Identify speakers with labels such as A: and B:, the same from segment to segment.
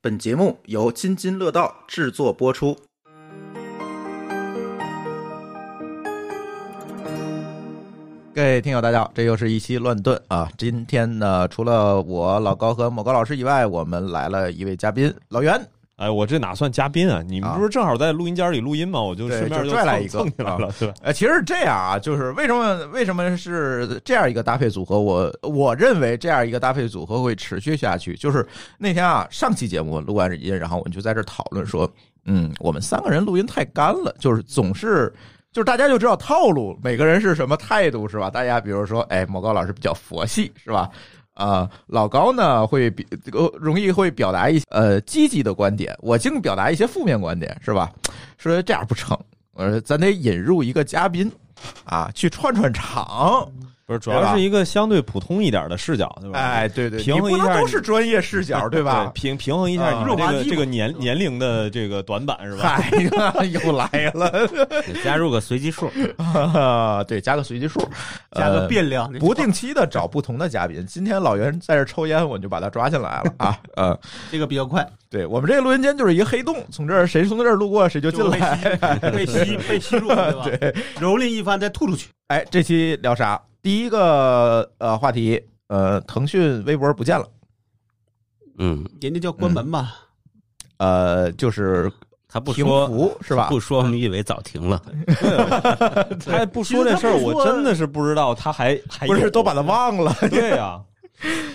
A: 本节目由津津乐道制作播出。各位听友，大家好，这又是一期乱炖啊！今天呢，除了我老高和某高老师以外，我们来了一位嘉宾老袁，
B: 哎，我这哪算嘉宾啊？你们不是正好在录音间里录音吗？我就
A: 对
B: 顺便
A: 就
B: 就
A: 拽来
B: 蹭
A: 一个
B: 蹭进来了， 对吧？
A: 呃，其实是这样啊，就是为什么为什么是这样一个搭配组合？我我认为这样一个搭配组合会持续下去。就是那天啊，上期节目录完音，然后我们就在这儿讨论说，嗯，我们三个人录音太干了，就是总是。就是大家就知道套路，每个人是什么态度，是吧？大家比如说，哎，某高老师比较佛系，是吧？啊、老高呢会比这个容易会表达一些呃积极的观点，我净表达一些负面观点，是吧？说这样不成，我说咱得引入一个嘉宾啊，去串串场。
B: 不是，主
A: 对吧
B: 要是一个相对普通一点的视角，对吧？
A: 哎，对对，
B: 平
A: 你
B: 衡一
A: 不
B: 下
A: 能都
B: 你
A: 是专业视角，对吧？
B: 平平衡一下
A: 啊
B: 你们这
A: 润滑
B: 个
A: 剂
B: 这个年年龄的这个短板是吧？
A: 嗨，又来
C: 加入个随机数，
A: 了，啊对，加个随机数，
D: 加个
A: 呃
D: 变量，
A: 不定期的找不同的嘉宾。今天老袁在这抽烟，我就把他抓进来了啊。呃，
D: 这个比较快。
A: 对我们这个录音间就是一个黑洞，从这儿谁从这儿路过谁就进
D: 就
A: 来。
D: 被吸被吸入，对吧？蹂躏一番再吐出去。
A: 哎，这期聊啥？第一个呃话题，呃，腾讯微博不见了，
C: 嗯，
D: 人家叫关门吧，
A: 呃，就是
C: 他不
A: 停
C: 说
A: 服是吧？
C: 不说，我们以为早停了。
B: 他不说这事儿，
D: 其实他不说
B: 我真的是不知道他 还还
A: 不是
B: 有
A: 都把它忘了。
D: 哎
B: 对
C: 啊
B: 呀，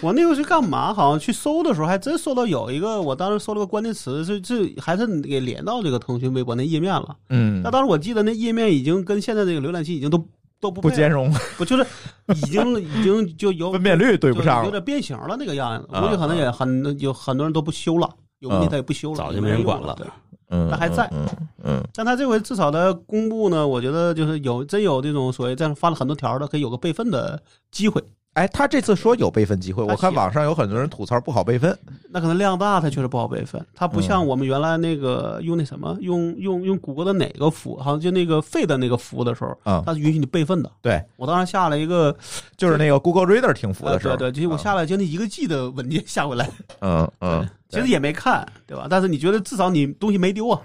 D: 我那回去干嘛？好像去搜的时候，还真搜到有一个，我当时搜了个关键词，这这还是给连到这个腾讯微博那页面了。
A: 嗯
D: 那当时我记得那页面已经跟现在这个浏览器已经都都不
A: 不兼
D: 配了
A: 容，
D: 不就是已经已经就有
A: 分辨率 对不上
D: 有
A: 了。
D: 点变形了那个样子，
A: 啊
D: 估计可能也很有很多人都不修了，有问题
A: 啊
D: 他也不修了，
C: 早就没人管了
D: 对
A: 嗯
D: 那还在
A: 嗯嗯
D: 但他这回至少的公布呢，我觉得就是有真有这种所谓这样发了很多条的，可以有个备份的机会。
A: 哎，他这次说有备份机会，
D: 他
A: 我看
D: 写
A: 网上有很多人吐槽不好备份。
D: 那可能量大，它确实不好备份。它不像
A: 嗯
D: 我们原来那个
C: 嗯
D: 用那什么，用用用谷歌的哪个服务，好像就那个 Feed 的那个服务的时候，
A: 嗯
D: 它是允许你备份的。
A: 对，
D: 我当时下了一个，
A: 就是那个 Google Reader 停服
D: 呃
A: 的时候，啊
D: 对对，就是我下了将近一个 G 的文件下回来，
A: 嗯嗯，
D: 其实也没看，对吧？但是你觉得至少你东西没丢啊？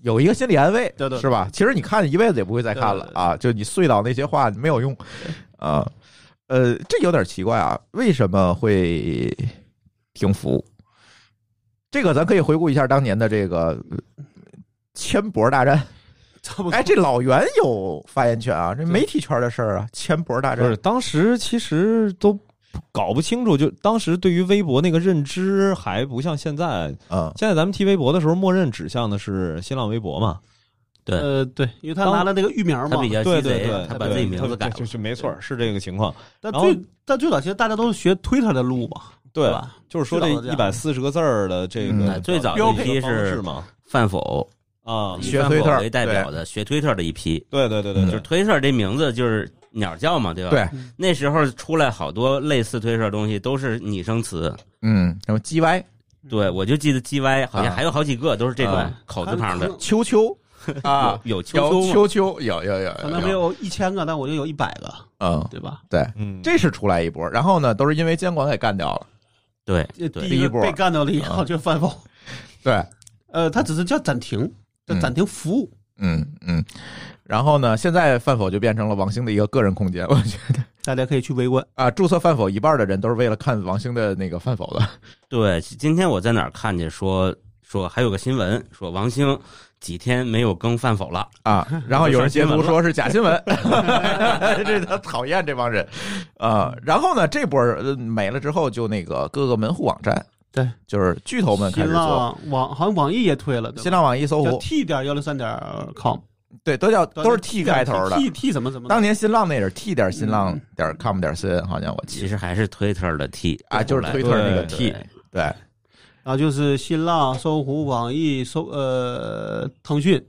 A: 有一个心理安慰，
D: 对对对
A: 是吧？其实你看一辈子也不会再看了
D: 对对对
A: 啊，就你碎到那些话没有用啊。呃，这有点奇怪啊，为什么会停服？这个咱可以回顾一下当年的这个呃千博大战。
D: 差不多。
A: 哎，这老袁有发言权啊，这媒体圈的事儿啊，千博大
B: 不
A: 战
B: 是，当时其实都搞不清楚，就当时对于微博那个认知还不像现在，
A: 啊，
B: 现在咱们提微博的时候，默认指向的是新浪微博嘛，
C: 对
D: 呃，对，因为他拿了那个域名
C: 他
D: 嘛
C: 比，较
B: 对
C: 鸡
B: 对
C: 贼啊
B: 对，，
C: 他把自己名字改
B: 对
C: 了
B: 就。是没错儿，是这个情况。
D: 但
B: 然后
D: 最但最早其实大家都是学 Twitter 的路嘛，
B: 对
D: 吧？
B: 就是说这
D: 最早的
B: 一
D: 这
B: 百
D: 样
B: 四十个字儿的这
A: 嗯
B: 个
A: 哎
C: 最早的
B: 标
C: 一
B: 配
C: 批
B: 的方
C: 是
B: 式嘛，
C: 范否
B: 啊，
C: 以
A: 学
C: 范否
A: Twitter，
C: 为代表的学推特的一批，
B: 对对对
A: 嗯
B: 对，就
C: 就是是推特这名字就是鸟叫嘛，对吧？。
A: 对，
C: 那时候出来好多类似推特的东西都是拟声词，
A: 嗯，什么 GY
C: 对我就记得 GY 好像
A: 啊
C: 还有好几个都是这种
A: 啊
C: 口字旁的，
A: 秋 秋啊，
C: 有有秋
A: 有
C: 秋嘛，
A: 秋秋，有有有，
D: 可能没有一千个，但我就有一百个，
A: 嗯，
D: 对吧？
A: 对，
B: 嗯，
A: 这是出来一波，然后呢，都是因为监管给干掉了，
C: 对
D: 这
C: 对，
A: 第一
D: 一个
A: 波嗯
D: 被干掉的也好，就是范否。
A: 对，
D: 呃，它只是叫暂停，叫
A: 嗯
D: 暂停服务。
A: 嗯嗯，然后呢，现在饭否就变成了王兴的一个个人空间，我觉得
D: 大家可以去围观，
A: 啊，注册饭否一半的人都是为了看王兴的那个饭否的，
C: 对，今天我在哪儿看见说说还有个新闻说王兴几天没有更饭否了，
A: 啊，然后有人截
C: 上新
A: 图
C: 闻了
A: 说是假新 闻， 这他讨厌这帮人啊、然后呢，这波儿呃没了之后，就那个各个门户网站，
D: 对，
A: 就是巨头们开
D: 新
A: 始做，
D: 浪网好像网易也推了，对吧
A: 新浪网易、搜
D: 叫
A: 狐，
D: t 点幺六三点 com，
A: 对，都叫都是 T 开头的。
D: t t 什么什么的。嗯
A: 当年新浪那也是 T 点新浪点 com 点 cn，好像我记
C: 其
A: 得
C: 实还是推特的 T
A: 啊，就是
C: 后来
A: 推特那个
B: 对
A: T，对，
D: 然后就是新浪、搜狐、网易、搜呃腾讯，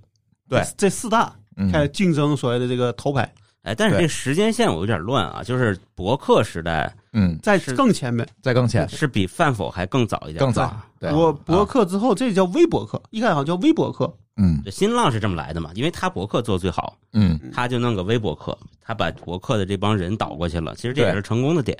A: 对
D: 这这四大
A: 嗯
D: 开始竞争所谓的这个头牌，
C: 哎，但是
A: 对
C: 这个时间线我有点乱啊，就是博客时代
A: 嗯，
D: 在
C: 是
D: 更前面，
A: 在更前
C: 是比饭否还更早一点，
A: 更早，对，
D: 啊博博
A: 啊
D: 客之后，这叫微博客，一开始好像叫微博客，
A: 嗯
C: 对。新浪是这么来的嘛，因为他博客做最好，
A: 嗯，
C: 他就弄个微博客，他把博客的这帮人导过去了，其实这也
A: 对
C: 是成功的点。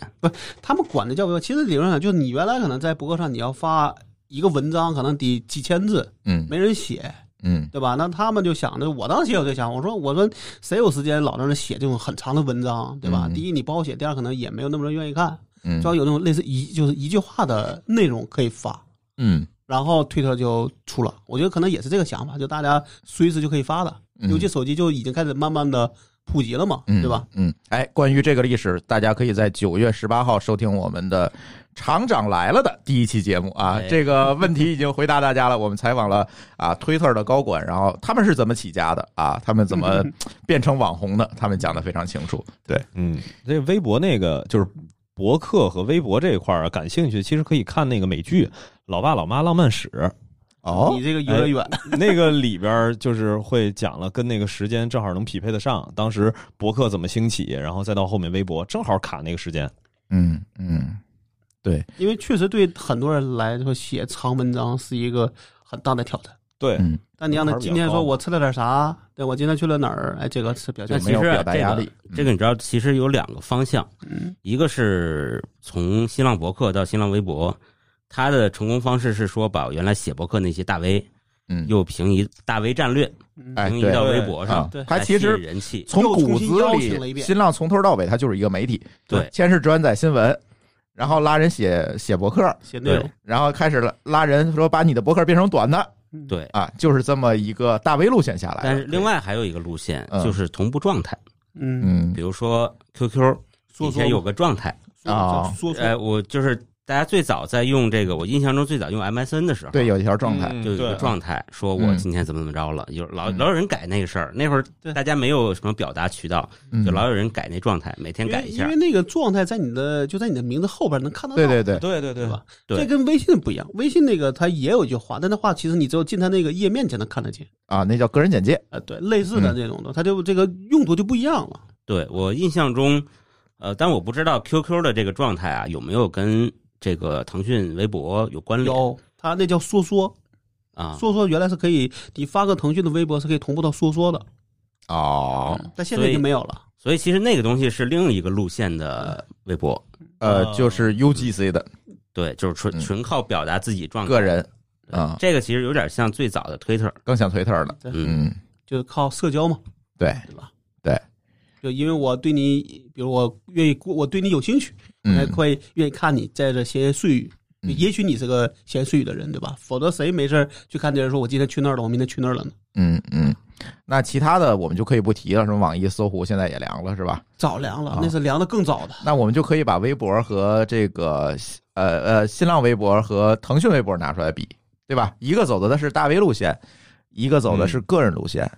D: 他们管的叫微博。其实理论上就是你原来可能在博客上你要发一个文章可能得几千字，
A: 嗯
D: 没人写，
A: 嗯
D: 对吧？那他们就想着，我当时也有这想法，我说我说谁有时间老让人写这种很长的文章，对吧？
A: 嗯
D: 第一你不好写，第二可能也没有那么多人愿意看，
A: 嗯
D: 主要有那种类似一就是一句话的内容可以发。
A: 嗯
D: 然后推特就出了，我觉得可能也是这个想法，就大家随时就可以发了，
A: 嗯
D: 尤其手机就已经开始慢慢的普及了嘛，
A: 嗯，
D: 对吧？？
A: 嗯，哎，关于这个历史，大家可以在九月十八号收听我们的《厂长来了》的第一期节目啊
C: 哎。
A: 这个问题已经回答大家了，我们采访了啊推特的高管，然后他们是怎么起家的啊，他们怎 么变成网红的，他们讲的非常清楚。对，
B: 嗯，这微博那个就是博客和微博这一块儿啊，感兴趣其实可以看那个美剧《老爸老妈浪漫 史》，
A: 哦哎
D: 你，这个有点远，
B: 那个里边儿就是会讲了，跟那个时间正好能匹配得上。当时博客怎么兴起，然后再到后面微博，正好卡那个时间。
A: 嗯嗯，对，
D: 因为确实对很多人来说写长文章是一个很大的挑战。
B: 对，
A: 嗯，
D: 但你让他今天说我吃了点啥，对我今天去了哪儿，哎，这个是比较
A: 就
D: 简单
C: 那其
A: 没
C: 实
A: 有表达
C: 这
A: 压
C: 个
A: 力。
C: 这个你知道，其实有两个方向，
D: 嗯
C: 一个是从新浪博客到新浪微博，它的成功方式是说把原来写博客那些大 V
A: 嗯，
C: 又平移大 V 战略
D: 嗯
A: 哎
C: 平移
A: 对
C: 到微
B: 对
C: 博
A: 啊
C: 上，
D: 对
A: 它
C: 来
A: 其
C: 吸引
A: 实
C: 人气。
A: 从
D: 又重
A: 骨
D: 新
A: 子
D: 邀请了一
A: 里，
D: 遍
A: 新浪从头到尾它就是一个媒体，
C: 对
A: 先是转载新闻，然后拉人写写博客，
D: 嗯写内容
C: 对，
A: 然后开始了拉人说把你的博客变成短的
D: 嗯，
C: 对，
A: 啊，就是这么一个大 V 路线下来。
C: 但是另，外还有一个路线
A: 哎嗯
C: 就是同步状态，
D: 嗯，
A: 嗯
C: 比如说 QQ
D: 说说
C: 以前有个状态，
A: 啊
D: 说说
C: 哎，我就是大家最早在用这个，我印象中最早用 MSN 的时候，
A: 对，有一嗯条状态，
B: 嗯
C: 就有一个
B: 对
C: 状态，说我今天怎么怎么着了，有老
A: 嗯
C: 老有人改那个事儿。那会儿
D: 对
C: 大家没有什么表达渠道，
A: 嗯
C: 就老有人改那状态，每天
D: 因
C: 改
D: 为
C: 一
D: 因
C: 下
D: 为。那个状态在你的就在你的名字后边能看得到，
A: 对对对，
B: 对对对
D: 对吧？
C: 对
D: 这跟微信不一样，微信那个它也有一句话，但那话其实你只有进它那个页面你才能看得见。
A: 啊，那叫个人简介，
D: 啊，对，类似
C: 嗯
D: 的这种的，它就这个用途就不一样了。
C: 对我印象中，呃，但我不知道 QQ 的这个状态啊有没有跟这个腾讯微博有关联
D: 有，它那叫说说，
C: 啊？
D: 说说原来是可以，你发个腾讯的微博是可以同步到说说的，
A: 哦，
D: 但现在
C: 所以
D: 就没有了。
C: 所以其实那个东西是另一个路线的微博，嗯
A: 呃，
B: 哦
A: 就是 UGC 的
C: 对，就是
A: 嗯
C: 纯纯靠表达自己状态。
A: 个人
C: 嗯对
A: 啊
C: 这个其实有点像最早的 Twitter，
A: 更像推特了，
D: 对
C: 嗯，
A: 嗯，
D: 就是靠社交嘛，
A: 对，
D: 对吧？
A: 对，
D: 就因为我对你，比如我愿意，我对你有兴趣，我才
A: 嗯，
D: 会愿意看你在这闲言碎语。
A: 嗯
D: 也许你是个闲言碎语的人，对吧？否则谁没事儿去看这人说我今天去那儿了，我明天去那儿了呢？
A: 嗯嗯，那其他的我们就可以不提了，什么网易、搜狐现在也凉了，是吧？
D: 早凉了
A: 啊，
D: 那是凉的更早的。
A: 那我们就可以把微博和这个呃呃新浪微博和腾讯微博拿出来比，对吧？一个走的是大 V 路线，一个走的是个人路线。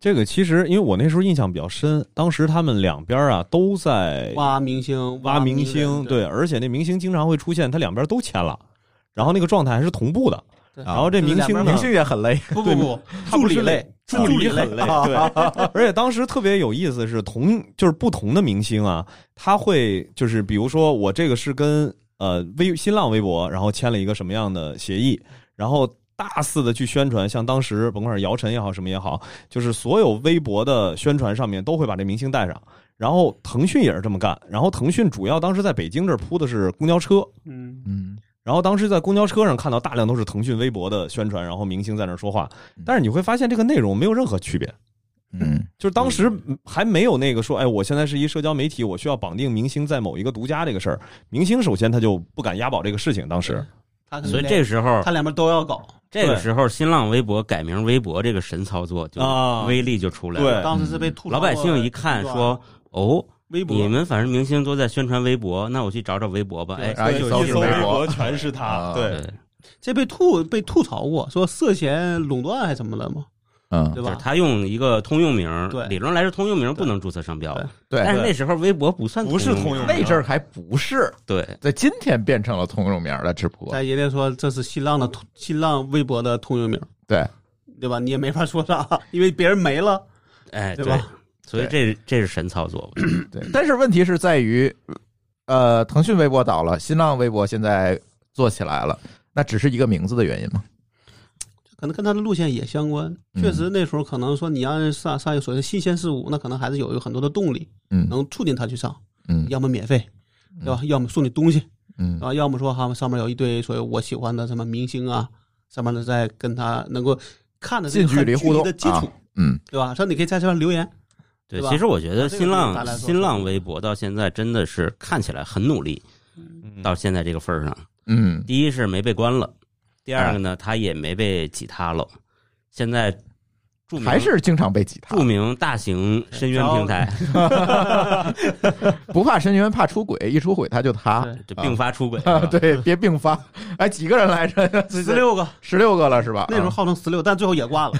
B: 这个其实因为我那时候印象比较深，当时他们两边儿啊都在
D: 挖明星，
B: 挖
D: 明
B: 明
D: 人
B: 星，
D: 对
B: 对，而且那明星经常会出现，他两边都签了，然后那个状态还是同步的，
D: 对
B: 然后这明星呢
A: 明星也很累，
D: 不不不，
B: 他
D: 助
B: 不是
D: 理类
B: 累，助理很累，对。 而且当时特别有意思是同就是不同的明星啊，他会就是比如说我这个是跟呃微新浪微博，然后签了一个什么样的协议，然后大肆的去宣传，像当时甭管是姚晨也好什么也好，就是所有微博的宣传上面都会把这明星带上。然后腾讯也是这么干，然后腾讯主要当时在北京这儿铺的是公交车，
D: 嗯，
A: 嗯，
B: 然后当时在公交车上看到大量都是腾讯微博的宣传，然后明星在那儿说话
A: 嗯，
B: 但是你会发现这个内容没有任何区别。
A: 嗯
B: 就是当时还没有那个说，哎，我现在是一社交媒体，我需要绑定明星在某一个独家这个事儿。明星首先他就不敢押宝这个事情，当时
D: 他
A: 嗯
D: 可能
C: 所以
D: 两
C: 这个时候
D: 他两边都要搞，
C: 这个
B: 对
C: 时候，新浪微博改名微博这个神操作就
B: 啊
C: 威力就出来了。
B: 对
D: 当时是被吐槽
C: 老百姓一看
D: 过
C: 说：“哦，
D: 微博
C: 你们反正明星都在宣传微博，那我去找找微博吧。”
D: 对
C: 哎，
A: 然后一搜
B: 一搜
A: 微博
B: 微博全是他
A: 啊，
B: 对，
C: 对，
D: 这被吐被吐槽过，说涉嫌垄断还什么的嘛，
A: 嗯，
D: 对
C: 就是
D: 吧？
C: 他用一个通用名儿，
D: 对
C: 理论来说通用名儿不
D: 对
C: 能注册商标，
D: 对
A: 对
C: 但。是那时候微博不算
B: 不是
C: 通
B: 通用
C: 名
B: 名
A: 那阵儿还不是，
C: 对，
A: 在今天变成了通用名了，只不过
D: 在人家说这是新浪的通新浪微博的通用名，
A: 对，
D: 对吧？你也没法说啥， 因为别人没了，
C: 哎
D: 对
C: 对
D: 吧，
C: 所以这这是神 操作。
A: 对，但是问题是在于，呃，腾讯微博倒了，新浪微博现在做起来了，那只是一个名字的原因嘛？
D: 可能跟他的路线也相关。
A: 嗯
D: 确实那时候可能说你让上上一所谓的新鲜事物，那可能还是有有很多的动力
A: 嗯
D: 能促进他去上，
A: 嗯
D: 要么免费，对吧？要么送你东西，
A: 嗯
D: 啊，要么说哈上面有一堆所谓我喜欢的什么明星啊，上面的在跟他能够看的
A: 近距离互动
D: 的接触
A: 啊，嗯，
D: 对吧？说你可以在这边留言，
C: 对，
D: 对吧
C: 其实我觉
D: 啊
C: 得
D: 这个
C: 新
D: 对大
C: 浪
D: 家来说
C: 新浪微博到现在真的是看起来很努力，
B: 嗯
D: 嗯
C: 到现在这个份儿上，
A: 嗯
C: 第一是没被关了，第二个呢，他也没被挤塌了，现在著名
A: 还是经常被挤塌
C: 著，名大型深渊平台
A: 不怕深渊，怕出轨，一出轨他就塌。
D: 对
C: 就并发出轨，
A: 啊， 对，别并发。哎，几个人来着？
D: 十六个
A: 十六个了是吧？
D: 那时候
A: 啊
D: 号称十六，但最后也挂了。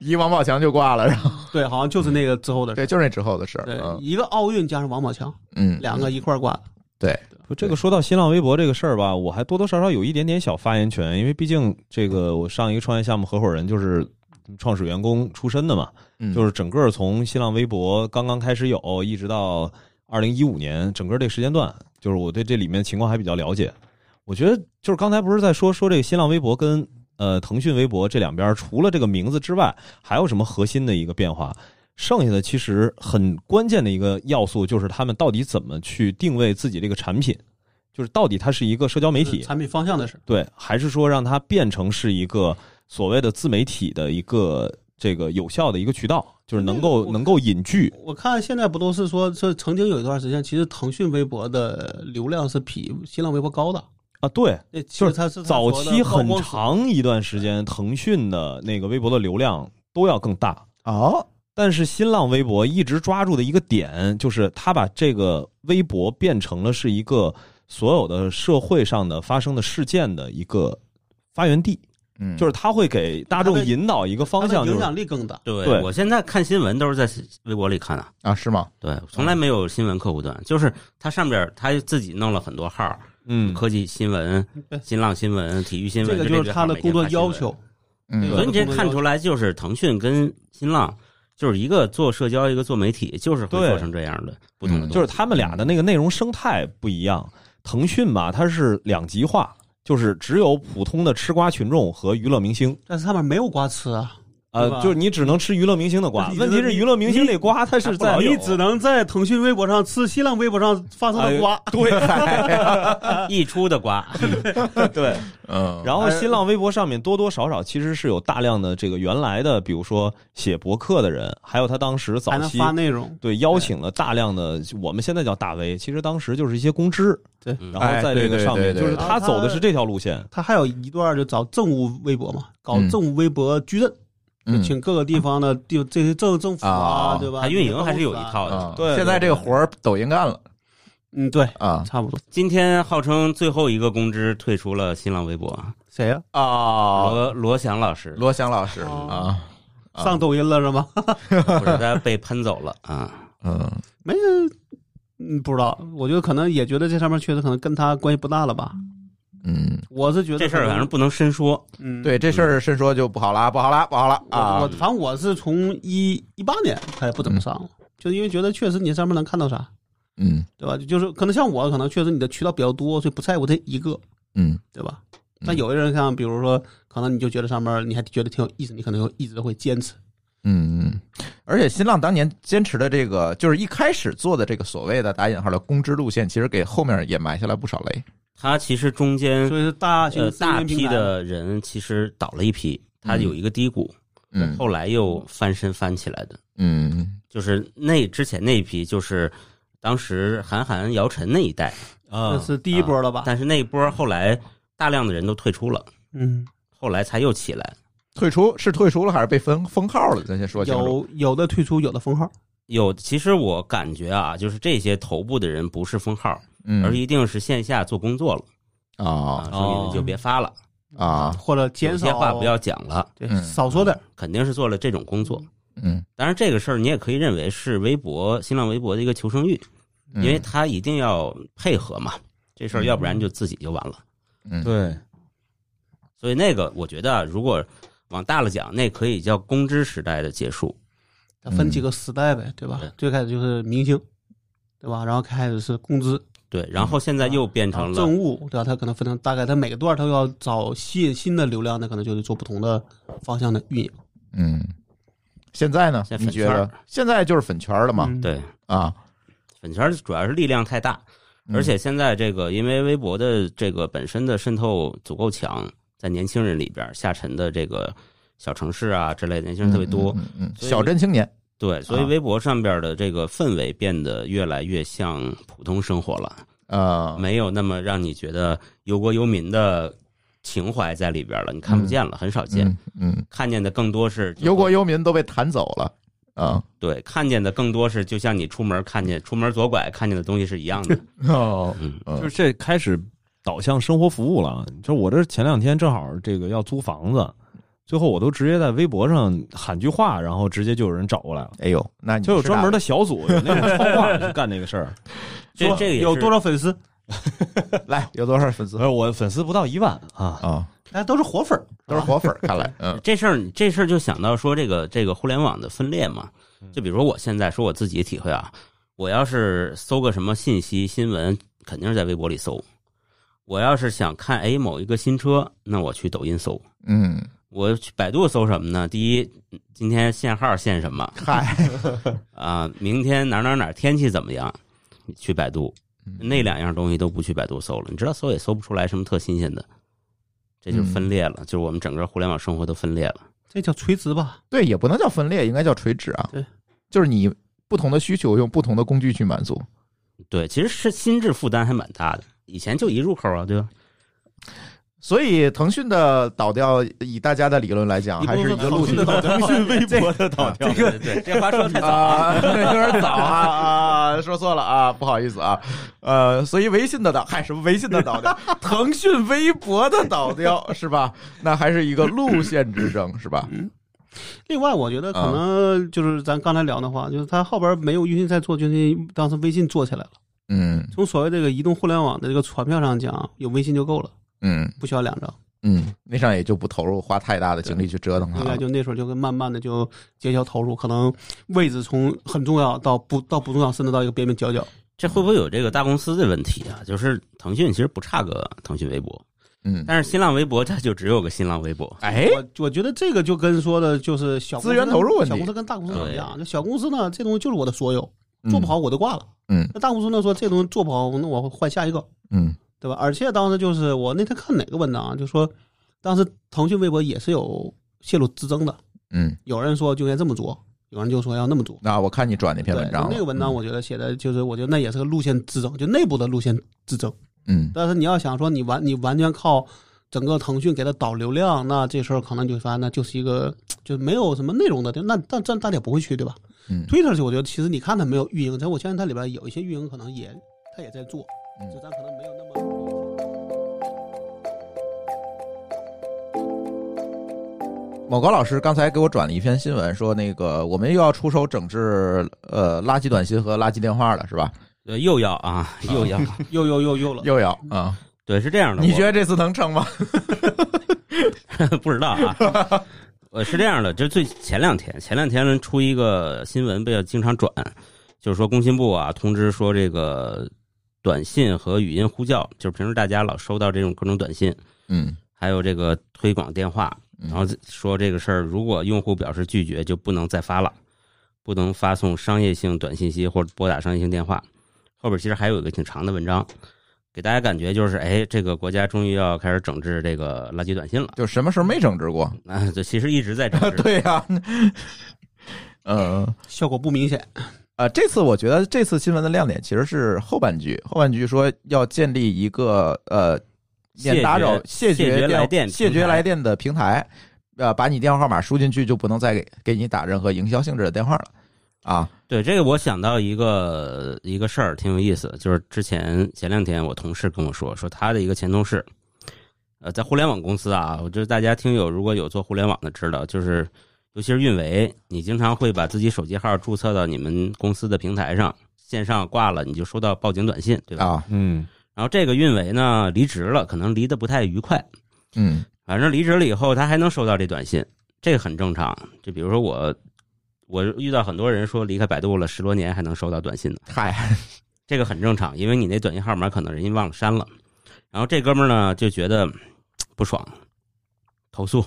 A: 一王宝强就挂了，然后
D: 对，好像就是那个之后的事。
A: 对，就是那之后的事儿。
D: 对，
A: 嗯
D: 一个奥运加上王宝强，
A: 嗯，
D: 两个一块儿挂的。
A: 对，
B: 不这个说到新浪微博这个事儿吧，我还多多少少有一点点小发言权，因为毕竟这个我上一个创业项目合伙人就是创始员工出身的嘛，
A: 嗯
B: 就是整个从新浪微博刚刚开始有，一直到二零一五年，整个这个时间段，就是我对这里面情况还比较了解。我觉得就是刚才不是在说说这个新浪微博跟呃腾讯微博这两边，除了这个名字之外，还有什么核心的一个变化？剩下的其实很关键的一个要素就是他们到底怎么去定位自己这个产品，就是到底它是一个社交媒体，
D: 产品方向的事，
B: 对，还是说让它变成是一个所谓的自媒体的一个这个有效的一个渠道，就是能
D: 那个
B: 够
D: 我
B: 能够引聚。
D: 我看现在不都是说，这曾经有一段时间，其实腾讯微博的流量是比新浪微博高的。
B: 啊，对，
D: 那其
B: 就
D: 实
B: 是
D: 它是它
B: 早
D: 所谓
B: 期
D: 的曝
B: 很
D: 光数
B: 长一段时间，腾讯的那个微博的流量都要更大，
A: 哦，
B: 但是新浪微博一直抓住的一个点，就是它把这个微博变成了是一个所有的社会上的发生的事件的一个发源地，
A: 嗯，
B: 就是它会给大众
D: 它的
B: 引导一个方
D: 它
B: 向，
D: 的
B: 就是
D: 影响力更大。
C: 对
B: 对
C: 我现在看新闻都是在微博里看的、
A: 啊，是吗？
C: 对，从来没有新闻客户端，就是它上边儿它自己弄了很多号儿，
B: 嗯，
C: 科技新闻
D: 对、
C: 新浪新闻、体育新
D: 这
C: 闻，
D: 个
C: 就
D: 就
C: 这
D: 是
C: 几
D: 它
C: 号
D: 的
C: 每
D: 工
C: 天
D: 作
C: 发新
D: 要
C: 闻
D: 求。
A: 嗯
D: 对
C: 所以你这看出来，就是腾讯跟新浪，就是一个做社交，一个做媒体，就是会
B: 对
C: 做成这样的不同的
A: 嗯
C: 东西。
B: 就是他们俩的那个内容生态不一样。腾讯吧，它是两极化，就是只有普通的吃瓜群众和娱乐明星。
D: 但是上面没有瓜吃啊，
B: 呃
D: 对，吧
B: 就是你只能吃娱乐明星的瓜。
D: 你
B: 问题是娱乐明星那瓜，它是在
D: 你只能在腾讯微博上吃新浪微博上发生的瓜。
B: 对
C: 溢出的瓜，
B: 对。
A: 嗯，
B: 然后新浪微博上面多多少少其实是有大量的这个原来的，比如说写博客的人，还有他当时
D: 还
B: 早
D: 能
B: 期
D: 发内容，
B: 对邀请了大量的我们现在叫大 V，其实当时就是一些公知，
D: 对
C: 嗯
B: 然后在这个
A: 哎对
B: 上
A: 对
B: 面
A: 对
B: 就是
D: 对
B: 他走的是这条路线。
D: 他还有一段就找政务微博嘛，搞
A: 嗯
D: 政务微博矩阵，
A: 嗯
D: 请各个地方的地这些政政府
A: 啊
D: 啊，对吧？
C: 它运营还是有一套的。
A: 啊，
B: 对对
A: 现在这个活儿抖音干了
D: 嗯，对，
A: 啊
D: 差不多。
C: 今天号称最后一个公知退出了新浪微博，
D: 谁呀？
A: 啊，
C: 罗罗翔老师
A: 罗翔老师
D: 哦
A: 啊，啊
D: 上抖音了是吗？
C: 不是他被喷走了啊，
A: 嗯
D: 嗯，不知道，我觉得可能也觉得这上面确实可能跟他关系不大了吧。
A: 嗯，
D: 我 是觉得
C: 这事儿
D: 可能
C: 反正不能深说。
D: 嗯，
A: 对，这事儿深说就不好啊啦，不好啦，不好啦
D: 我我
A: 啊，
D: 反正我是从一一八年才不怎么上了，就是因为觉得确实你上面能看到啥，
A: 嗯
D: 对吧？就是可能像我，可能确实你的渠道比较多，所以不在乎这一个，
A: 嗯
D: 对吧？但有的人像比如说，可能你就觉得上面你还觉得挺有意思，你可能就一直会坚持。
A: 嗯嗯，而且新浪当年坚持的这个，就是一开始做的这个所谓的打引号的公知路线，其实给后面也埋下了不少雷。
C: 他其实中间
D: 所以是大型
C: 呃
D: 资源
C: 大批
D: 平台
C: 的人其实倒了一批，他有一个低谷，
A: 嗯
C: 后来又翻身翻起来的。
A: 嗯
C: 就是那之前那一批，就是当时韩寒、姚晨那一代，啊
B: 啊
D: 那，是第一波了吧？
C: 但是那一波后来大量的人都退出了，
D: 嗯，
C: 后来才又起来。
A: 退出是退出了还是被封封号了？咱先说清楚。
D: 有有的退出，有的封号。
C: 有，其实我感觉啊，就是这些头部的人不是封号，
A: 嗯
C: 而一定是线下做工作了
A: 啊
C: 啊，说你们就别发了，
A: 啊
D: 或者
C: 有
D: 减
C: 些
D: 少
C: 话不要讲了，
D: 对
A: 嗯
D: 少说点儿，
C: 肯定是做了这种工作。
A: 嗯，
C: 当然，这个事儿你也可以认为是微博、新浪微博的一个求生欲，因
A: 嗯
C: 为他一定要配合嘛，这事儿要不然就自己就完了。
A: 嗯
B: 对，
C: 所以那个，我觉得啊如果往大了讲，那可以叫公知时代的结束。
D: 它分几个时代呗，对吧
C: 对？
D: 最开始就是明星，对吧？然后开始是工资，
C: 对，然后现在又变
A: 啊
C: 成了
D: 政务，对吧？它可能分成大概，它每个段儿它要找吸引新的流量，那可能就是做不同的方向的运营
A: 嗯，现在呢？
C: 现在
A: 你
C: 粉
A: 觉
C: 圈儿
A: 得现在就是粉圈儿了嘛？
D: 嗯
C: 对
A: 啊，
C: 粉圈，主要是力量太大，
A: 嗯
C: 而且现在这个，因为微博的这个本身的渗透足够强，在年轻人里边儿下沉的这个小城市啊之类的年轻人特别多，
A: 嗯，嗯嗯
C: 所以
A: 小镇青年，
C: 对，所以
A: 啊
C: 微博上边的这个氛围变得越来越像普通生活了，
A: 呃，
C: 没有那么让你觉得忧国忧民的情怀在里边了，你看不见了，很少见，
A: 嗯嗯，
C: 看见的更多是
A: 忧国忧民都被弹走了啊，
C: 对，看见的更多是就像你出门看见出门左拐看见的东西是一样 的，
A: 哦，
C: 嗯，
A: 嗯
B: 就是这开始导向生活服务了。就是我这前两天正好这个要租房子，最后我都直接在微博上喊句话，然后直接就有人找过来了。
A: 哎呦，那你
B: 就有
A: 是
B: 专门
A: 大
B: 的小组，有那种超话去干这个事儿。
C: 这这个也
D: 有
C: 是
D: 多少粉丝？
A: 来有多少粉丝
B: 所以我粉丝不到一万啊，
C: 呃
A: 啊？
D: 哎，都是活粉儿，
A: 都是活粉儿，看来，嗯
C: 这事儿，这事儿就想到说这个这个互联网的分裂嘛。就比如说我现在说我自己的体会啊，我要是搜个什么信息新闻，肯定是在微博里搜；我要是想看哎某一个新车，那我去抖音搜；
A: 嗯，
C: 我去百度搜什么呢？第一，今天限号限什么
A: 嗨，
C: 啊？明天哪儿哪儿哪儿天气怎么样？你去百度，嗯那两样东西都不去百度搜了，你知道搜也搜不出来什么特新鲜的，这就是分裂了，就是我们整个互联网生活都分裂了。
D: 这叫垂直吧？
A: 对，也不能叫分裂，应该叫垂直啊。
D: 对，
A: 就是你不同的需求用不同的工具去满足。
C: 对，其实是心智负担还蛮大的。以前就一入口啊，对吧？
A: 所以腾讯的倒掉，以大家的理论来讲，还是一个路径
B: 腾讯微博的导跳，
C: 对对 对，这话说太早了。
A: 啊， 有点早啊啊，说错了啊，不好意思啊，呃，所以微信的倒，嗨，什么微信的倒掉，腾讯微博的倒掉是吧？那还是一个路线之争是吧？
D: 另外，我觉得可能就是咱刚才聊的话，就是它后边没有微信在做，就是当时微信做起来了。
A: 嗯
D: 从所谓这个移动互联网的这个传票上讲，有微信就够了，
A: 嗯
D: 不需要两张。
A: 嗯，那上也就不投入花太大的精力去折腾它
D: 应该
A: 了。
D: 啊就那时候就跟慢慢的就结交投入，可能位置从很重要到不到不重要，甚至到一个边边角角。
C: 这会不会有这个大公司的问题啊？就是腾讯其实不差个腾讯微博，
A: 嗯，
C: 但是新浪微博它就只有个新浪微博。
A: 哎，
D: 我我觉得这个就跟说的就是小公司
A: 资源投入问题
D: 小公司跟大公司不一样。就小公司呢，这东西就是我的所有，
A: 嗯
D: 做不好，我就挂了。
A: 嗯
D: 那大公司呢说这东西做不好，那我换下一个，
A: 嗯
D: 对吧？而且当时就是我那天看哪个文章啊，就说当时腾讯微博也是有泄露之争的，
A: 嗯，
D: 有人说就应该这么做，有人就说要那么做。
A: 那我看你转那篇
D: 对
A: 文章了，嗯
D: 那个文章我觉得写的就是，我觉得那也是个路线之争，就内部的路线之争。
A: 嗯，
D: 但是你要想说你完你完全靠整个腾讯给它导流量，那这事儿可能你就发现那就是一个就没有什么内容的，那但但大家也不会去，对吧？
A: 嗯
D: 推特是我觉得其实你看它没有运营，但我相信它里边有一些运营可能也它也在做，
A: 嗯
D: 就咱可能没有那么。
A: 某高老师刚才给我转了一篇新闻，说那个我们又要出手整治呃垃圾短信和垃圾电话了，是吧？
C: 呃，又要啊，又要。
D: 又又又又了，
A: 又要啊、
C: 对，是这样的。
A: 你
C: 我
A: 觉得这次能成吗？
C: 不知道啊？呃，是这样的，就最前两天，前两天出一个新闻被经常转，就是说工信部啊通知说这个短信和语音呼叫，就是平时大家老收到这种各种短信，
A: 嗯，
C: 还有这个推广电话，
A: 嗯
C: 然后说这个事儿，如果用户表示拒绝，就不能再发了，不能发送商业性短信息或者拨打商业性电话。后边其实还有一个挺长的文章，给大家感觉就是，哎，这个国家终于要开始整治这个垃圾短信了。
A: 就什么时候没整治过？
C: 啊，这其实一直在整治。
A: 对呀、 嗯啊、
D: 效果不明显。
A: 呃这次我觉得这次新闻的亮点其实是后半句，后半句说要建立一个呃免打扰、
C: 谢
A: 谢
C: 绝谢绝来电
A: 电、谢绝
C: 平台
A: 来电的平台，呃，把你电话号码输进去，就不能再给给你打任何营销性质的电话了啊。
C: 对这个，我想到一个一个事儿，挺有意思的，就是之前前两天我同事跟我说，说他的一个前同事，呃，在互联网公司啊，我觉得大家听友如果有做互联网的知道，就是尤其是运维，你经常会把自己手机号注册到你们公司的平台上，线上挂了，你就收到报警短信，对吧？
A: 啊，
B: 嗯，
C: 然后这个运维呢离职了，可能离得不太愉快，
A: 嗯
C: 反正离职了以后，他还能收到这短信，这个很正常。就比如说我，我遇到很多人说离开百度了十多年还能收到短信呢，
A: 嗨，
C: 这个很正常，因为你那短信号码可能人家忘了删了。然后这哥们儿呢就觉得嘖不爽，投诉，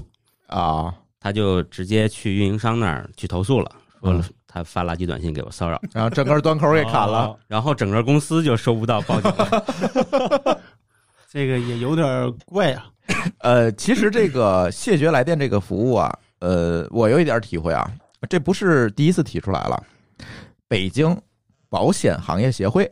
A: 啊，
C: 他就直接去运营商那儿去投诉了，说了
A: 嗯
C: 他发垃圾短信给我骚扰，
A: 然后整个端口给砍了，
B: 哦，
C: 然后整个公司就收不到报警了。
D: 这个也有点怪啊。
A: 呃，其实这个谢绝来电这个服务啊，呃，我有一点体会啊，这不是第一次提出来了。北京保险行业协会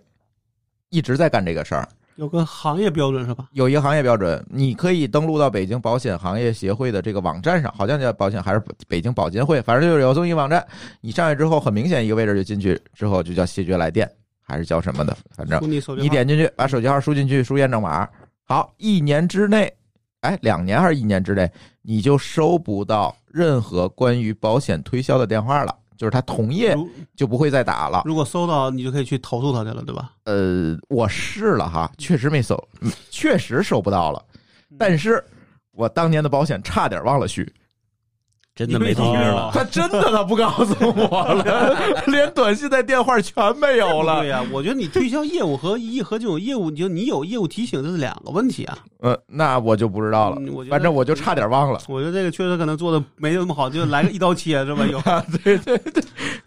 A: 一直在干这个事儿，
D: 有个行业标准是吧？
A: 有一个行业标准，你可以登录到北京保险行业协会的这个网站上，好像叫保险还是北京保监会，反正就是有综艺网站。你上去之后，很明显一个位置就进去，之后就叫谢绝来电，还是叫什么的，反正
D: 兄弟手机
A: 你点进去，把手机号输进去，输验证码。好，一年之内，哎，两年还是一年之内，你就收不到任何关于保险推销的电话了，就是他同业
D: 如
A: 就不会再打了。
D: 如果搜到，你就可以去投诉他去了，对吧？
A: 呃，我试了哈，确实没搜，嗯确实收不到了。但是我当年的保险差点忘了续，
C: 真的没通知
B: 啊
C: 了，
A: 他真的他不告诉我了，连短信带电话全没有了
D: 对。呀、我觉得你推销业务和一和这种业务，你就你有业务提醒，这是两个问题啊。
A: 呃，那我就不知道了，
D: 嗯我觉得
A: 反正我就差点忘了。
D: 我觉得这个确实可能做的没那么好，就来个一刀切是吧？有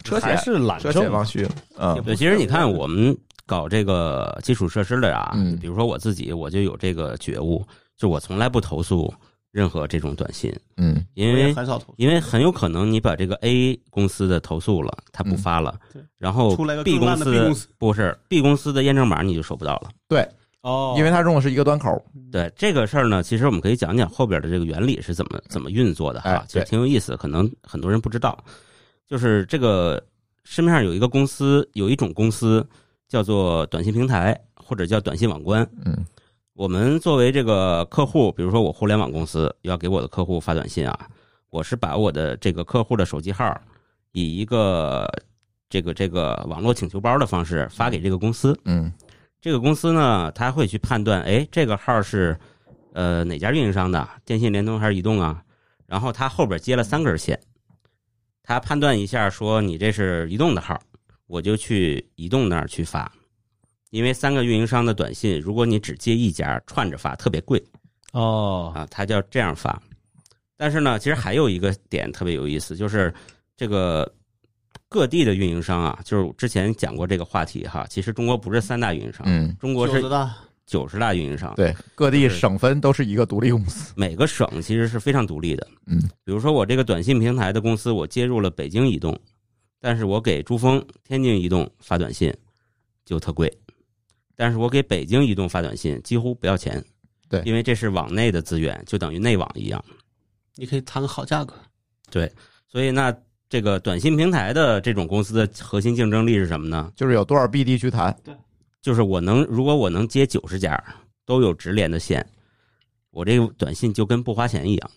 A: 车
B: 还
A: 险
B: 是懒
A: 车险
B: 政
A: 忘续了，嗯。
C: 对，其实你看我们搞这个基础设施的呀，
A: 嗯
C: 比如说我自己，我就有这个觉悟，就我从来不投诉任何这种短信，
A: 嗯
C: 因
D: 我
C: 为
D: 也很少投
C: 因为很有可能你把这个 A 公司的投诉了，他不发了，
D: 嗯对
C: 然后
D: 诉，出来个
C: B
D: 更
C: 公
D: 烂的 B 公
C: 司
D: 司。
C: 不是 B 公司的验证码你就收不到了。
B: 哦，
A: 因为它用的是一个端口，
C: 对这个事儿呢，其实我们可以讲讲后边的这个原理是怎么怎么运作的
A: 哎
C: 哈，其
A: 对
C: 实挺有意思，可能很多人不知道，就是这个市面上有一个公司，有一种公司叫做短信平台或者叫短信网关，
A: 嗯
C: 我们作为这个客户，比如说我互联网公司要给我的客户发短信啊，我是把我的这个客户的手机号以一个这个这个网络请求包的方式发给这个公司。
A: 嗯
C: 这个公司呢，他会去判断，哎，这个号是呃哪家运营商的，电信、联通还是移动啊？然后他后边接了三根线，他判断一下说你这是移动的号，我就去移动那儿去发，因为三个运营商的短信，如果你只接一家串着发，特别贵
B: 哦，
C: 啊，他叫这样发。但是呢，其实还有一个点特别有意思，就是这个各地的运营商啊，就是之前讲过这个话题哈，其实中国不是三大运营商，
A: 嗯，
C: 中国是
D: 知道，
C: 九十大运营商，
A: 对，各地省份都是一个独立公司，
C: 每个省其实是非常独立的。
A: 嗯，
C: 比如说我这个短信平台的公司，我接入了北京移动，但是我给珠峰、天津移动发短信就特贵，但是我给北京移动发短信几乎不要钱。
A: 对
C: 因为这是网内的资源，就等于内网一样。
D: 你可以谈个好价格。
C: 所以那这个短信平台的这种公司的核心竞争力是什么呢？
A: 就是有多少 B 地区谈，
C: 就是我能，如果我能接九十家都有直连的线，我这个短信就跟不花钱一样。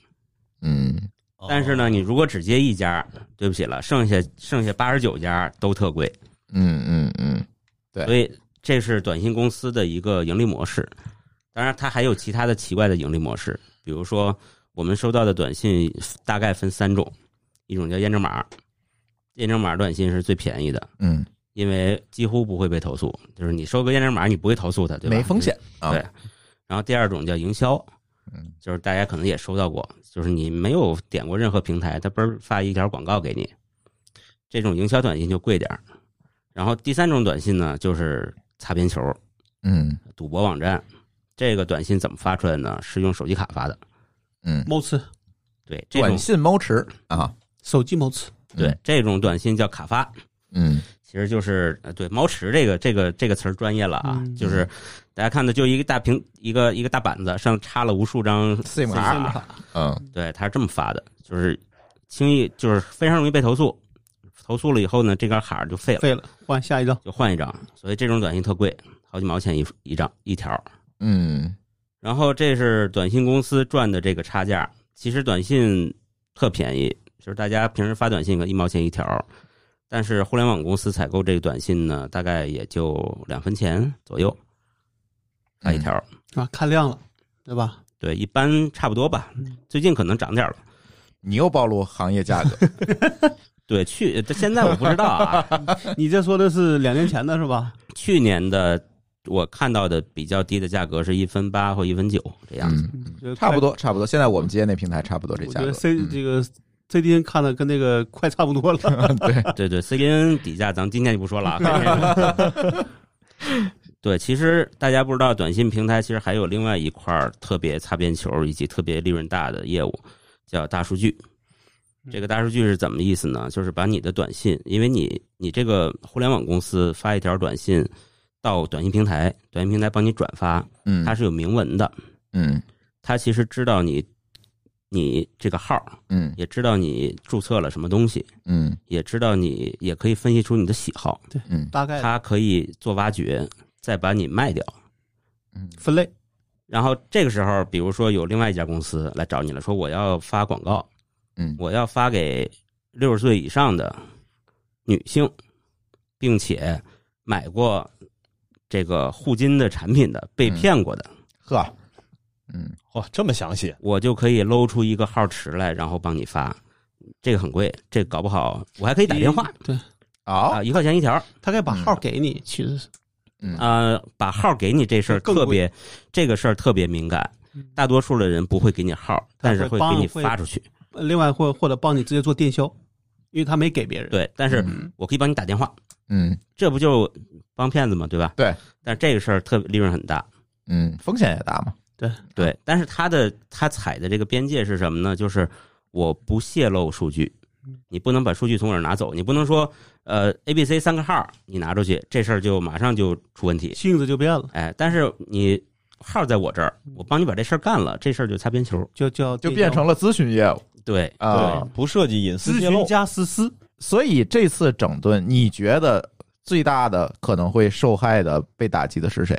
A: 嗯，
C: 哦但是呢，你如果只接一家，对不起了，剩下剩下八十九家都特贵，
A: 嗯嗯嗯，对
C: 所以这是短信公司的一个盈利模式。当然，它还有其他的奇怪的盈利模式，比如说我们收到的短信大概分三种，一种叫验证码，验证码短信是最便宜的，
A: 嗯，
C: 因为几乎不会被投诉，就是你收个验证码，你不会投诉它，对吧？
A: 没风险啊，
C: 对然后第二种叫营销，
A: 嗯，
C: 就是大家可能也收到过，就是你没有点过任何平台，它嘣儿发一条广告给你，这种营销短信就贵点儿。然后第三种短信呢，就是擦边球、
A: 嗯
C: 赌博网站，这个短信怎么发出来呢？是用手机卡发的。
A: 嗯，
D: 某次
C: 对，这
A: 短
C: 种
A: 信嗯猫池啊，
D: 手机某次，
C: 对这种短信叫卡发，
A: 嗯
C: 其实就是呃，对猫池这个这个这个词儿专业了啊，
D: 嗯
C: 就是大家看的就一个大屏一个一个大板子上插了无数张
A: ，SIM
C: 卡
A: 卡，嗯
C: 对，他是这么发的，就是轻易就是非常容易被投诉，投诉了以后呢，这根卡儿就废了，
D: 废了，换下一张。
C: 就换一张。所以这种短信特贵，好几毛钱一一张一条。
A: 嗯
C: 然后这是短信公司赚的这个差价。其实短信特便宜，就是大家平时发短信个一毛钱一条，但是互联网公司采购这个短信呢，大概也就两分钱左右发
A: 嗯
C: 一条。
D: 啊，看亮了，对吧？
C: 对，一般差不多吧
D: 嗯。
C: 最近可能涨点儿了。
A: 你又暴露行业价 格，
C: 对，去现在我不知道啊，
D: 你这说的是两年前的是吧？
C: 去年的我看到的比较低的价格是一分八或一分九这样子。
A: 嗯，差不。多差不多，现在我们接那平台差不多这
D: 我
A: 价
D: 觉
A: 格
D: 得，C
A: 嗯
D: 这个 CDN 看的跟那个快差不多了。
A: 对，
C: 对对，CDN 底价咱们今天就不说了啊。对，其实大家不知道，短信平台其实还有另外一块儿特别擦边球以及特别利润大的业务，叫大数据。这个大数据是怎么意思呢？就是把你的短信，因为你你这个互联网公司发一条短信到短信平台，短信平台帮你转发，
A: 嗯，
C: 它是有明文的，
A: 嗯
C: 它其实知道你你这个号儿，
A: 嗯
C: 也知道你注册了什么东西，
A: 嗯
C: 也知道你也可以分析出你的喜好，
A: 嗯
D: 大概
C: 它可以做挖掘，再把你卖掉。
A: 嗯
D: 分类，
C: 然后这个时候，比如说有另外一家公司来找你了，说我要发广告，
A: 嗯
C: 我要发给六十岁以上的女性，并且买过这个护金的产品的、被骗过的，
A: 呵，嗯
B: 哇，这么详细，
C: 我就可以搂出一个号池来，然后帮你发。这个很贵，这搞不好我还可以打电话嗯
D: 对，
A: 好
C: 啊，，一块钱一条。
D: 他该把号给你，其实是
A: 嗯
C: 呃，把号给你这事儿
D: 更贵
C: 特别，这个事儿特别敏感
D: 嗯，
C: 大多数的人不会给你号，但是
D: 会
C: 会
D: 帮
C: 给你
D: 会
C: 发出去。
D: 另外或或者帮你直接做电销，因为他没给别人。
C: 对，但是
D: 嗯，
C: 我可以帮你打电话，
A: 嗯
C: 这不就帮骗子吗？对吧？
A: 对。
C: 但是这个事儿特利润很大，
A: 嗯，风险也大嘛，
C: 对。但是他的他踩的这个边界是什么呢？就是我不泄露数据，你不能把数据从我这儿拿走，你不能说呃 A、B、C 三个号你拿出去，这事儿就马上就出问题。
D: 性质就变了，
C: 哎，但是你号在我这儿，我帮你把这事儿干了，这事儿就擦边球。
D: 就叫
A: 就
D: 电
A: 变
D: 销
A: 成了咨询业务
C: 对，
A: 啊。
B: 对，不涉及隐私
D: 咨
B: 泄露
D: 询，加实施。
A: 所以这次整顿，你觉得最大的可能会受害的、被打击的是谁？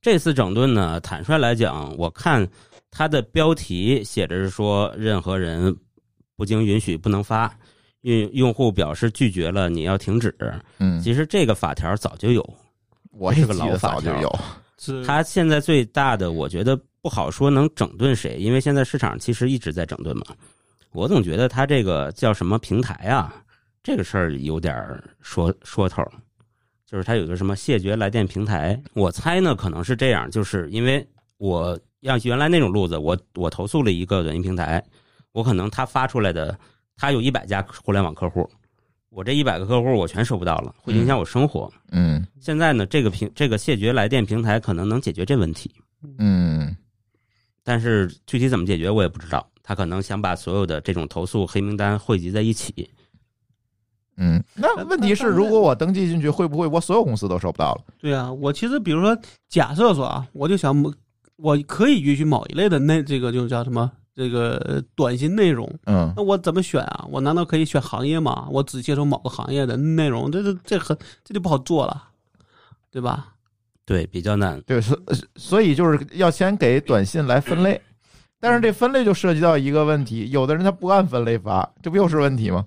C: 这次整顿呢，坦率来讲，我看它的标题写着是说，任何人不经允许不能发，用用户表示拒绝了，你要停止。
A: 嗯，
C: 其实这个法条早就有，
A: 我也
C: 这个
A: 记
C: 老
A: 得
C: 法
A: 早就
C: 条
A: 有，
D: 是
C: 它现在最大的，我觉得不好说能整顿谁，因为现在市场其实一直在整顿嘛。我总觉得它这个叫什么平台啊，这个事儿有点儿说说头儿，就是它有个什么谢绝来电平台，我猜呢可能是这样，就是因为我要原来那种路子，我我投诉了一个短信平台，我可能他发出来的，他有一百家互联网客户，我这一百个客户我全收不到了，会影响我生活。
A: 嗯
C: 现在呢，这个平这个谢绝来电平台可能能解决这问题，
A: 嗯
C: 但是具体怎么解决我也不知道。他可能想把所有的这种投诉黑名单汇集在一起，
A: 嗯。那问题是，如果我登记进去，会不会我所有公司都收不到了？
D: 对啊，我其实比如说，假设说啊，我就想某，我可以允许某一类的那这个就叫什么这个呃短信内容，
A: 嗯
D: 那我怎么选啊？我难道可以选行业吗？我只接受某个行业的内容，这这这很这就不好做了，对吧？
C: 对，比较难。
A: 对，所所以就是要先给短信来分类，但是这分类就涉及到一个问题，有的人他不按分类发，这不又是问题吗？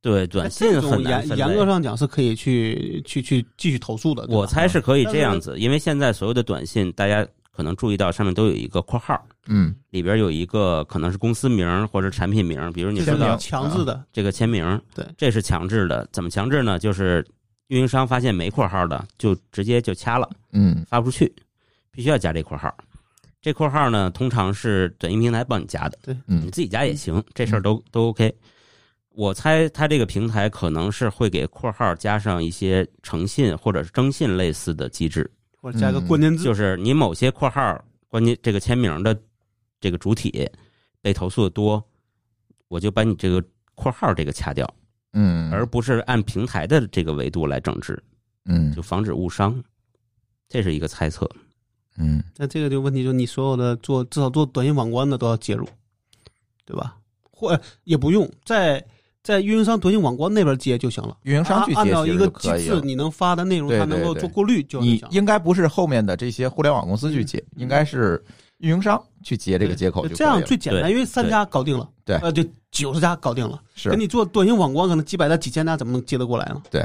C: 对，
D: 那
C: 短
D: 这
C: 信
D: 种
C: 很难
D: 严
C: 分
D: 严格
C: 类。
D: 上讲是可以去去去继续投诉的。对吧
C: 我猜是可以这样子，因为现在所有的短信，大家可能注意到上面都有一个括号，
A: 嗯，
C: 里边有一个可能是公司名或者产品名，比如你啊
D: 这
C: 说
A: 签
C: 到
A: 名
D: 种强制的，
C: 这个签名，
D: 对
C: 这是强制的。怎么强制呢？就是运营商发现没括号的，就直接就掐了。
A: 嗯
C: 发不出去，必须要加这括号。这括号呢，通常是短音平台帮你加的，你
A: 嗯
C: 自己加也行，这事儿都都 OK。我猜它这个平台可能是会给括号加上一些诚信或者是征信类似的机制，
D: 或者加个关
A: 嗯
D: 键字，
C: 嗯就是你某些括号关键这个签名的这个主体被投诉的多，我就把你这个括号这个掐掉，
A: 嗯，
C: 而不是按平台的这个维度来整治，
A: 嗯
C: 就防止误伤。这是一个猜测。
A: 嗯
D: 那这个就问题就是你所有的做至少做短信网关的都要介入，对吧？或呃也不用在在运营商短信网关那边接就行了。
A: 运营商
D: 按
A: 去
D: 按
A: 接
D: 照
A: 其
D: 一
A: 实
D: 个
A: 就
D: 机
A: 可以
D: 制，
A: 了。
D: 你能发的内容
A: 对
D: 它
A: 对
D: 能够
A: 对
D: 做过滤就
A: 你
D: 行了。
A: 应该不是后面的这些互联网公司去接，应该是运营商去接这个接口就
D: 对
A: 可
D: 这
A: 以了
D: 样最简单，
C: 对
D: 因为三家搞定了，
A: 对
D: 呃，就九十家搞定了。
A: 是
D: 跟你做短信网关，可能几百家、几千家怎么能接得过来呢？
A: 对，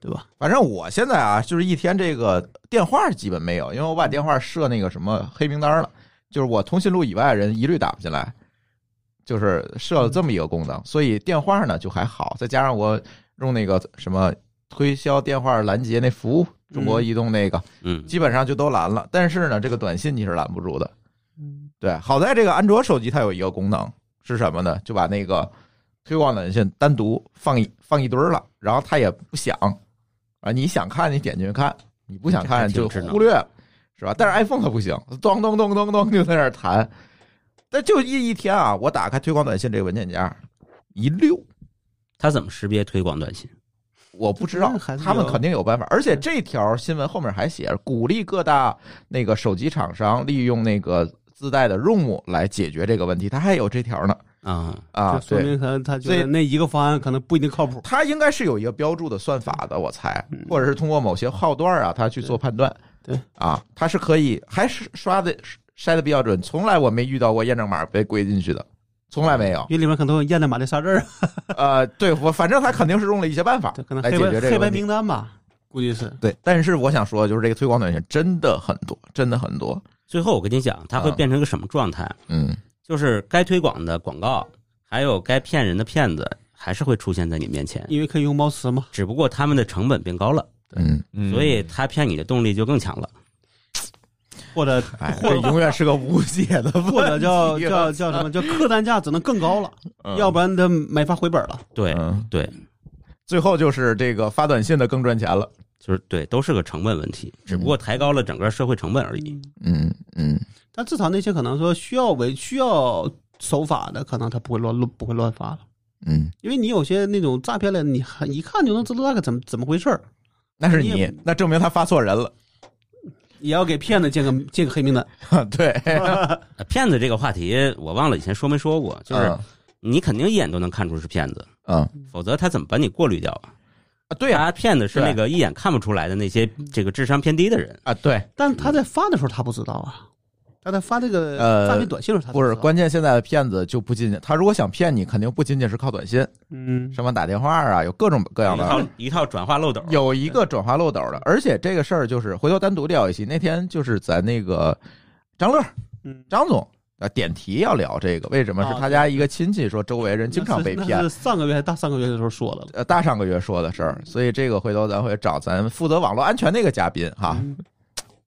D: 对吧？
A: 反正我现在啊，就是一天这个电话基本没有，因为我把电话设那个什么黑名单了，就是我通讯录以外的人一律打不进来，就是设了这么一个功能，所以电话呢就还好，再加上我用那个什么推销电话拦截那服务，中国移动那个，
C: 嗯，
A: 基本上就都拦了。但是呢，这个短信你是拦不住的。对，好在这个安卓手机它有一个功能，是什么呢？就把那个推广短信单独放一放一堆儿了，然后他也不想啊，你想看你点进去看，你不想看
C: 这还
A: 就
C: 挺智能
A: 忽略了，是吧？但是 iPhone 它不行，咚咚咚咚咚就在那儿弹。但就一一天啊，我打开推广短信这个文件夹，一溜
C: 它怎么识别推广短信？
A: 我不知道
D: 那还，是
A: 他们
D: 有
A: 肯定有办法。而且这条新闻后面还写着，鼓励各大那个手机厂商利用那个自带的 ROM 来解决这个问题，它还有这条呢
C: 啊，
A: 啊
D: 就，说
A: 对。
D: 明他他觉
A: 所以
D: 得那一个方案可能不一定靠谱。
A: 它应该是有一个标注的算法的，我猜
D: 嗯，
A: 或者是通过某些号段啊，它去做判断。
D: 对。
A: 啊，它是可以还是刷的筛的比较准，从来我没遇到过验证码被归进去的，从来没有
D: 因为里面可能有验证码这仨字儿，啊
A: 呃，对我反正它肯定是用了一些办法
D: 这可能
A: 来
D: 黑
A: 解决
D: 白
A: 这
D: 黑
A: 个
D: 白
A: 问题。
D: 名单吧，估计是。
A: 对，但是我想说，就是这个推广短信真的很多，真的很多。
C: 最后我跟你讲，它会
A: 啊
C: 变成一个什么状态？
A: 嗯，
C: 就是该推广的广告，还有该骗人的骗子，还是会出现在你面前，
D: 因为可以用猫词嘛，
C: 只不过他们的成本变高了，
A: 嗯，
B: 嗯
C: 所以他骗你的动力就更强了。
D: 或者
A: 哎，这永远是个无解的问题，
D: 或者叫叫叫什么，叫客单价只能更高了，
A: 嗯
D: 要不然他没法回本了。
C: 对
A: 嗯，
C: 对，
A: 最后就是这个发短信的更赚钱了。
C: 就是对，都是个成本问题，只不过抬高了整个社会成本而已。
A: 嗯嗯，
D: 但至少那些可能说需要违需要守法的，可能他不会乱不会乱发了，
A: 嗯，
D: 因为你有些那种诈骗类的，你还一看就能知道大概怎么怎么回事儿，
A: 那是
D: 你
A: 你
D: 也，
A: 那证明他发错人了。
D: 也要给骗子建个建个黑名单。
A: 对，
C: 呃骗子这个话题，我忘了以前说没说过，就是你肯定一眼都能看出是骗子，
A: 嗯，啊嗯
C: 否则他怎么把你过滤掉啊？
A: 啊，对啊，
C: 他骗子是
A: 对
C: 那个一眼看不出来的那些这个智商偏低的人。
A: 啊对，
D: 但他在发的时候他不知道啊，他在发这个
A: 呃
D: 诈骗短信的时候他
A: 不
D: 知
A: 是，
D: 道
A: 关键现在的骗子就不仅仅他如果想骗你，肯定不仅仅是靠短信，
D: 嗯，
A: 什么打电话啊，有各种各样
C: 一
A: 的。
C: 套一套转化漏斗，
A: 有一个转化漏斗
D: 嗯
A: 的，而且这个事儿就是回头单独聊一期。那天就是咱那个张乐，
D: 嗯
A: 张总啊，点题要聊这个，为什么是
D: 哦
A: 他家一个亲戚说周围人经常被
D: 那
A: 骗
D: 是那，是上个月还大上个月的时候说了，
A: 呃，大上个月说的事儿，
D: 嗯
A: 所以这个回头咱会找咱负责网络安全那个嘉宾哈，
D: 嗯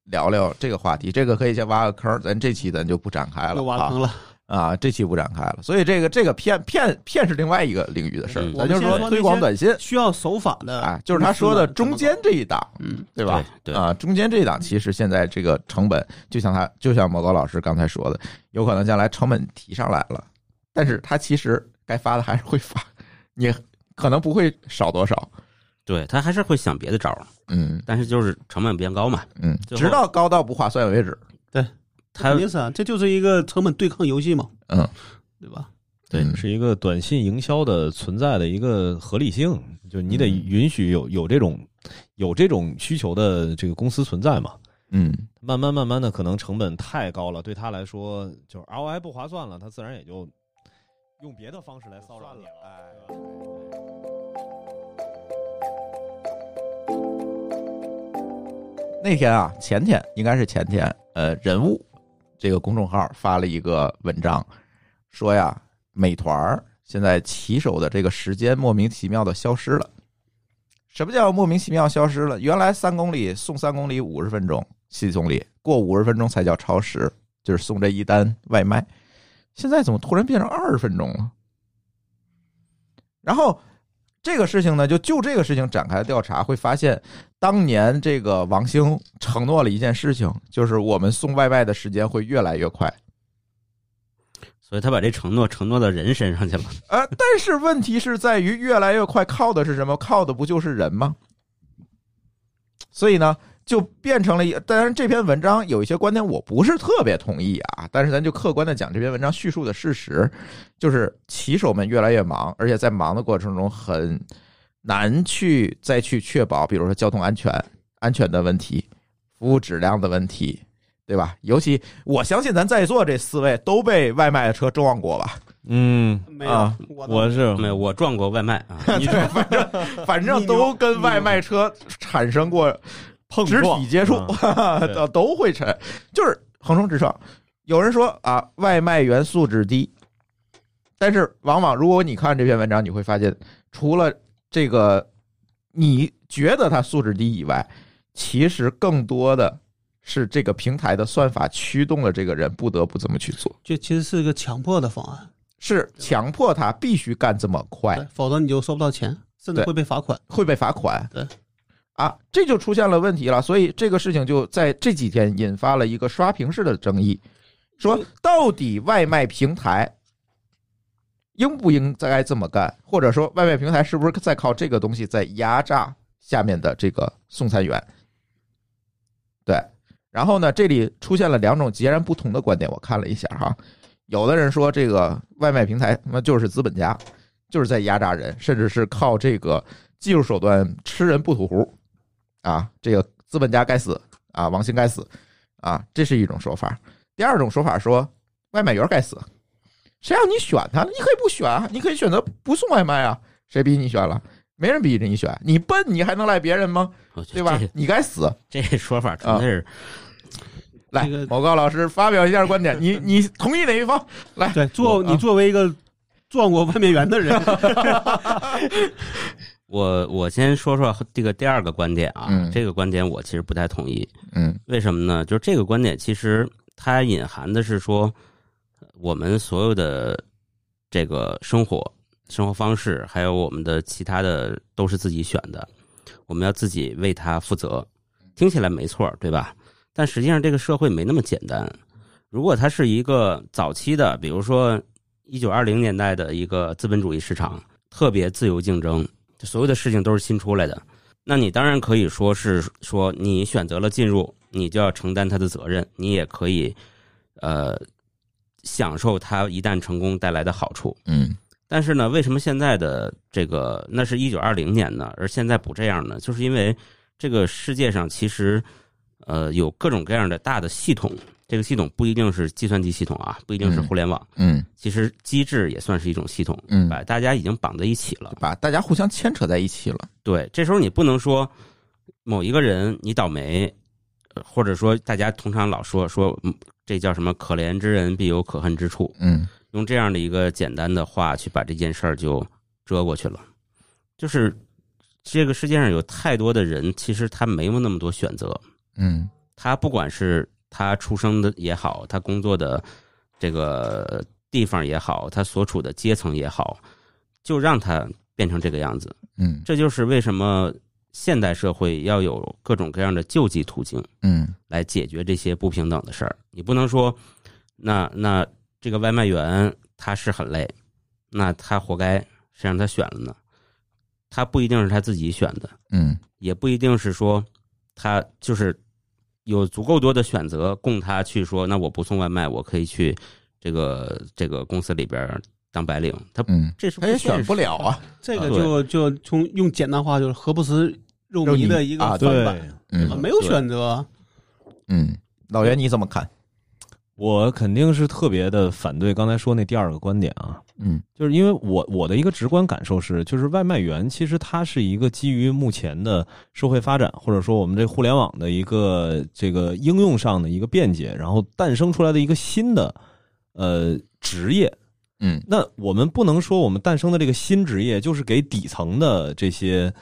A: 聊聊这个话题。这个可以先挖个坑，咱这期咱就不展开了
D: 又挖
A: 啊
D: 坑了。
A: 啊，这期不展开了。所以这个这个骗骗骗是另外一个领域的事儿，
C: 嗯
A: 咱就
D: 我们先说
A: 推广短信
D: 需要守法的
A: 啊，就是他说的
D: 公司
A: 中
D: 呢
A: 间，这一档，
D: 嗯，
A: 对
C: 对
A: 吧？？
C: 对，
A: 啊，中间这一档其实现在这个成本，就像他就像毛高老师刚才说的，有可能将来成本提上来了，但是他其实该发的还是会发，你可能不会少多少。
C: 对他还是会想别的招儿，
A: 嗯
C: 但是就是成本变高嘛。
A: 嗯，
C: 最后
A: 直到高到不划算为止。
C: 他
D: 肯定是啊，这就是一个成本对抗游戏嘛，
A: 嗯，
D: 对吧？
B: 对
A: 嗯，
B: 是一个短信营销的存在的一个合理性，就你得
A: 嗯
B: 允许有有这种有这种需求的这个公司存在嘛。
A: 嗯
B: 慢慢慢慢的，可能成本太高了，对他来说就是 ROI 不划算了，他自然也就用别的方式来骚扰你了。哎，
A: 那天啊，前天应该是前天，呃，人物这个公众号发了一个文章，说呀，美团儿现在骑手的这个时间莫名其妙的消失了。什么叫莫名其妙消失了？原来三公里送三公里五十分钟，七公里过五十分钟才叫超时，就是送这一单外卖。现在怎么突然变成二十分钟了？然后这个事情呢，就就这个事情展开调查，会发现当年这个王兴承诺了一件事情，就是我们送外卖的时间会越来越快。
C: 所以他把这承诺承诺到人身上去了。
A: 呃，但是问题是在于越来越快，靠的是什么？靠的不就是人吗？所以呢，就变成了一。当然，这篇文章有一些观点我不是特别同意啊，但是咱就客观的讲这篇文章叙述的事实，就是骑手们越来越忙，而且在忙的过程中很难去再去确保，比如说交通安全、安全的问题、服务质量的问题。对吧？尤其我相信咱在座这四位都被外卖的车撞过吧？
B: 嗯，
D: 没
A: 有啊，
D: 我
B: 我是
C: 没有，我撞过外卖 啊，
B: 你
A: 反正都跟外卖车产生过
B: 碰
A: 肢
B: 撞
A: 体接触，
B: 嗯 对
A: 都都会产，就是横冲直撞。有人说啊，外卖员素质低，但是往往如果你看这篇文章，你会发现，除了这个你觉得他素质低以外，其实更多的是这个平台的算法驱动了这个人不得不这么去做。
D: 这其实是个强迫的方案，
A: 是强迫他必须干这么快
D: 对，否则你就收不到钱，甚至
A: 哎对
D: 会被罚款。
A: 会被罚款。
D: 对，
A: 啊，这就出现了问题了，所以这个事情就在这几天引发了一个刷屏式的争议，说到底外卖平台应不应该这么干，或者说外卖平台是不是在靠这个东西在压榨下面的这个送餐员？对，然后呢，这里出现了两种截然不同的观点，我看了一下哈，有的人说这个外卖平台那就是资本家，就是在压榨人，甚至是靠这个技术手段吃人不吐糊啊！这个资本家该死啊，王兴该死啊，这是一种说法。第二种说法说外卖员该死，谁让你选他？你可以不选啊，你可以选择不送外卖啊，谁逼你选了？没人逼着你选，你笨你还能赖别人吗？
C: 我觉
A: 对
C: 得
A: 吧啊
C: 这个？
A: 你该死！
C: 这个说法纯粹是
A: 来
D: 这，个
A: 某高老师发表一下观点，你你同意哪一方？来，
D: 对，
A: 我
D: 作
A: 啊
D: 你作为一个撞过外卖员 的人，
C: 我我先说说这个第二个观点啊，
A: 嗯
C: 这个观点我其实不太同意。
A: 嗯
C: 为什么呢？就是这个观点其实它隐含的是说，呃我们所有的这个生活、生活方式，还有我们的其他的都是自己选的，我们要自己为它负责。听起来没错，对吧？但实际上这个社会没那么简单。如果它是一个早期的，比如说一九二零年代的一个资本主义市场，特别自由竞争，就所有的事情都是新出来的，那你当然可以说是说你选择了进入，你就要承担他的责任，你也可以呃享受他一旦成功带来的好处。
A: 嗯
C: 但是呢，为什么现在的这个那是一九二零年呢，而现在不这样呢？就是因为这个世界上其实呃有各种各样的大的系统，这个系统不一定是计算机系统啊，不一定是
A: 嗯
C: 互联网，
A: 嗯
C: 其实机制也算是一种系统，
A: 嗯，
C: 把大家已经绑在一起了。
A: 把大家互相牵扯在一起了。
C: 对，这时候你不能说某一个人你倒霉，呃或者说大家通常老说说嗯这叫什么“可怜之人必有可恨之处
A: 嗯”，
C: 用这样的一个简单的话去把这件事儿就遮过去了。就是这个世界上有太多的人，其实他没有那么多选择，
A: 嗯
C: 他不管是他出生的也好，他工作的这个地方也好，他所处的阶层也好，就让他变成这个样子。
A: 嗯
C: 这就是为什么现代社会要有各种各样的救济途径
A: 嗯
C: 来解决这些不平等的事儿。你不能说，那那这个外卖员他是很累，那他活该，谁让他选了呢？他不一定是他自己选的，
A: 嗯
C: 也不一定是说他就是有足够多的选择供他去说，那我不送外卖，我可以去这个这个公司里边儿当白领。他
A: 嗯，
C: 这是
A: 他也
C: 现
A: 选
C: 实
A: 不了啊。
D: 这
C: 啊
D: 个
C: 对
D: 就就从用简单话就是何不食肉
A: 肉
D: 糜的
A: 糜
D: 一个
A: 啊
D: 翻
B: 对
D: 版，啊
A: 嗯
D: 没有
C: 对
D: 选择。
A: 嗯，老袁你怎么看？
B: 我肯定是特别的反对刚才说那第二个观点啊，
A: 嗯
B: 就是因为我我的一个直观感受是，就是外卖员其实它是一个基于目前的社会发展，或者说我们这互联网的一个这个应用上的一个便捷，然后诞生出来的一个新的呃职业。
A: 嗯
B: 那我们不能说我们诞生的这个新职业就是给底层的这些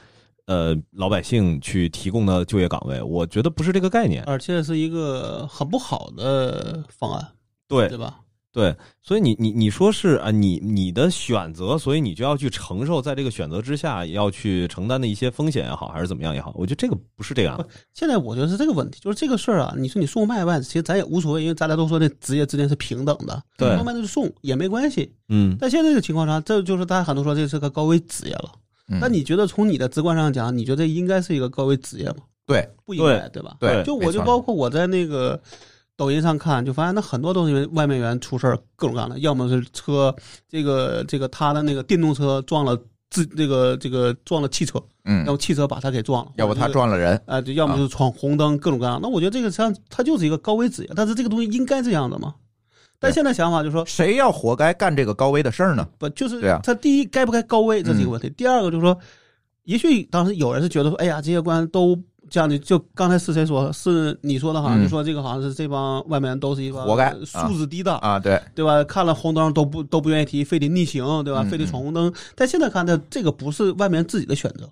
B: 呃老百姓去提供的就业岗位，我觉得不是这个概念。
D: 而且是一个很不好的方案，
B: 对
D: 对吧？
B: 对，所以你你你说是啊，你你的选择，所以你就要去承受在这个选择之下要去承担的一些风险也好，还是怎么样也好，我觉得这个不是这样的。
D: 现在我觉得是这个问题，就是这个事儿啊。你说你送外卖，其实咱也无所谓，因为咱俩都说这职业之间是平等的，
B: 对
A: 嗯
D: 送外卖就送也没关系。
B: 嗯，
D: 但现在这个情况下，这就是大家很多说这是个高危职业了。
A: 嗯，
D: 那你觉得从你的直观上讲，你觉得应该是一个高危职业吗？
A: 对
D: 不应该，对吧？
A: 对，
D: 就
A: 没
D: 我就
A: 错
D: 包括我在那个抖音上看，就发现那很多都是因为外卖员出事儿，各种各样的，要么是车这个这个他的那个电动车撞了自这个这个撞了汽车，
A: 嗯
D: 要，么汽车把他给撞了，
A: 要不
D: 或者
A: 他
D: 是。
A: 撞了嗯人，
D: 啊，对，要么就是闯红灯，各种各样的。那我觉得这个实际上它就是一个高危职业，但是这个东西应该这样的嘛？但
A: 对
D: 现在想法就是说，
A: 谁要活该干这个高危的事儿呢？
D: 不就是
A: 对啊嗯
D: 他第一该不该高危这是一个问题，第二个就是说，也许当时有人是觉得说，哎呀，这些官都这样的，就刚才是谁说是你说的哈，
A: 嗯
D: 你说这个好像是这帮外面人都是一帮
A: 活该
D: 素质低的，
A: 啊，对，
D: 对吧？看了红灯都不都不愿意提，非得逆行，对吧？
A: 嗯
D: 非得闯红灯。但现在看的这个不是外面自己的选择，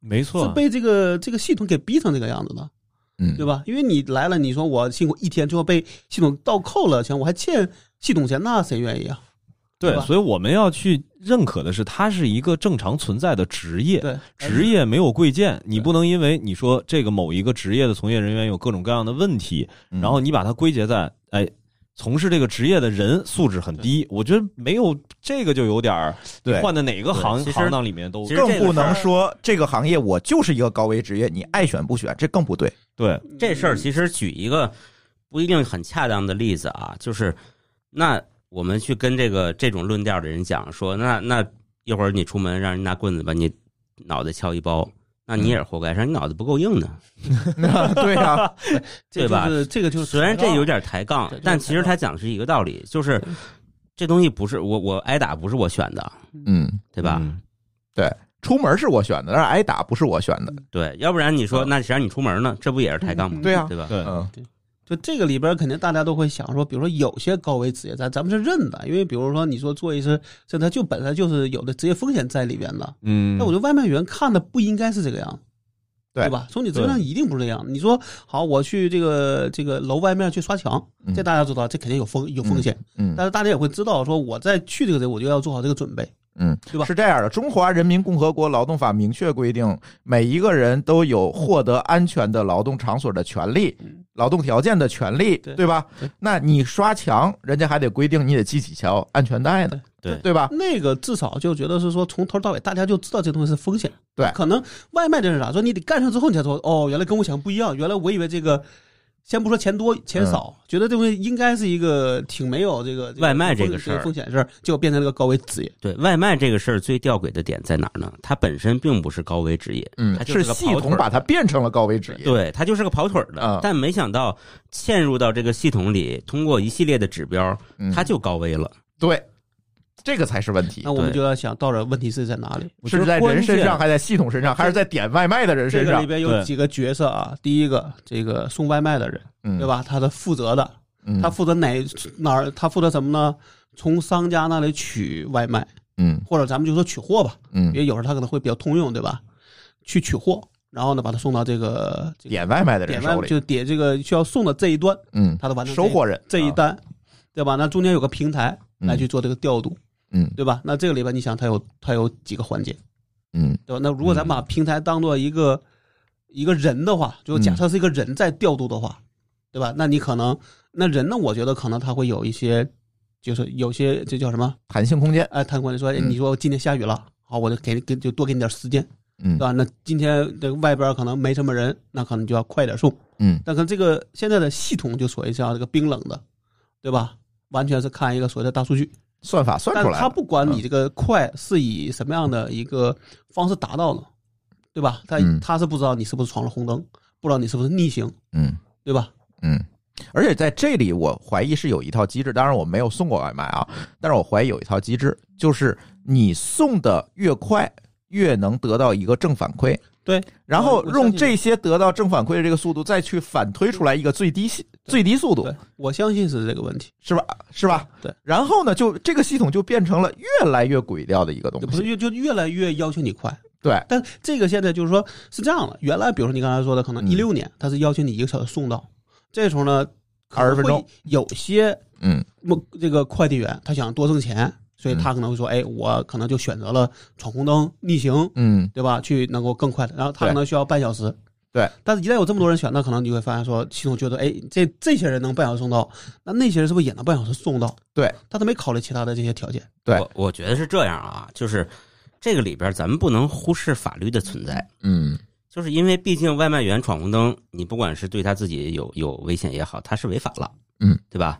B: 没
D: 是
B: 错，
D: 被这个这个系统给逼成这个样子的，
A: 啊嗯，
D: 对？吧？因为你来了，你说我辛苦一天，最后被系统倒扣了钱，我还欠系统钱，那谁愿意啊？
B: 对
D: 对，吧
B: 所以我们要去认可的是，它是一个正常存在的职业。
D: 对，
B: 职业没有贵贱，你不能因为你说这个某一个职业的从业人员有各种各样的问题，
A: 嗯
B: 然后你把它归结在哎。从事这个职业的人素质很低，我觉得没有这个就有点儿，
A: 对
B: 换的哪个行
C: 对其实
B: 行当里面都
C: 其实
A: 更不
C: 这
A: 能
C: 个
A: 说这个行业我就是一个高危职业，你爱选不选，这更不对。
B: 对，
C: 这事儿其实举一个不一定很恰当的例子啊，就是那我们去跟这个这种论调的人讲说，那那一会儿你出门让人拿棍子把你脑袋敲一包，那你也是活该，让你脑子不够硬呢。
A: 对啊呀，
D: 这
C: 对吧
D: 就是这个就是
C: 虽然这有点抬杠
D: 对这，
C: 但
D: 就是
C: 其实
D: 抬杠
C: 他讲的是一个道理，就是这东西不是我我挨打不是我选的，
A: 嗯，
C: 对吧？
B: 嗯
A: 出门是我选的，但是挨打不是我选的。
C: 对，要不然你说
A: 嗯
C: 那谁让你出门呢？这不也是抬杠吗？
A: 对啊
C: 对吧？
B: 对，
A: 嗯
D: 就这个里边，肯定大家都会想说，比如说有些高危职业，咱咱们是认的，因为比如说你说做一些，这它就本身就是有的职业风险在里边的。
B: 嗯，
D: 那我觉得外卖员看的不应该是这个样子，
A: 对
D: 吧？从你职上一定不是这样。你说好，我去这个这个楼外面去刷墙，
A: 嗯
D: 这大家知道，这肯定有风有风险，
A: 嗯
D: 但是大家也会知道，说我在去这个地方，我就要做好这个准备。
A: 嗯，
D: 对吧
A: 是这样的，《中华人民共和国劳动法》明确规定，每一个人都有获得安全的劳动场所的权利
D: 嗯、
A: 劳动条件的权利，
D: 对
A: 对吧
D: 对？
A: 那你刷墙，人家还得规定你得系几条安全带呢，
C: 对
A: 对吧？
D: 那个至少就觉得是说从头到尾大家就知道这东西是风险。
A: 对
D: 可能外卖这是啥？说你得干上之后你才说哦，原来跟我想不一样，原来我以为这个。先不说钱多钱少，觉得这东西应该是一个挺没有这个
C: 外卖
D: 这
C: 这
D: 个
C: 个
D: 风
C: 事儿
D: 风险事儿，结果变成了个高危职业。
C: 对外卖这个事儿最吊诡的点在哪儿呢？它本身并不是高危职业，
A: 嗯
C: 它，就是
A: 是
C: 个
A: 系
C: 跑腿
A: 统
C: 儿
A: 把它变成了高危职业。
C: 对，他就是个跑腿儿的，
A: 嗯
C: 但没想到嵌入到这个系统里，通过一系列的指标，
A: 嗯，
C: 他就高危了。
A: 对，这个才是问题
D: 那。我们
C: 对
D: 就要想到底问题是在哪里？
B: 我觉
A: 是
B: 得
A: 在
B: 关
A: 人身
B: 键
A: 上，还在系统身上，还是在点外卖的人
D: 这
A: 身
D: 个
A: 上
D: 里？边有
B: 对
D: 几个角色啊，第一个这个送外卖的人，
A: 嗯，
D: 对？吧？他的负责的，
A: 嗯，
D: 他负责哪哪儿？他负责什么呢？从商家那里取外卖，
A: 嗯
D: 或者咱们就说取货吧，
A: 嗯
D: 因，为有时候他可能会比较通用，对吧？去取货，然后呢，把它送到这个这个
A: 点外卖的人
D: 点外
A: 手里，
D: 就点这个需要送的这一端，
A: 嗯，
D: 他的完成这
A: 收货人
D: 这一
A: 啊
D: 单，对吧？那中间有个平台
A: 嗯
D: 来去做这个调度，
A: 嗯
D: 对吧？那这个里边你想，它有它有几个环节，
A: 嗯
D: 对吧？那如果咱把平台当做一个、一个人的话，就
A: 嗯
D: 假设是一个人在调度的话，对吧？那你可能那人呢，我觉得可能他会有一些，就是有些这叫什么？
A: 弹性空间，
D: 哎，贪官就说，哎
A: 嗯
D: 你说今天下雨了，好，我就给你给就多给你点时间，
A: 嗯
D: 对吧？那今天这个外边可能没什么人，那可能就要快点送。
A: 嗯
D: 但可能这个现在的系统就所谓叫这个冰冷的，对吧？完全是看一个所谓的大数据，
A: 算法算
D: 但
A: 出
D: 是
A: 来嗯
D: 它
A: 了，
D: 不管你这个快是以什么样的一个方式达到的，对吧？它
A: 嗯
D: 它是不知道你是不是闯了红灯，不知道你是不是逆行，
A: 嗯。
D: 对吧？
A: 嗯，而且在这里，我怀疑是有一套机制，当然我没有送过外卖啊，但是我怀疑有一套机制，就是你送的越快，越能得到一个正反馈。
D: 对，
A: 然后
D: 我我相信
A: 用这些得到正反馈的这个速度，再去反推出来一个最低系最低速度
D: 对，，我相信是这个问题，
A: 是吧？是吧？
D: 对。
A: 然后呢，就这个系统就变成了越来越鬼调的一个东
D: 就不是
A: 西。
D: 越就越来越要求你快。
A: 对，
D: 但这个现在就是说是这样了，原来比如说你刚才说的，可能
A: 嗯
D: 一六年它是要求你一个小时送到，这时候呢，
A: 20分钟，
D: 有些
A: 嗯
D: 么这个快递员他想多挣钱，所以他可能会说，哎，我可能就选择了闯红灯、逆行，
A: 嗯，
D: 对吧？去能够更快的，然后他可能需要半小时。
A: 对，
D: 但是一旦有这么多人选，那可能你会发现说，系统觉得，哎，这这些人能半小时送到，那那些人是不是也能半小时送到？
A: 对，
D: 他都没考虑其他的这些条件。
A: 对
C: 我我觉得是这样啊，就是这个里边咱们不能忽视法律的存在，
A: 嗯，
C: 就是因为毕竟外卖员闯红灯，你不管是对他自己有有危险也好，他是违法了，
A: 嗯，
C: 对吧？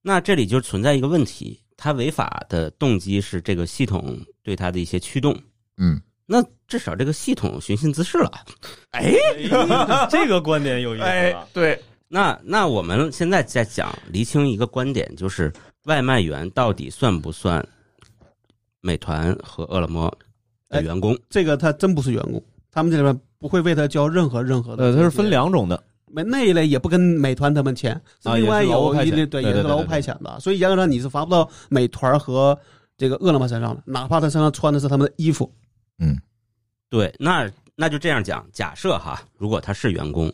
C: 那这里就存在一个问题，他违法的动机是这个系统对他的一些驱动，
A: 嗯，
C: 那至少这个系统寻衅滋事了。
A: 哎，
B: 这个观点有意思啊
A: 哎
B: 了，，
A: 对，
C: 那那我们现在在讲厘清一个观点，就是外卖员到底算不算美团和饿了么的员工？
D: 这个他真不是员工，他们这里面不会为他交任何任何的。
B: 呃，它是分，两种的，
D: 没那一类也不跟美团他们签，是
B: 啊
D: 另外
B: 也是劳务
D: 有
B: 派
D: 一
B: 遣
D: 类
B: 对
D: 对，也
B: 对
D: 是劳务
B: 对对
D: 派遣的。啊所以严格上你是罚不到美团和这个饿了么身上的，哪怕他身上穿的是他们的衣服，
C: 对，那那就这样讲，假设哈，如果他是员工，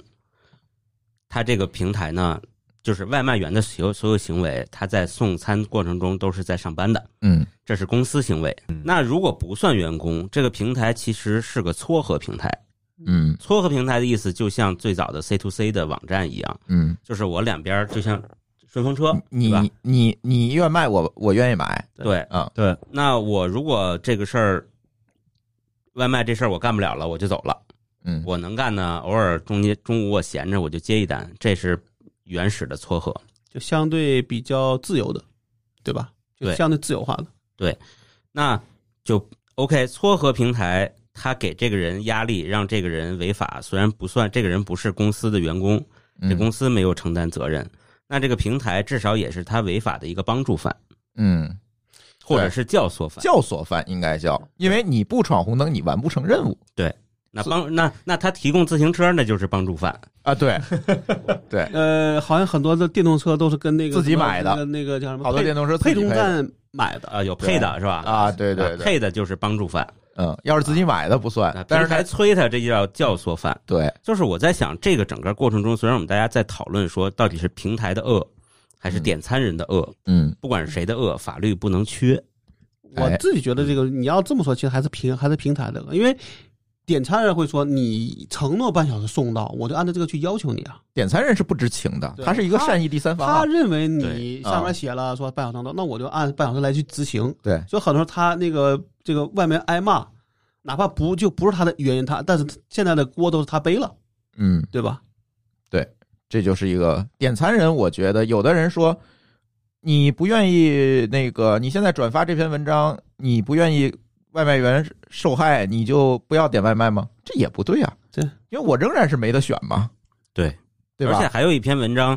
C: 他这个平台呢，就是外卖员的所有所有行为，他在送餐过程中都是在上班的，
A: 嗯
C: 这是公司行为。那如果不算员工，这个平台其实是个撮合平台。
A: 嗯
C: 撮合平台的意思，就像最早的 C to C 的网站一样，
A: 嗯，
C: 就是我两边就像顺风车，
A: 你
C: 对吧？
A: 你你愿卖我我愿意买，
C: 对，
A: 啊
B: 对，
C: 那我如果这个事儿，外卖这事儿我干不了了，我就走了。
A: 嗯
C: 我能干呢，偶尔中间中午我闲着，我就接一单，这是原始的撮合。
D: 就相对比较自由的，对吧？就
C: 对
D: 相对自由化的，
C: 那就 OK，撮合平台他给这个人压力，让这个人违法，虽然不算这个人不是公司的员工，这
A: 嗯
C: 公司没有承担责任，那这个平台至少也是他违法的一个帮助犯，
A: 嗯，
C: 或者是教唆犯。
A: 教唆犯应该叫，因为你不闯红灯，你完不成任务
C: 那帮那那他提供自行车，那就是帮助犯。
A: 啊，对 对，
D: 呃，好像很多的电动车都是跟那个
A: 自己
D: 什么
A: 买的
D: 那个那个叫什么
A: 好多
D: 配
A: 电动车自己
D: 配充
A: 的
D: 站买的，
C: 啊，有配的是吧？
A: 啊，对对对，
C: 啊配的就是帮助犯，
A: 嗯，要是自己买的不
C: 啊
A: 算，但是
C: 平
A: 他
C: 台催他，这就叫教唆犯。
A: 对，
C: 就是我在想，这个整个过程中，虽然我们大家在讨论说到底是平台的恶，还是点餐人的恶，
A: 嗯
C: 不管是谁的恶，法律不能缺。
D: 我自己觉得这个你要这么说，其实还是平还是平台的，因为点餐人会说你承诺半小时送到，我就按照这个去要求你啊。
A: 点餐人是不知情的，
D: 对
A: 他是一个
D: 他
A: 善意第三方
D: 他
A: 啊，
D: 认为
C: 对
D: 你
A: 啊
D: 上面写了说半小时到，那我就按半小时来去执行。
A: 对，
D: 所以很多时候他那个这个外面挨骂，哪怕不就不是他的原因，他但是现在的锅都是他背了，
A: 嗯，
D: 对吧？
A: 这就是一个点餐人。我觉得有的人说，你不愿意那个，你现在转发这篇文章，你不愿意外卖员受害，你就不要点外卖吗？这也不对啊，
D: 对
A: 因为我仍然是没得选嘛，
C: 对，
A: 对
C: 而且
A: 吧？
C: 还有一篇文章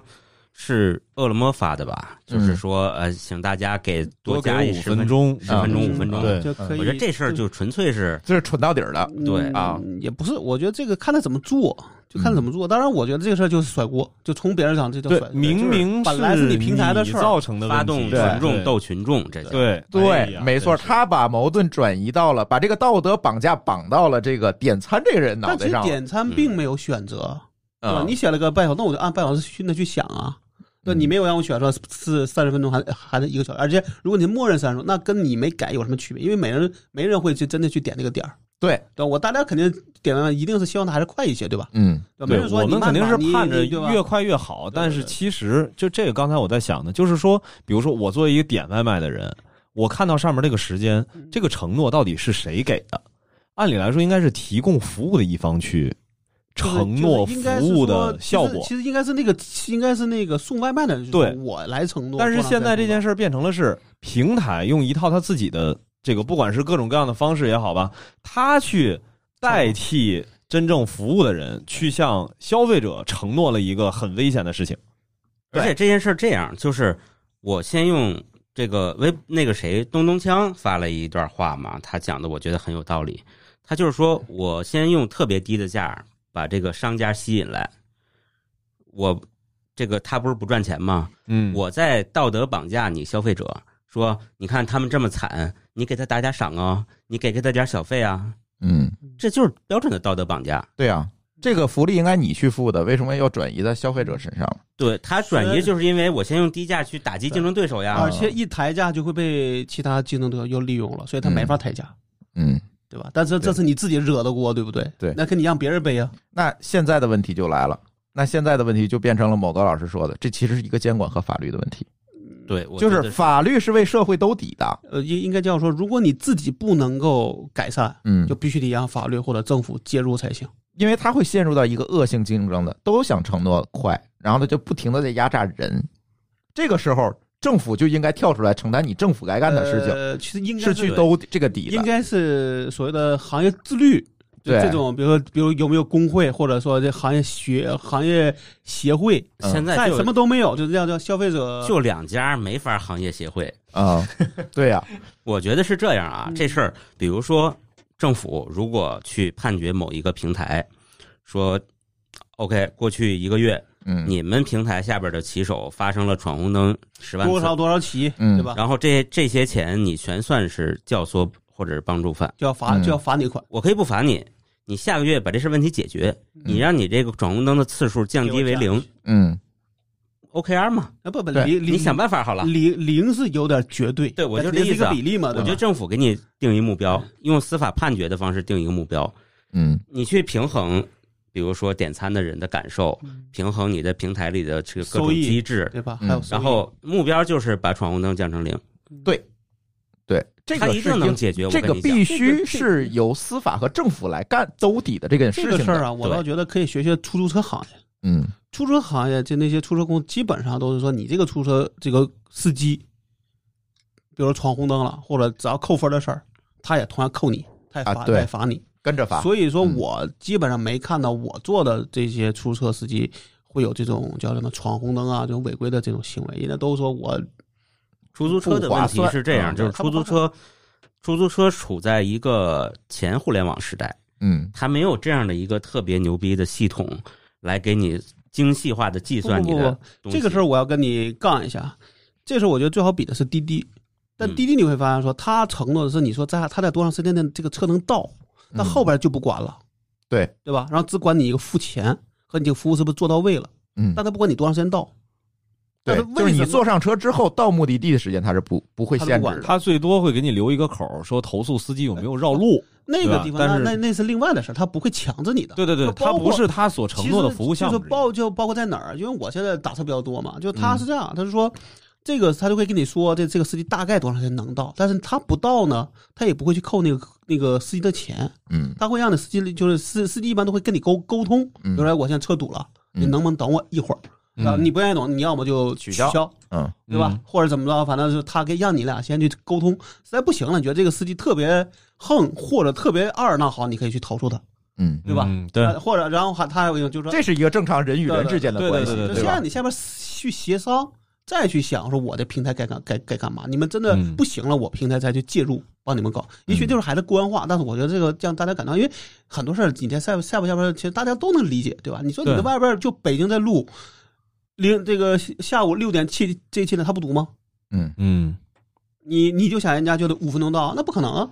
C: 是饿了么发的吧，就是说呃，请大家给多
B: 多给
C: 加一
B: 五
C: 十
B: 分，钟，
C: 十分钟
D: 嗯
C: 五分钟。
B: 对
D: 就可以。
C: 我觉得这事儿就纯粹是
A: 这是蠢到底儿的，
C: 对
D: 嗯
A: 啊，
D: 也不是，我觉得这个看他怎么做，就看
C: 嗯
D: 怎么做。当然，我觉得这个事儿就是甩锅，就从别人上这叫
B: 对
D: 甩锅。，
B: 明明
D: 本来
B: 是
D: 是你平台的事儿
B: 造成的问题
C: 发动
B: 对
C: 群众
B: 对
C: 斗群众，这就
B: 哎对
A: 对，没错，他把矛盾转移到了，把这个道德绑架绑到了这个点餐这个人脑
D: 但其
A: 袋
D: 实
A: 上了。
D: 点餐
B: 嗯
D: 并没有选择，对吧？
A: 嗯
D: 你写了个半小时，那我就按半小时去那去想啊。对，
A: 嗯
D: 你没有让我选说是三十分钟还还是一个小时，而且如果你默认三十分钟，那跟你没改有什么区别？因为每人没人会去真的去点这个点儿，
A: 对，
D: 对吧？我大家肯定点外卖一定是希望它还是快一些，对吧？
A: 嗯
D: 对吧没
B: 对
D: 人，说
B: 我
D: 你
B: 们肯
D: 慢
B: 定是
D: 吧你
B: 盼着
D: 你对吧
B: 越快越好，
D: 对
B: 但是其实就这个，刚才我在想的，就是说，比如说我作为一个点外卖的人，我看到上面这个时间，这个承诺到底是谁给的？按理来说，应该是提供服务的一方去
D: 就是
B: 承诺
D: 就是
B: 服
D: 应该是
B: 务
D: 说
B: 的效
D: 其实
B: 果，
D: 其实应该是那个，应该是那个送外卖的人，就是
B: 对
D: 我来承诺。
B: 但是现在这件
D: 事，
B: 事儿变成了是平台用一套他自己的这个，不管是各种各样的方式也好吧，他去代替真正服务的人，去向消费者承诺了一个很危险的事情。
C: 而且这件事儿这样，就是我先用这个微那个谁东东锵发了一段话嘛，他讲的我觉得很有道理。他就是说我先用特别低的价把这个商家吸引来，我这个他不是不赚钱吗？
B: 嗯
C: 我在道德绑架你消费者，说你看他们这么惨，你给他打点赏啊，你给给他点小费啊，
A: 嗯，
C: 这就是标准的道德绑架。
A: 对啊，这个福利应该你去付的，为什么要转移到消费者身上？
C: 对他转移，就是因为我先用低价去打击竞争对手
B: 啊
C: 呀
D: 而。且一抬价就会被其他竞争对手又利用了，所以他没法抬价，
A: 嗯，
D: 对吧？但是这是你自己惹的锅，对不对？
A: 对
D: 那跟你让别人背啊，
A: 那现在的问题就来了，那现在的问题就变成了某个老师说的，这其实是一个监管和法律的问题，
C: 对，我
A: 就
C: 觉
A: 是
C: 得
A: 法律是为社会兜底的，
D: 呃，应应该这样说：如果你自己不能够改善，
A: 嗯
D: 就，必须得让法律或者政府介入才行。
A: 因为他会陷入到一个恶性竞争的，都想承诺快，然后他就不停的在压榨人，这个时候政府就应该跳出来承担你政府该干的事情，
D: 呃，其实应该
A: 是去兜这个底
D: 应
A: 的，
D: 该是所谓的行业自律。就
A: 对
D: 这种，比如说，比如有没有工会，或者说这行业学行业协会，
C: 现在
D: 在
C: 就
D: 什么都没有，就这样叫消费者
C: 就两家没法行业协会。
A: 啊，对呀，
C: 我觉得是这样啊，
D: 嗯
C: 这事儿，比如说政府如果去判决某一个平台，说 OK，过去一个月
A: 嗯
C: 你们平台下边的骑手发生了闯红灯十万
D: 多
C: 次，
D: 少多少起，
A: 嗯
D: 对吧？
C: 然后这这些钱你全算是教唆或者是帮助犯，
D: 就要罚
A: 嗯
D: 就要罚你款，
C: 我可以不罚你，你下个月
D: 嗯
C: 把这事问题解决，你让你这个闯红灯的次数降低为零，
A: 嗯
C: OKR 嘛，
D: 啊不不，
A: 对
D: 零
C: 你
D: 零
C: 想办法好了。
D: 零零是有点绝对，
C: 对我就
D: 但
C: 这
D: 是
C: 意
D: 一
C: 思
D: 个
C: 啊
D: 比例嘛，
C: 我
D: 对
C: 觉
D: 吧
C: 得政府给你定一目标，用司法判决的方式定一个目标，
A: 嗯，
C: 你去平衡，比如说点餐的人的感受，平衡你的平台里的这个各种
D: 收益
C: 机制，
D: 对吧？
A: 嗯
D: 还有收益
C: 然后目标就是把闯红灯降成零，
A: 对，这
C: 它
A: 个
C: 一
A: 是
C: 定能
A: 应
C: 解决。我
A: 这
C: 跟
A: 个
C: 你讲
A: 必须
D: 这个这
A: 是由司法和政府来干兜底的这个事
D: 这
A: 情的
D: 个事儿啊，我
C: 对
D: 倒觉得可以学学出租车行业。
A: 嗯
D: 出租车行业就那些出租车公司，基本上都是说你这个出租车这个司机，比如说闯红灯了，或者只要扣分的事儿，他也同样扣你，他也罚，
A: 啊对
D: 他也罚你。
A: 跟着罚，
D: 所以说
A: 嗯
D: 我基本上没看到我做的这些出租车司机会有这种叫什么闯红灯啊，这种违规的这种行为，人家都说我
C: 出租车的问题是这样，
A: 不划算
C: 就是出租车，出租车处在一个前互联网时代，
A: 嗯
C: 它没有这样的一个特别牛逼的系统来给你精细化的计算你
D: 不不
C: 的
D: 不
C: 东西。
D: 这个事儿我要跟你杠一下，这事儿我觉得最好比的是滴滴，但
C: 嗯
D: 滴滴你会发现说，他承诺的是你说在他在多长时间内这个车能到，但
A: 嗯
D: 后边就不管了，
A: 对
D: 对吧？然后只管你一个付钱和你这个服务是不是做到位了，
A: 嗯，
D: 但他不管你多长时间到，但
A: 对
D: 是，
A: 就
D: 为
A: 是
D: 什
A: 你
D: 么
A: 坐上车之后到目的地的时间，它是不不会
D: 它
A: 限
D: 不
A: 制
D: 管
A: 的。
B: 他最多会给你留一个口儿，说投诉司机有没有绕路。
D: 那个地
B: 对吧但
D: 方那
B: 是
D: 那那是另外的事儿，他不会强制你的。
B: 对对对，
D: 就
B: 他
D: 包括
B: 不是他所
D: 其
B: 承
D: 实
B: 诺的服务项目
D: 就
B: 之一。
D: 是
B: 嗯
D: 包就包括在哪儿？因为我现在打车比较多嘛，就他是这样，他是说这个他就会跟你说这这个司机大概多长时间能到，但是他不到呢，他也不会去扣那个那个司机的钱，
A: 嗯
D: 他会让你司机就是司司机一般都会跟你沟沟通，比
A: 嗯
D: 如说哎我现在车堵了，
A: 嗯
D: 你能不能等我一会儿？
B: 嗯
D: 啊，你不愿意等，你要么就
A: 取消
D: 消，
A: 嗯
D: 对吧？
B: 嗯
D: 或者怎么着，反正是他给让你俩先去沟通，实在不行了，你觉得这个司机特别横或者特别二，那好，你可以去投诉他，
A: 嗯，
D: 对吧
B: 嗯，对，
D: 呃或者然后还他还有一种就是说
A: 这是一个正常人与人之间的
B: 对对
A: 关
B: 对
A: 系，
B: 对
D: 就
B: 对
D: 先
A: 吧
D: 让？你下边去协商，再去想说我的平台该干该该干嘛。你们真的
B: 嗯
D: 不行了，我平台再去介入帮你们搞。也许就是还在官话，但是我觉得这个让大家感到，因为很多事儿你在下下不下边，其实大家都能理解，对吧？你说你
B: 对
D: 在外边就北京在录。零这个下午六点七这一期呢，他不读吗？
A: 嗯
B: 嗯，
D: 你你就想人家就得五分钟到，那不可能啊，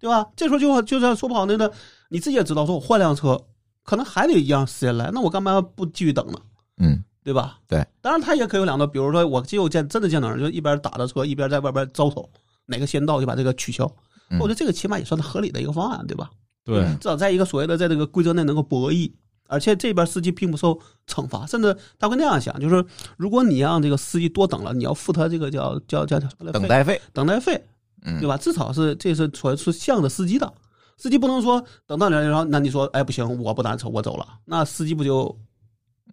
D: 对吧？这时候就就算说不好那个，你自己也知道，说我换辆车，可能还得一样时间来，那我干嘛不继续等呢？
A: 嗯
D: 对吧？
A: 对，
D: 当然他也可以有两个，比如说我就有见真的见到人，就一边打着车一边在外边招手，哪个先到就把这个取消。
A: 嗯
D: 我觉得这个起码也算是合理的一个方案，对吧？
B: 对，
D: 至少在一个所谓的在这个规则内能够博弈，而且这边司机并不受惩罚，甚至他会那样想，就是如果你让这个司机多等了，你要付他这个叫叫叫叫什么来费
A: 等待费，
D: 等待费，
A: 嗯
D: 对吧？至少是这是纯是向着司机的，司机不能说等到你了，然后那你说哎不行，我不打车我走了，那司机不就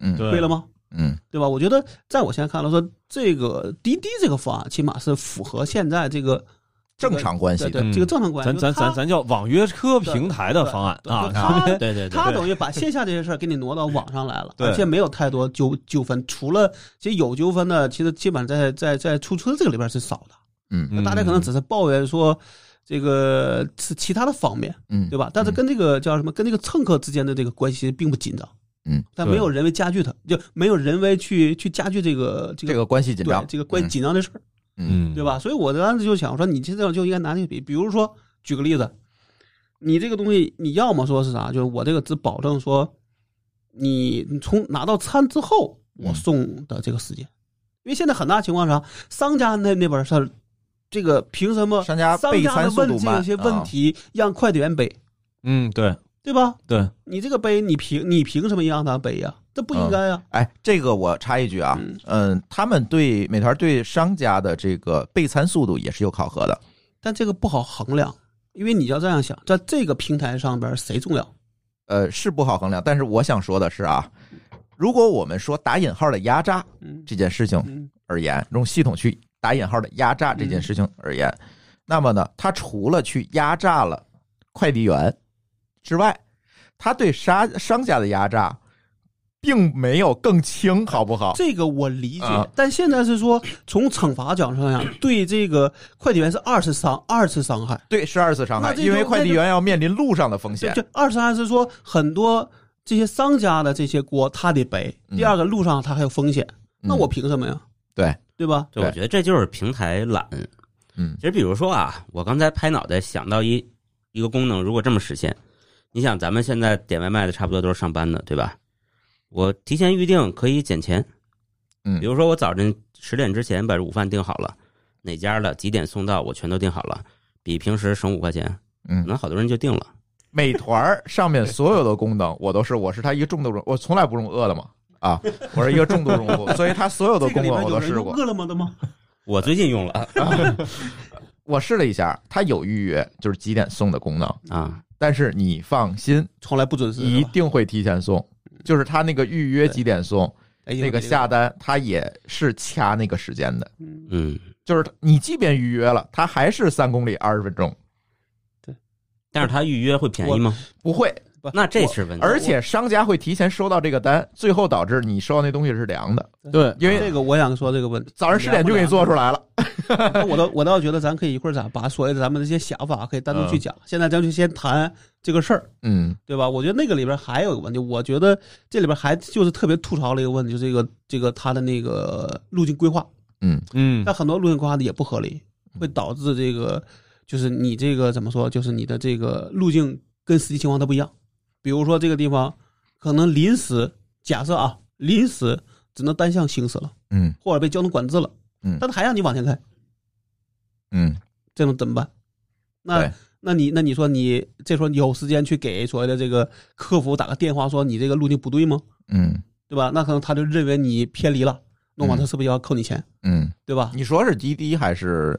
A: 嗯
B: 对
D: 亏了吗？
A: 嗯
D: 对吧？我觉得在我现在看来说，这个滴滴这个方案起码是符合现在这个
A: 正常关系
D: 对
A: 的，
D: 对
B: 嗯
D: 这个正常关系。
B: 咱咱咱咱叫网约车平台的方案
D: 就是
B: 啊，
D: 他
C: 对对对，
D: 他等于把线下这些事儿给你挪到网上来了，
B: 对
D: 而且没有太多纠纠纷，除了其实有纠纷的，其实基本上在在在出租车这个里边是少的，
A: 嗯
B: 嗯
D: 大家可能只是抱怨说。这个是其他的方面，
A: 嗯，
D: 对吧？但是跟这个叫什么，跟这个乘客之间的这个关系并不紧张，
A: 嗯，
D: 但
B: 对
D: 没有人为加剧它，就没有人为去去加剧这个这
A: 这
D: 个
A: 个关系紧
D: 对
A: 张，
D: 这个关
A: 嗯
D: 紧张的事儿。
B: 嗯，
D: 对？吧？所以我当时就想说，你这种就应该拿这个比，比如说举个例子，你这个东西，你要么说是啥，就是我这个只保证说，你你从拿到餐之后，我
A: 嗯
D: 送的这个时间，因为现在很大情况是啥，商家那那边是这个凭什么
A: 商家备餐
D: 的
A: 速
D: 问
A: 度
D: 这
A: 慢
D: 些
A: 啊
D: 问题让快递员背，
B: 嗯，对
D: 对吧？
B: 对，
D: 你这个背，你凭你凭什么让他背呀？这不应该呀、
A: 哎，这个我插一句啊，
D: 嗯
A: 嗯，他们对美团对商家的这个备餐速度也是有考核的，
D: 但这个不好衡量，因为你要这样想，在这个平台上边谁重要？
A: 呃，是不好衡量。但是我想说的是啊，如果我们说打引号的压榨
D: 嗯
A: 这件事情
D: 嗯
A: 而言，用系统去打引号的压榨这件事情而言，那么呢，它除了去压榨了快递员之外，它对商商家的压榨并没有更轻，好不好？
D: 这个我理解，
A: 啊
D: 但现在是说从惩罚角度上讲， 对这个快递员是二次伤二次伤害，
A: 对，是二次伤害，
D: 那这
A: 因为
D: 就
A: 快递
D: 那就
A: 员要面临路上的风
D: 就
A: 险。
D: 就二次伤害是说很多这些商家的这些锅他得背，
A: 嗯
D: 第二个路上他还有风险，那
A: 嗯
D: 我凭什么呀？
A: 对，
D: 对吧？
C: 对，我觉得这就是平台懒。
A: 嗯
C: 其实比如说啊，我刚才拍脑袋想到一一个功能，如果这么实现，你想咱们现在点外卖的差不多都是上班的，对吧？我提前预定可以减钱，
A: 嗯
C: 比如说我早晨十点之前把午饭订好了，哪家的几点送到，我全都订好了，比平时省五块钱，可
A: 嗯，
C: 能好多人就订了。
A: 美团儿上面所有的功能我都是，我是它一个重度用，我从来不用饿了么啊，我是一个重度 用户，所以它所有的
D: 这个
A: 功
D: 里
A: 能我
D: 边有
A: 都
D: 人
A: 试
D: 用
A: 过。啊
D: 饿了么的吗？
C: 我最近用了
A: 我试了一下，它有预约，就是几点送的功能，
C: 啊，
A: 但是你放心，
D: 从来不准时，
A: 一
D: 是吧
A: 定会提前送。就是它那个预约几点送，
D: 哎
A: 那个
D: 有
A: 下单它也是掐那个时间的，
D: 嗯
C: 嗯，
A: 就是你即便预约了，它还是三公里二十分钟，
C: 但是他预约会便宜吗？
A: 不会。
D: 我
C: 那这是问题。
A: 而且商家会提前收到这个单，最后导致你收到那东西是凉的，
B: 对，
A: 因为
D: 这个我想说这个问题，
A: 早上十点就给你做出来了。
D: 那我倒我倒觉得咱可以一会儿咋把所有的咱们这些想法可以单独去讲。现在咱就先谈这个事儿，
A: 嗯
D: 对吧？我觉得那个里边还有一个问题，我觉得这里边还就是特别吐槽了一个问题，就是这个这个它的那个路径规划，
A: 嗯
B: 嗯
D: 但很多路径规划的也不合理，会导致这个就是你这个怎么说，就是你的这个路径跟实际情况它不一样。比如说这个地方可能临时假设啊，临时只能单向行驶了，
A: 嗯
D: 或者被交通管制了，
A: 嗯
D: 但它还让你往前开，
A: 嗯，
D: 这种怎么办？那
A: 对
D: 那你那你说你这时候有时间去给所谓的这个客服打个电话，说你这个路径不对吗？
A: 嗯
D: 对吧？那可能他就认为你偏离了，弄完
A: 嗯
D: 他是不是要扣你钱？
A: 嗯，
D: 对吧？
A: 你说是滴滴还是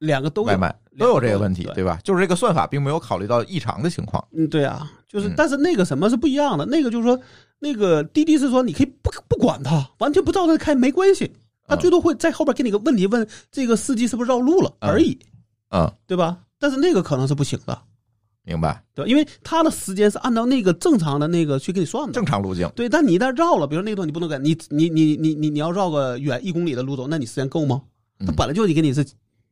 D: 两个都
A: 外
D: 有，
A: 卖
D: 两
A: 都有这个问题，
D: 对
A: 对吧？就是这个算法并没有考虑到异常的情况。
D: 嗯，对啊，就是
A: 嗯，
D: 但是那个什么是不一样的？那个就是说，那个滴滴是说你可以不不管他，完全不照他开没关系，他
A: 嗯
D: 最多会在后边给你个问题，问这个司机是不是绕路了
A: 嗯
D: 而已，
A: 嗯，
D: 对吧？但是那个可能是不行的，
A: 明白，
D: 对吧？因为他的时间是按照那个正常的那个去给你算的，
A: 正常路径。
D: 对，但你一旦绕了，比如那个东西你不能改，你你你你你你要绕个远一公里的路走，那你时间够吗？它
A: 嗯
D: 本来就得给你是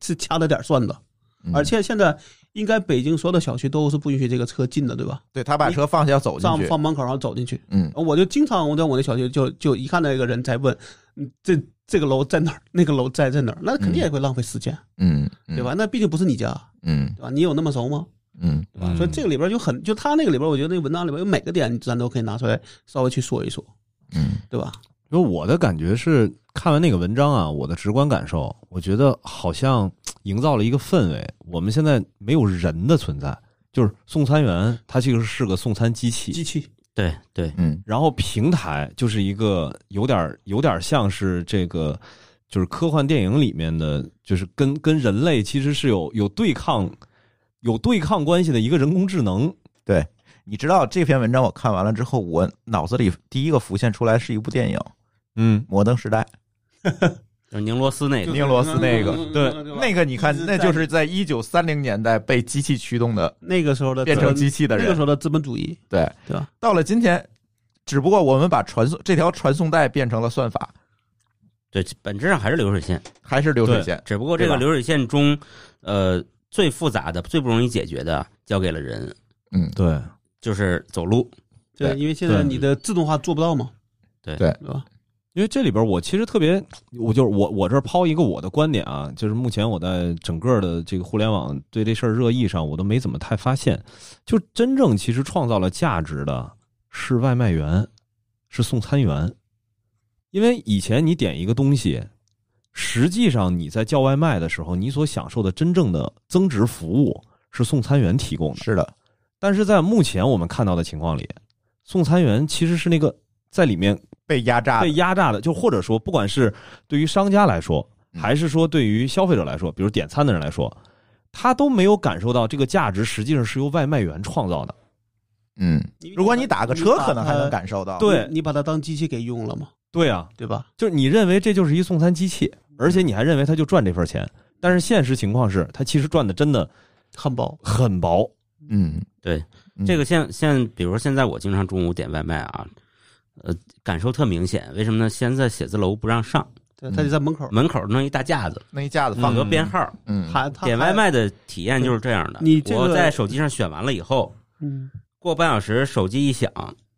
D: 是掐着点儿算的，
A: 嗯
D: 而且现在应该北京所有的小区都是不允许这个车进的，对吧？
A: 对他把车放下走进
D: 上
A: 去，
D: 放门口上走进去，
A: 嗯
D: 我就经常我在我那小区就就一看到一个人在问，嗯，这这个楼在哪儿，那个楼在在哪儿，那肯定也会浪费时间，
A: 嗯，
D: 对？吧？那毕竟不是你家，
A: 嗯
D: 对吧？你有那么熟吗？
A: 嗯
D: 对吧？
B: 嗯
D: 所以这个里边就很，就他那个里边，我觉得那个文章里边有每个点，咱都可以拿出来稍微去说一说，
A: 嗯
D: 对吧？
B: 因为我的感觉是看完那个文章啊，我的直观感受，我觉得好像嘖营造了一个氛围，我们现在没有人的存在，就是送餐员他其实是个送餐机器，
D: 机器，
C: 对对，
A: 嗯
B: 然后平台就是一个有点儿有点儿像是这个，就是科幻电影里面的，就是跟跟人类其实是有有对抗有对抗关系的一个人工智能。
A: 对。你知道这篇文章我看完了之后，我脑子里第一个浮现出来是一部电影《
B: 嗯，
A: 摩登时代》。
C: 就是宁罗斯那个
A: 宁罗斯那个
B: 对
A: 那个你看，那就是在一九三零年代被机器驱动的
D: 那个时候的
A: 变成机器的
D: 呃那个
A: 人
D: 时。候的资本主义，
A: 对，
D: 对吧？
A: 到了今天，只不过我们把传送这条传送带变成了算法，
C: 对，本质上还是流水线。
A: 还是流水线。
C: 只不过这
A: 对
C: 个
A: 吧
C: 流水线中，呃，最复杂的、最不容易解决的，交给了人，
A: 嗯，
B: 对，
C: 就是走路。
D: 对，
A: 对
D: 因为现在
B: 对
D: 你的自动化做不到嘛，
C: 对
A: 对
D: 对吧？
B: 因为这里边我其实特别，我就是我我这儿抛一个我的观点啊，就是目前我在整个的这个互联网对这事儿热议上，我都没怎么太发现，就真正其实创造了价值的是外卖员，是送餐员，因为以前你点一个东西，实际上你在叫外卖的时候，你所享受的真正的增值服务是送餐员提供的。
A: 是的，
B: 但是在目前我们看到的情况里，送餐员其实是那个在里面
A: 被压榨的
B: 被压榨的，就或者说，不管是对于商家来说，
A: 嗯
B: 还是说对于消费者来说，比如点餐的人来说，他都没有感受到这个价值实际上是由外卖员创造的。
A: 嗯，如果你打个车，可能还能
D: 改。
A: 感受到。
B: 对
D: 你你把它当机器给用了嘛，
B: 对啊，嗯
D: 对吧？
B: 就是你认为这就是一送餐机器，而且你还认为他就赚这份钱，但是现实情况是他其实赚的真的
D: 汉堡，
B: 很薄。
A: 嗯，
C: 对
A: 嗯，
C: 这个现现，比如说现在我经常中午点外卖啊，呃，感受特明显。为什么呢？现在写字楼不让上，
D: 对，它就在门口
C: 门口弄一大架子，
A: 那一架子
C: 放
A: 放
C: 个
A: 个
C: 编号。
A: 嗯，
D: 喊它
C: 点外
D: 喊，
C: 卖的体验就是这样的。
D: 你这个
C: 我在手机上选完了以后，
D: 嗯
C: 过半小时手机一响，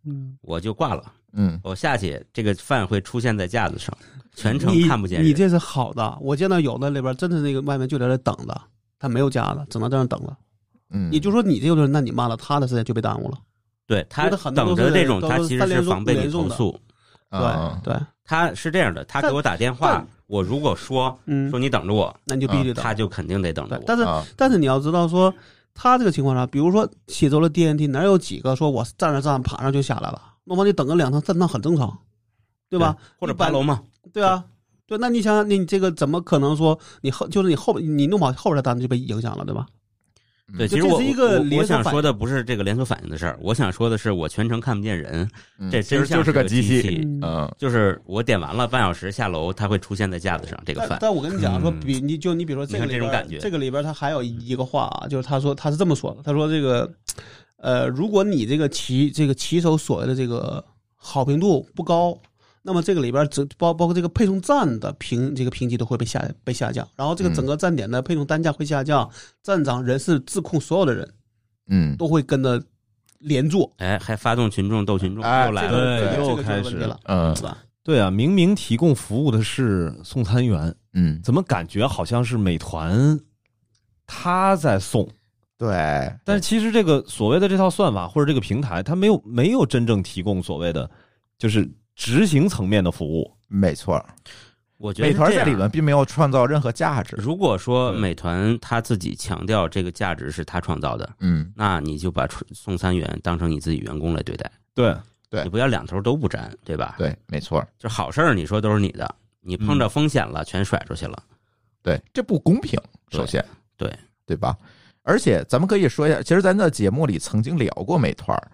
D: 嗯，
C: 我就挂了。
A: 嗯
C: 我下去，这个饭会出现在架子上，全程
D: 你
C: 看不见
D: 你
C: 人。
D: 这是好的，我见到有的里边真的那个外卖就在那等着，他没有家的，只能在那等了。
A: 嗯，
D: 也就是说，你这个就是，那你骂了他的时间就被耽误了，
C: 对他
D: 觉得很多
C: 等
D: 都
C: 着
D: 是
C: 这种，
D: 都
C: 他
D: 是
C: 其实
D: 饭
C: 是
D: 店送
C: 防备
D: 人
C: 你
D: 送
C: 投
D: 的
C: 诉。
D: 对
A: 嗯
D: 对，
C: 他是这样的，他给
D: 但
C: 我打电话
D: 但，
C: 我如果说
D: 嗯
C: 说，你等着我，
D: 那你就必须得
C: 他
D: 等。
C: 就肯定得等着
D: 对，
C: 我。
D: 但是
A: 啊
D: 但是你要知道说，他这个情况下，比如说写走了 DNT，哪有几个说我站着站着马上就下来了？那么你等个两趟三趟很正常，对吧？
C: 或者
D: 一般
C: 爬楼嘛，
D: 对啊，对，那你想想，你这个怎么可能说你后就是你后你弄好后边的单子就被影响了，对吧？
C: 对，
D: 就
C: 其
D: 嗯
C: 实
D: 这
C: 我
D: 是一个
C: 我
D: 连
C: 我
D: 锁
C: 想
D: 反
C: 说的不是这个连锁反应的事儿，我想说的是我全程看不见人，
A: 嗯
C: 这
A: 其
C: 真
A: 实
C: 像
A: 就是
C: 个
A: 个机
C: 器。
A: 器，嗯，
C: 就是我点完了半小时下楼，它会出现在架子上这个
D: 但
C: 饭。
D: 但我跟你讲啊说
C: 嗯
D: 比，你就你比如说这个
C: 你看这
D: 里
C: 种
D: 边，
C: 感觉
D: 这个里边他还有一个话啊，就是他说他是这么说的，他说这个，呃，如果你这个骑这个骑手所谓的这个好评度不高，那么这个里边只包包括这个配送站的评这个评级都会被下被下降，然后这个
A: 嗯
D: 整个站点的配送单价会下降，站长、人事、自控所有的人
A: 嗯，
D: 都会跟着连坐，
C: 哎，还发动群众斗群众，
A: 哎
C: 又来
D: 这
C: 了。
B: 对
D: 个这个
B: 又
D: 这个就
B: 开
D: 有
B: 始
D: 问题了，
A: 嗯
D: 是吧？
B: 对啊，明明提供服务的是送餐员，
A: 嗯，
B: 怎么感觉好像是美团他在送？
A: 对，
B: 但是其实这个所谓的这套算法或者这个平台，它没有没有真正提供所谓的就是执行层面的服务。
A: 没错，
C: 我觉得
A: 美
C: 是
A: 团
C: 这
A: 在
C: 样
A: 里面并没有创造任何价值，
C: 如果说
D: 嗯
B: 对
C: 美团他自己强调这个价值是他创造的，
A: 嗯，
C: 那你就把出送餐员当成你自己员工来对待，
B: 对，
A: 对
C: 你不要两头都不沾，对吧？，
A: 对，嗯没错，
C: 就好事儿你说都是你的，你碰着风险了全甩出去了。
A: 对，这不公平，
C: 对
A: 首先，
C: 对
A: 对吧？而且咱们可以说一下，其实咱的节目里曾经聊过美团儿，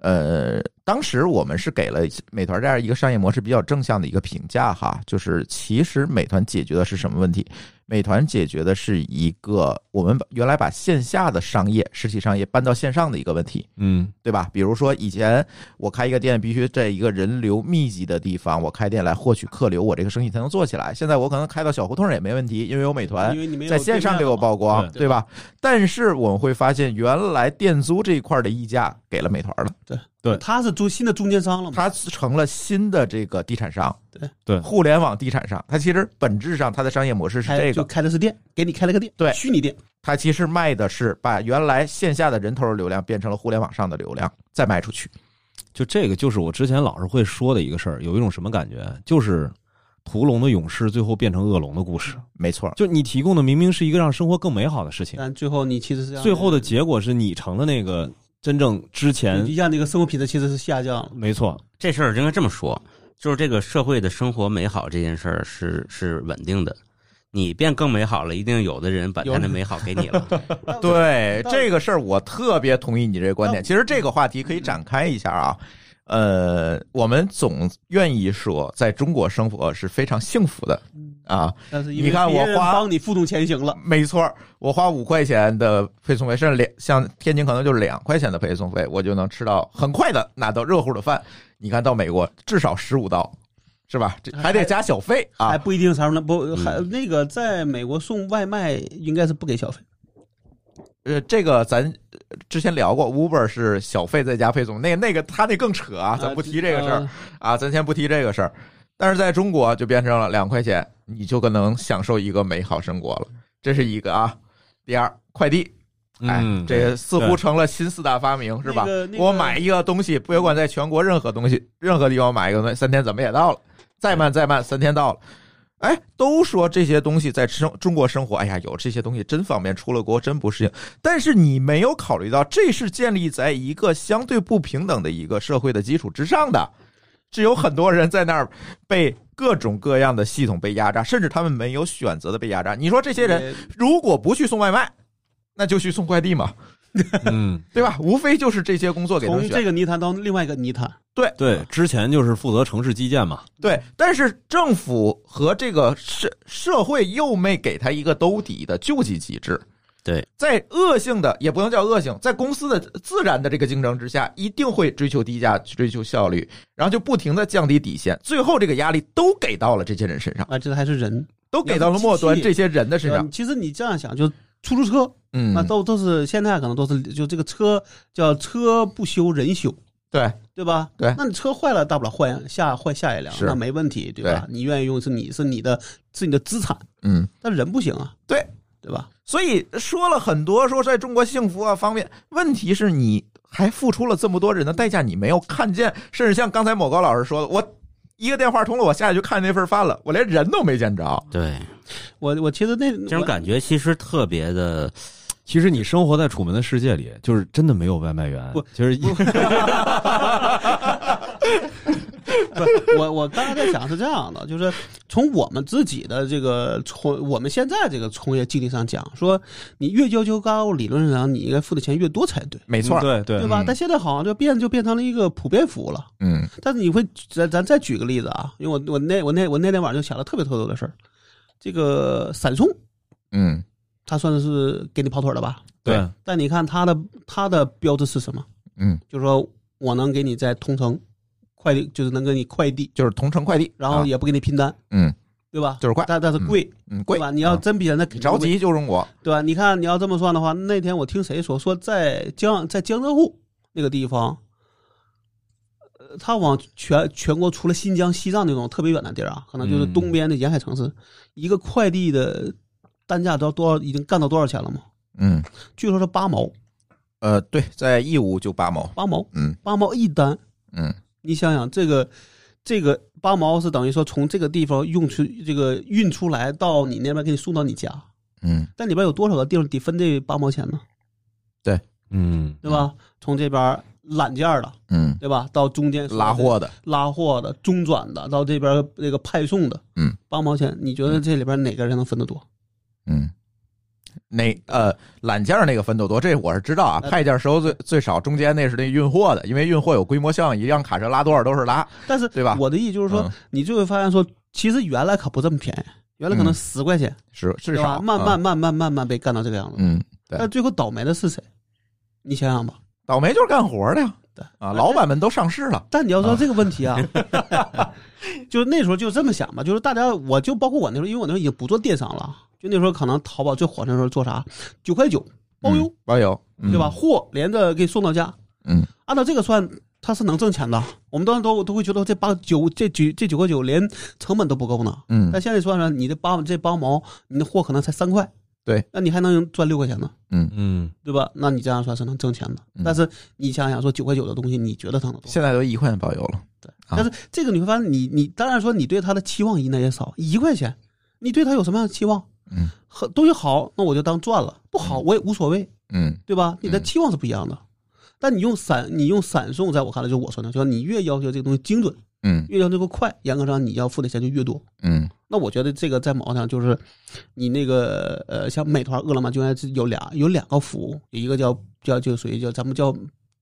A: 呃，当时我们是给了美团这样一个商业模式比较正向的一个评价哈，就是其实美团解决的是什么问题？美团解决的是一个我们把原来把线下的商业、实体商业搬到线上的一个问题，
B: 嗯，
A: 对吧？比如说以前我开一个店，必须在一个人流密集的地方，我开店来获取客流，我这个生意才能做起来。现在我可能开到小胡同也没问题，因为有美团
D: 因为你没有
A: 在线上给我曝光，
B: 对
A: 对吧？但是我们会发现，原来店租这一块的溢价给了美团了，
D: 对面了嘛，他是中新的中间商了嘛？
A: 它成了新的这个地产商，
D: 嗯对
B: 对
A: 互联网地产商，它其实本质上它的商业模式是
D: 开
A: 这
D: 就
A: 个，
D: 开的是店，给你开了个店，
A: 对
D: 虚拟店，
A: 它其实卖的是把原来线下的人头流量变成了互联网上的流量，再卖出去。
B: 就这个就是我之前老是会说的一个事儿，有一种什么感觉，就是屠龙的勇士最后变成恶龙的故事。
A: 没错，
B: 就你提供的明明是一个让生活更美好的事情，
D: 但最后你其实是让
B: 最后的结果是你成了那个真正之前
D: 你让那个生活品质其实是下降了。
B: 没错，
C: 这事儿应该这么说，就是这个社会的生活美好这件事儿是是稳定的，你变更美好了，一定有的人把他
D: 有
C: 的
D: 人
C: 美好给你了。
A: 对
D: 但
A: 这个事儿，我特别同意你这个观点。其实这个话题可以展开一下啊。呃，我们总愿意说，在中国生活是非常幸福的啊，
D: 但是因为
A: 你看我
D: 别人
A: 花
D: 帮你负重前行了，
A: 没错儿，我花五块钱的配送费，甚至两像天津可能就是两块钱的配送乎费，我就能吃到很快的拿到热乎的饭。你看到美国至少十五刀，是吧？这还得加小费
D: 还
A: 啊。
D: 不一定啥时候能不还那个在美国送外卖应该是不给小费，
A: 呃，这个咱呃之前聊过，Uber 是小费再加配送，那个那个他那更扯啊，咱不提这个事儿
D: 呃
A: 啊，咱先不提这个事儿。但是在中国就变成了两块钱，你就可能享受一个美好生活了。这是一个啊。第二，快递，哎，
B: 嗯，
A: 这似乎
B: 对
A: 成了新四大发明，是吧？
D: 那个那个
A: 我买一个东西，别管在全国任何东西、任何地方买一个东西，三天怎么也到了。再
B: 嗯
A: 慢再慢，三天到了。哎，都说这些东西在生中国生活，哎呀，有这些东西真方便，出了国真不适应。但是你没有考虑到，这是建立在一个相对不平等的一个社会的基础之上的，是有很多人在那儿被各种各样的系统被压榨，甚至他们没有选择的被压榨。你说这些人
D: 也
A: 如果不去送外卖，那就去送快递嘛，
B: 嗯，
A: 对吧？无非就是这些工作给他们
D: 从
A: 选
D: 这。个泥潭到另外一个泥潭，
B: 对，之前就是负责城市基建嘛，
A: 对，但是政府和这个社社会又没给他一个兜底的救济机制。
C: 对，
A: 在恶性的也不能叫恶性，在公司的自然的这个竞争之下，一定会追求低价、追求效率，然后就不停的降低底线，最后这个压力都给到了这些人身上，
D: 啊，这还是人
A: 都给到了末端
D: 你要
A: 这些人的身
D: 对吧
A: 上。
D: 其实你这样想，就出租车
A: 嗯
D: 呃那，都都是现在可能都是就这个车叫车不修人修，
A: 对，
D: 对吧？
A: 对
D: 那你车坏了，大不了换下换下一辆，
A: 是
D: 那没问题，对吧？你愿意用是你是你的是你的资产，
A: 嗯，
D: 但人不行啊，
A: 对
D: 对吧？
A: 所以说了很多，说在中国幸福啊方面，问题是你还付出了这么多人的代价，你没有看见，甚至像刚才某高老师说的，我。一个电话通了，我下去就看那份饭了，我连人都没见着。
C: 对，
D: 我我其实那
C: 这种
D: 我
C: 感觉其实特别的，
B: 其实你生活在楚门的世界里，就是真的没有外卖员
D: 不，
B: 就是一
D: 我我刚才在想是这样的，就是从我们自己的这个从我们现在这个从业经历上讲，说你越要求高，理论上你应该付的钱越多才对，
A: 没错，
B: 对对
D: 对吧
A: 嗯？
D: 但现在好像就变就变成了一个普遍服务了。
A: 嗯，
D: 但是你会，咱咱再举个例子啊，因为我我那我那我那天晚上就想了特别特别多的事儿。这个闪送，
A: 嗯，
D: 他算是给你跑腿了吧？
A: 对
B: 对
D: 但你看他的他的标志是什么？
A: 嗯，
D: 就是说我能给你在同城快递，就是能给你快递，
A: 就是同城快递，
D: 然后
A: 啊
D: 也不给你拼单，
A: 嗯
D: 对吧？
A: 就是快
D: 但但是贵，
A: 嗯贵
D: 对吧？你要
A: 啊
D: 真比人家
A: 你着，急就中国，
D: 对吧？你看你要这么算的话，那天我听谁说说在江在江浙沪那个地方，呃他往全全国除了新疆、西藏那种特别远的地儿啊，可能就是
B: 嗯
D: 东边的沿海城市，一个快递的单价都要多少，已经干到多少钱了吗？
A: 嗯，
D: 据说是八毛，
A: 呃，对，在义乌就八毛，
D: 八毛，
A: 嗯
D: 八毛一单，
A: 嗯，
D: 你想想这个。这个八毛是等于说从这个地方用出这个运出来到你那边给你送到你家，
A: 嗯，
D: 但里边有多少个地方得分这八毛钱呢？
B: 嗯，
D: 对吧？从这边揽件儿的，
A: 嗯，
D: 对吧？到中间
A: 拉货的，
D: 拉货的、中转的，到这边那个派送的，
A: 嗯，
D: 八毛钱，你觉得这里边哪个人能分得多？
A: 嗯。那呃，揽件儿那个分斗多，这我是知道啊。
D: 呃
A: 派件儿收最最少，中间那是那运货的，因为运货有规模效应，一辆卡车拉多少都是拉。
D: 但是
A: 对吧
D: 我的意思就是说
A: 嗯，
D: 你就会发现说，其实原来可不这么便宜，原来可能十块钱，
A: 是嗯至
D: 对
A: 少
D: 吧？
A: 啊
D: 慢慢慢慢慢慢被干到这个样子，
A: 嗯，嗯对
D: 但最后倒霉的是谁？你想想吧。
A: 倒霉就是干活的呀
D: 对，
A: 啊，老板们都上市了，
D: 但你要说这个问 题啊，就是那时候就这么想吧，就是大家，我就包括我那时候，因为我那时候已经不做电商了，就那时候可能淘宝最火的时候做啥，九块九包邮，
A: 嗯，包邮，嗯
D: 对吧？？货连着给送到家，
A: 嗯，
D: 按照这个算，它是能挣钱的。我们当时都都会觉得这八九这九这九块九连成本都不够呢，
A: 嗯
D: 但现在算算，你的八这八毛，你的货可能才三块，
A: 对，
D: 那你还能赚六块钱呢。
B: 嗯，
D: 对吧？那你这样算是能挣钱的，
A: 嗯
D: 但是你想想说九块九的东西，你觉得它能多少？
A: 现在都一块钱包邮了，啊
D: 但是这个你会发现你，你当然说你对他的期望应该也少，一块钱，你对他有什么样的期望？
A: 嗯，
D: 和东西好，那我就当赚了；不好，我也无所谓，
A: 嗯
D: 对吧？你的
A: 嗯
D: 期望是不一样的。但你用闪，你用闪送，在我看来，就是我说的，就是你越要求这个东西精准，
A: 嗯
D: 越要求这个快，严格上你要付的钱就越多。
A: 嗯
D: 那我觉得这个在某上就是，你那个呃，像美团、饿了么，就应该是有俩有两个服务，有一个叫叫就属于叫咱们叫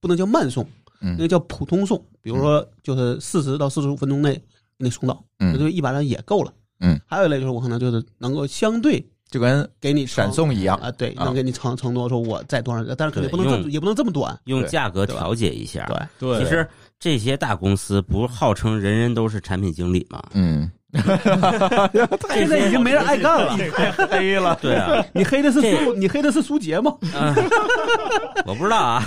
D: 不能叫慢送，
A: 嗯
D: 那个叫普通送，比如说就是四十到四十五分钟内给你送到，那
A: 嗯，
D: 就一百单也够了。
A: 嗯，
D: 还有一类就是我可能就是能够相对
A: 就跟
D: 给你承
A: 闪送一样，
D: 啊，对，
A: 啊
D: 能给你承承诺说我在多少，但是肯定
C: 对
D: 不能这么
C: 用
D: 也不能这么短，
C: 用
A: 对
C: 价格
A: 对吧啊
C: 调节一下。
D: 对，
B: 对
C: 其实这些大公司不是号称人人都是产品经理吗？
A: 嗯，
D: 现在已经没人爱干了。
A: 黑了，
C: 对啊，
D: 你黑的是
C: 这
D: 苏，你黑的是苏杰吗？
C: 啊我不知道啊，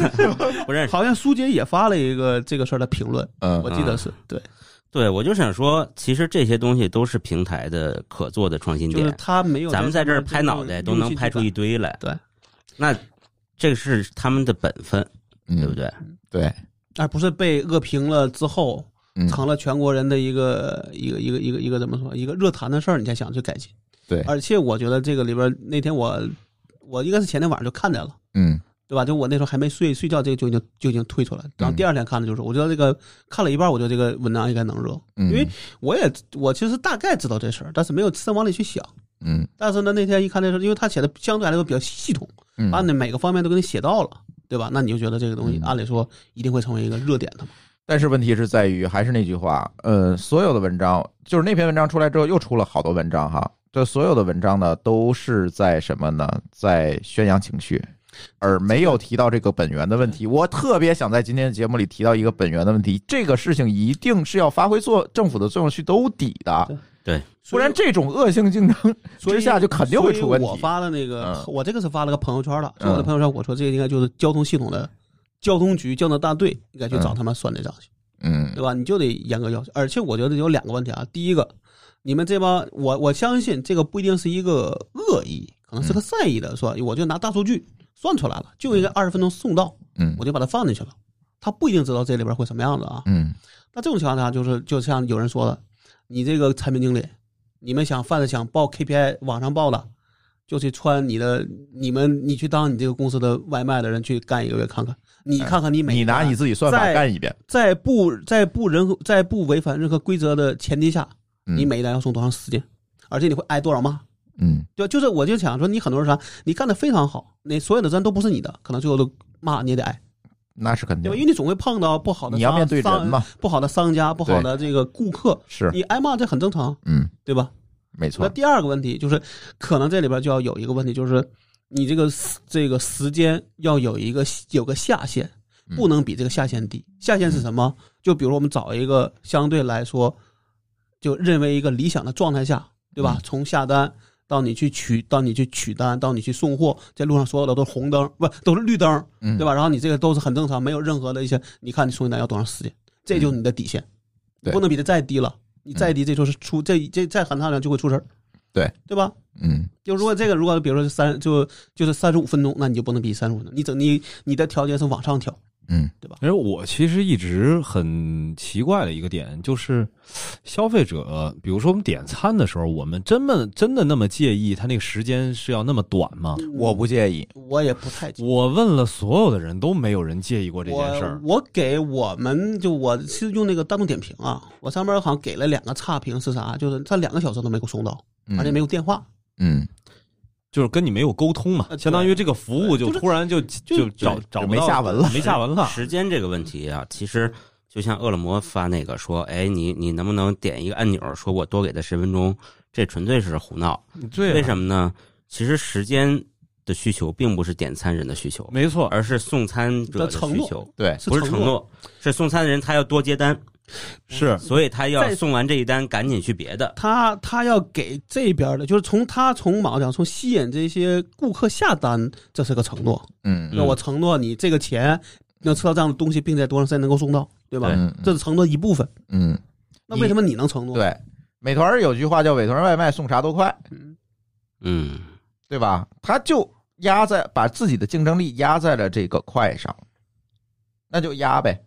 C: 不认识。
D: 好像苏杰也发了一个这个事儿的评论，我
A: 嗯
D: 记得是对。
C: 对，我就想说，其实这些东西都是平台的可做的创新
D: 就是
C: 点。
D: 他没有。
C: 咱们在这儿拍脑袋都能拍出一。堆来。
D: 对，
C: 那这个是他们的本分，
A: 嗯，
C: 对不？对？
A: 对，
D: 而哎不是被恶评了之后，
A: 嗯，
D: 成了全国人的一个一个一个一个一个怎么说一个热谈的事儿，你才想去改进。
A: 对，
D: 而且我觉得这个里边，那天我我应该是前天晚上就看见了，
A: 嗯
D: 对吧？就我那时候还没睡，睡觉这个就已经就已经推出来了。然后
A: 嗯
D: 第二天看的就是，我觉得这个看了一半，我觉得这个文章应该能热。
A: 嗯，
D: 因为我也我其实大概知道这事儿，但是没有深往里去想。
A: 嗯
D: 但是呢，那天一看这事儿，因为他写的相对来说比较系统。
A: 嗯，
D: 把你每个方面都给你写到了，对吧？那你就觉得这个东西，
A: 嗯
D: 按理说一定会成为一个热点的嘛。
A: 但是问题是在于，还是那句话，呃，所有的文章，就是那篇文章出来之后，又出了好多文章哈。这所有的文章呢，都是在什么呢？在宣扬情绪，而没有提到这个本源的问
D: 嗯
A: 题。我特别想在今天的节目里提到一个本源的问题，这个事情一定是要发挥作政府的作用去兜底的，不然这种恶性竞争
D: 所
A: 嗯
D: 以
A: 之下就肯定会出问
D: 所以我
A: 题。
D: 发的那个
A: 嗯，
D: 我这个是发了个朋友圈了，
A: 嗯
D: 所以我的朋友圈我说这个应该就是交通系统的。交通局、交通大队应该去找他们算这账去，
A: 嗯
D: 对吧？你就得严格要求。而且我觉得有两个问题啊，第一个，你们这帮我我相信这个不一定是一个恶意，可能是个善意的，说我就拿大数据算出来了，就应该二十分钟送到，
A: 嗯
D: 我就把它放进去了。他不一定知道这里边会什么样子啊，
A: 嗯
D: 那这种情况下，就是就像有人说的，你这个产品经理，你们想犯的想报 KPI 往上报的，就去穿你的，你们你去当你这个公司的外卖的人去干一个月看看，你看看你每
A: 哎你拿你自己算法
D: 在
A: 干一遍，
D: 在不在不人在不违反任何规则的前提下，
A: 嗯
D: 你每一单要送多长时间，而且你会挨多少骂。
A: 嗯
D: 对吧，就是我就想说，你很多人啥，你干的非常好，那所有的单都不是你的，可能最后都骂你也得挨，
A: 那是肯
D: 对
A: 定
D: 吧？因，为你总会碰到不好
A: 嗯
D: 的商，
A: 你要面对人
D: 商，
A: 嘛，
D: 不好的商家，不好的这个顾客，
A: 是，
D: 你挨骂这很正常，
A: 嗯，
D: 对吧？
A: 没
D: 那
A: 错，
D: 第二个问题就是，可能这里边就要有一个问题，就是你这个时这个时间要有一个有个下限，
A: 嗯
D: 不能比这个下限低。下限是什么？就比如我们找一个相对来说，就认为一个理想的状态下，对吧
A: 嗯？
D: 从下单到你去取，到你去取单，到你去送货，在路上所有的都是红灯，不都是绿灯，
A: 嗯，
D: 对吧？？然后你这个都是很正常，没有任何的一些，你看你送一单要多长时间，这就是你的底线，
A: 对
D: 你不能比它再低了。你再低，这就是出这这再很大量就会出事儿，
A: 对
D: 对吧？
A: 嗯，
D: 就如果这个如果比如说三就就是三十五分钟，那你就不能比三十五分钟，你整你你的条件是往上调，
A: 嗯
B: 因为我其实一直很奇怪的一个点就是，消费者，比如说我们点餐的时候，我们真的真的那么介意他那个时间是要那么短吗？
A: 我不介意，
D: 我也不太。
B: 我问了所有的人都没有人介意过这件事
D: 我
B: 儿。
D: 我给我们就我是用那个大众点评啊，我上边好像给了两个差评是啥？就是他两个小时都没给我送到，
A: 嗯
D: 而啊且没有电话，
A: 嗯，
B: 就是跟你没有沟通嘛，
D: 呃
B: 相当于这个服务就
D: 就是
B: 突然就就
D: 就
B: 找找不
A: 没
B: 到
A: 下文了
B: 没下文了。
C: 时间这个问题啊，其实就像饿了么发那个说，哎，你你能不能点一个按钮，说我多给他十分钟？这纯粹是胡闹。
B: 对啊
C: 为什么呢？其实时间的需求并不是点餐人的需求，
B: 没错，
C: 而是送餐者的
D: 的承
C: 需
D: 诺
C: 求，
A: 对，
D: 是
C: 不是承
D: 承诺。
C: 诺，是送餐人他要多接单，
B: 是
C: 所以他要
D: 在
C: 送完这一单赶紧去别的。
D: 他他要给这边的，就是从他从某个角度从吸引这些顾客下单，这是个承诺。
A: 嗯
D: 那我承诺你这个钱能吃到这样的东西，并在多长时间能够送到，对吧？
A: 嗯
D: 这是承诺一部分。
A: 嗯，
D: 那为什么你能承诺？
A: 对，美团儿有句话叫“美团儿外卖送啥都快”，
D: 嗯，
C: 嗯，
A: 对吧？他就压在把自己的竞争力压在了这个快上，那就压呗，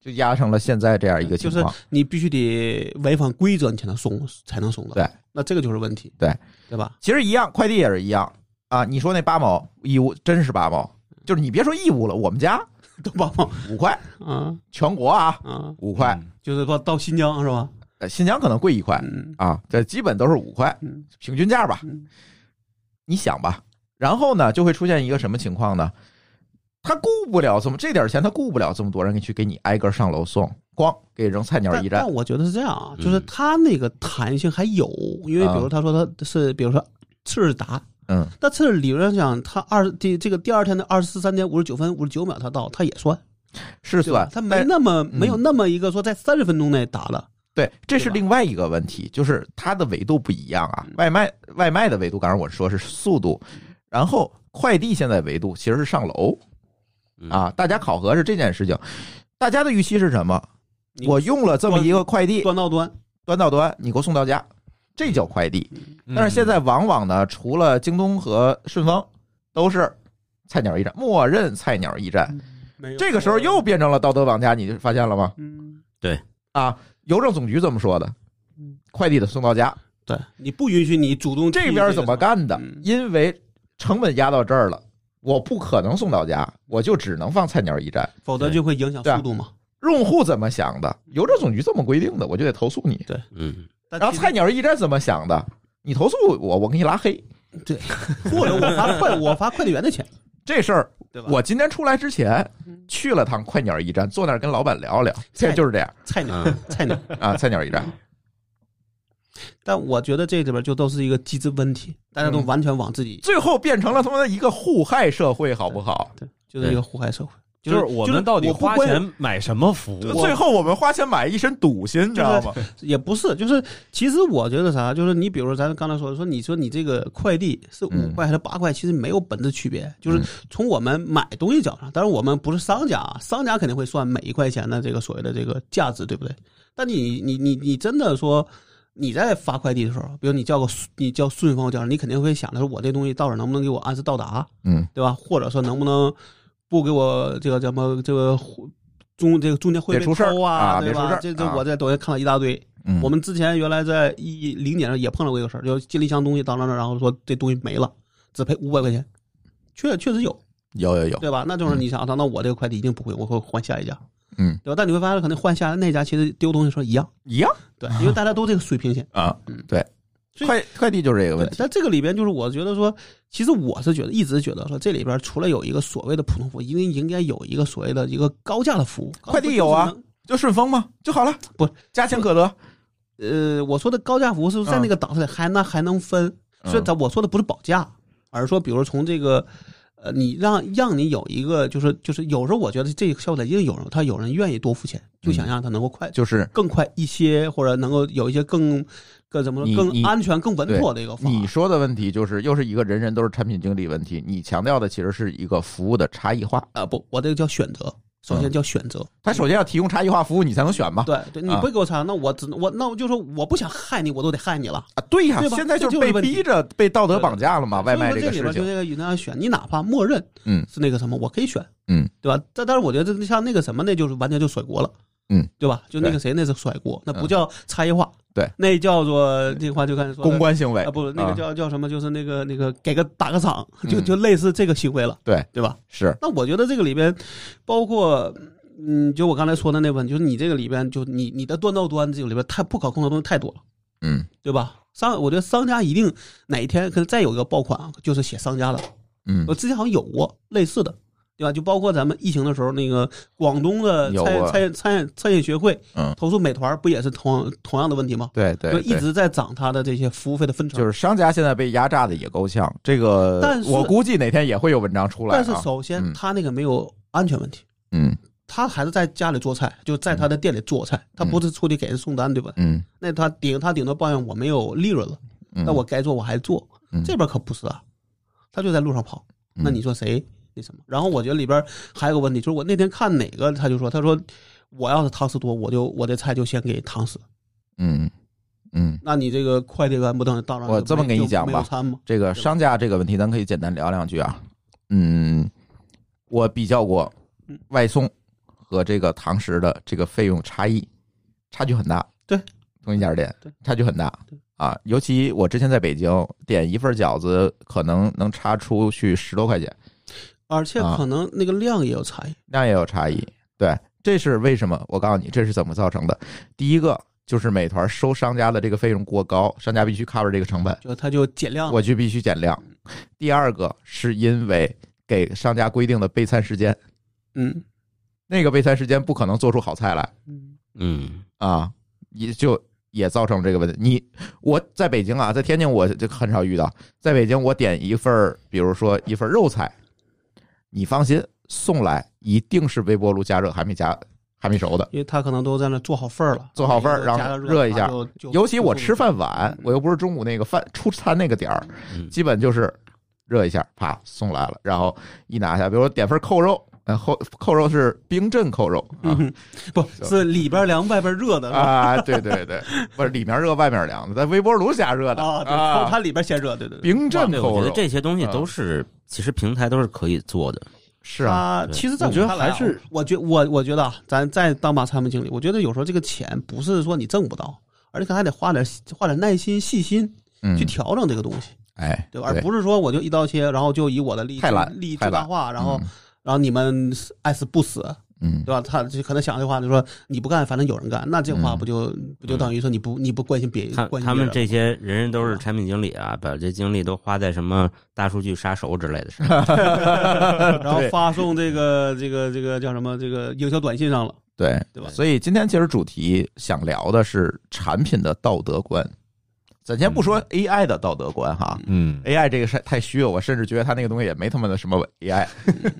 A: 就压成了现在这样一个情况。
D: 你必须得违反规则，你才能送，才能送到。
A: 对，
D: 那这个就是问题。
A: 对，
D: 对吧？
A: 其实一样，快递也是一样啊。你说那八毛义乌真是八毛，就是你别说义乌了，我们家
D: 都帮忙
A: 五块，
D: 啊
A: 全国啊
D: 啊，
A: 五块，
B: 嗯
D: 就是说到新疆是吧？
A: 呃新疆可能贵一块
D: 嗯
A: 啊，这基本都是五块
D: 嗯
A: 平均价吧。
D: 嗯，
A: 你想吧，然后呢就会出现一个什么情况呢？他顾不了这么这点钱，他顾不了这么多人去给你挨个上楼送，咣给扔菜鸟
D: 但
A: 驿站
D: 但。我觉得是这样啊，
C: 嗯
D: 就是他那个弹性还有，因为比如他说他是，比如说次日达，
A: 嗯，
D: 那次日理论上讲，他二第这个第二天的二十三点五十九分五十九秒他到，他也算。
A: 是
D: 对
A: 算，
D: 吧他
A: 但
D: 没那么
A: 嗯
D: 没有那么一个说在三十分钟内打了，
A: 对，这是
D: 对吧
A: 另外一个问题，就是它的维度不一样啊
D: 嗯。
A: 外卖外卖的维度，刚才我说是速度，然后快递现在维度其实是上楼
C: 嗯
A: 啊。大家考核是这件事情，大家的预期是什么？
D: 你
A: 我用了这么一个快递，
D: 端到端，
A: 端到端，你给我送到家，这叫快递。
B: 嗯
A: 但是现在往往呢，除了京东和顺丰，都是菜鸟驿站，默认菜鸟驿
D: 哎
A: 站。这个时候又变成了道德绑架，你就发现了吗？
D: 嗯，
A: 啊，邮政总局这么说的
D: 嗯，
A: 快递得送到家，
D: 对，你不允许你主动
A: 这边怎么干的
D: 嗯？
A: 因为成本压到这儿了，我不可能送到家，我就只能放菜鸟驿站。
D: 这个，否则就会影响
A: 对啊
D: 速度嘛。
A: 用户怎么想的？邮政总局这么规定的，我就得投诉你。
C: 嗯，
D: 然
A: 啊然后 菜鸟驿站怎么想的？你投诉我，我给你拉黑。
D: 或者我罚快我罚快递员的钱，
A: 这事儿，
D: 对吧？
A: 我今天出来之前
D: 嗯
A: 去了趟快鸟驿站，坐那儿跟老板聊聊。现在就是这样
D: 菜鸟
C: 嗯
D: 菜鸟，
A: 啊，菜鸟驿站。
D: 但我觉得这里边就都是一个机制问题，大家都完全往自己
A: 最后变成了他妈的一个互害社会，好不好？
D: 对，就是一个祸害社会，
B: 就是是我们到底
D: 我不
B: 花
D: 关
B: 钱买什么服务？啊
A: 最后我们花钱买一身赌心，你知道吗？
D: 也不是，就是其实我觉得啥，就是你比如说咱刚才说的，说你说你这个快递是五
A: 嗯
D: 块还是八块，其实没有本质区别，就是
A: 嗯
D: 从我们买东西角上，当然我们不是商家啊，商家肯定会算每一块钱的这个所谓的这个价值，对不对？但你你你你真的说你在发快递的时候，比如你叫个你叫顺丰叫什么，你肯定会想的是我这东西到底能不能给我按时到达，
A: 嗯
D: 对吧？或者说能不能不给我这个叫什么这个中这个中间会
A: 别
D: 被
A: 出事儿
D: 偷
A: 啊
D: 对
A: 别出事
D: 吧
A: 儿？
D: 这这
A: 啊
D: 我在抖音看了一大堆。
A: 嗯
D: 我们之前原来在一零年上也碰到过一个事儿，就进了一箱东西到那儿，然后说这东西没了，只赔五百块钱，确确实有，
A: 有有有，
D: 对吧？那就是你想，那我这个快递一定不会，我会换下一家，
A: 嗯，
D: 对吧？但你会发现，可能换下那家其实丢东西的时候一样，
A: 一样
D: 对，因为大家都这个水平线。
A: 啊
D: 嗯，
A: 对，
D: 所以
A: 快快递就是这个
D: 对
A: 问，题，
D: 但这个里边就是我觉得说，其实我是觉得一直觉得说，这里边除了有一个所谓的普通服务，一定应该有一个所谓的一个高价的服务。
A: 快递有啊就顺丰嘛就好了，
D: 不
A: 加钱可得，
D: 呃，我说的高价服务是
A: 嗯
D: 在那个档次里还那还能分，所以咱我说的不是保价，而是说，比如从这个，呃，你让让你有一个，就是就是有时候我觉得这个消费者一定有人，他有人愿意多付钱，就想让他能够快，
A: 就是
D: 更快一些，或者能够有一些更更怎么
A: 你
D: 说更
A: 你
D: 安全、更稳妥的一个方
A: 你
D: 案。
A: 说的问题就是又是一个人人都是产品经理问题，你强调的其实是一个服务的差异化，
D: 啊、不，我这个叫选择，首先叫选择。
A: 他首先要提供差异化服务，你才能选嘛。
D: 对对，你
A: 嗯啊
D: 不会给我查，那我只能我那我就说我不想害你，我都得害你了。
A: 啊，对呀
D: 对，吧
A: 现在
D: 这
A: 就是
D: 就是
A: 被
D: 问题
A: 逼着被道德绑架了嘛，
D: 所
A: 外
D: 以说
A: 卖这个
D: 里
A: 事
D: 边就
A: 情。
D: 这个你那样选，你哪怕默认
A: 嗯
D: 是那个什么，我可以选，
A: 嗯，
D: 对吧？但但是我觉得这像那个什么，那就是完全就甩锅了，
A: 嗯，
D: 对吧？就那
A: 对
D: 个谁，那是甩锅，那
A: 嗯
D: 不叫差异化，
A: 对，
D: 那叫做这话就看说的
A: 公关行为
D: 啊，不，那
A: 啊
D: 个叫叫什么？就是那个那个给个打个赏，就
A: 嗯
D: 就类似这个行为了，
A: 对
D: 对吧？
A: 是
D: 那我觉得这个里边，包括嗯，就我刚才说的那问，就是你这个里边，就你你的端到端这个里边太不可控的东西太多了，
A: 嗯
D: 对吧？商，我觉得商家一定哪一天可能再有一个爆款啊，就是写商家的。
A: 嗯
D: 我之前好像有过类似的，对吧？就包括咱们疫情的时候，那个广东的
A: 有
D: 餐
A: 啊
D: 餐餐餐饮学会
A: 嗯，
D: 投诉美团，不也是同同样的问题吗？
A: 对
D: 就
A: 对，
D: 一
A: 对
D: 直在涨它的这些服务费的分成。
A: 就是商家现在被压榨的也够呛，这个
D: 但是
A: 我估计哪天也会有文章出来、啊。
D: 但是首
A: 嗯
D: 先，他那个没有安全问题。
A: 嗯
D: 他还是在家里做菜，就在他的店里做菜，他不是出去给人送单，对吧？
A: 嗯
D: 那他顶他顶多抱怨我没有利润了，
A: 嗯，
D: 那我该做我还做，
A: 嗯
D: 这边可不是啊，他就在路上跑，
A: 嗯
D: 那你说谁那什么？然后我觉得里边还有个问题，就是我那天看哪个他就说，他说我要是唐诗多，我就我这菜就先给唐诗，
A: 嗯嗯，
D: 那你这个快递员不等于到那儿
A: 我
D: 就
A: 这么
D: 没
A: 跟你
D: 就
A: 讲
D: 没有
A: 吧
D: 餐吗？
A: 这个
D: 对吧
A: 商家这个问题，咱可以简单聊两句啊。嗯，我比较过
D: 嗯
A: 外送和这个堂食的这个费用差异，差距很大。
D: 对，
A: 同一家店
D: 对，
A: 差距很大
D: 对
A: 啊。尤其我之前在北京点一份饺子，可能能差出去十多块钱，
D: 而且
A: 啊
D: 可能那个量也有差异，
A: 那也有差异。对，这是为什么？我告诉你，这是怎么造成的。第一个就是美团收商家的这个费用过高，商家必须 cover 这个成本。
D: 就他就减量了，
A: 我就必须减量。第二个是因为给商家规定的备餐时间，
D: 嗯
A: 那个备餐时间不可能做出好菜来
D: 嗯
C: 嗯，
A: 啊，也就也造成了这个问题。你我在北京啊，在天津我就很少遇到，在北京我点一份儿，比如说一份肉菜，你放心，送来一定是微波炉加热，还没加还没熟的。
D: 因为他可能都在那做好份儿了，
A: 做好份儿然后
D: 加个
A: 热一下
D: 茶就，就
A: 尤其我
D: 就
A: 吃饭晚，我又不是中午那个饭出餐那个点儿，
C: 嗯
A: 基本就是热一下，啪送来了，然后一拿下，比如说点份扣肉，然后扣肉是冰镇扣肉啊
D: 嗯哼，不是里边凉外边热的是吧
A: 啊，对对对，不是里面热外面凉的，在微波炉下热的
D: 啊，对，
A: 啊，
D: 它里边先热，对对对。
A: 冰镇
C: 对，我
A: 扣
C: 觉得
A: 肉
C: 这些东西都是，其实平台都是可以做的。
A: 是啊，
D: 它
C: 对
D: 其实在
B: 我觉得
D: 看来啊
B: 还是，
D: 我觉我我觉得啊，咱再当把产品经理，我觉得有时候这个钱不是说你挣不到，而且还得花点花点耐心、细心
A: 嗯
D: 去，调整这个东西，
A: 哎，
D: 对吧？而不是说我就一刀切，然后就以我的利益
A: 太懒
D: 利益
A: 太
D: 最
A: 懒
D: 大化，然后然后你们爱死不死，
A: 嗯
D: 对吧？他就可能想这话就说你不干，反正有人干，那这
A: 嗯
D: 话不就不就等于说你不你不关心别
C: 他
D: 关心
C: 他
D: 别
C: 们
D: 人
C: 这些人人都是产品经理啊，把这精力都花在什么大数据杀手之类的 上。
D: 然后
A: 对
D: 发送这个这个这个叫什么这个营销短信上了，
A: 对
D: 对吧
A: 所以今天其实主题想聊的是产品的道德观，咱先不说
D: 嗯
A: AI 的道德观哈，
B: 嗯
A: AI 这个是太虚了，我甚至觉得它那个东西也没他妈的什么 AI，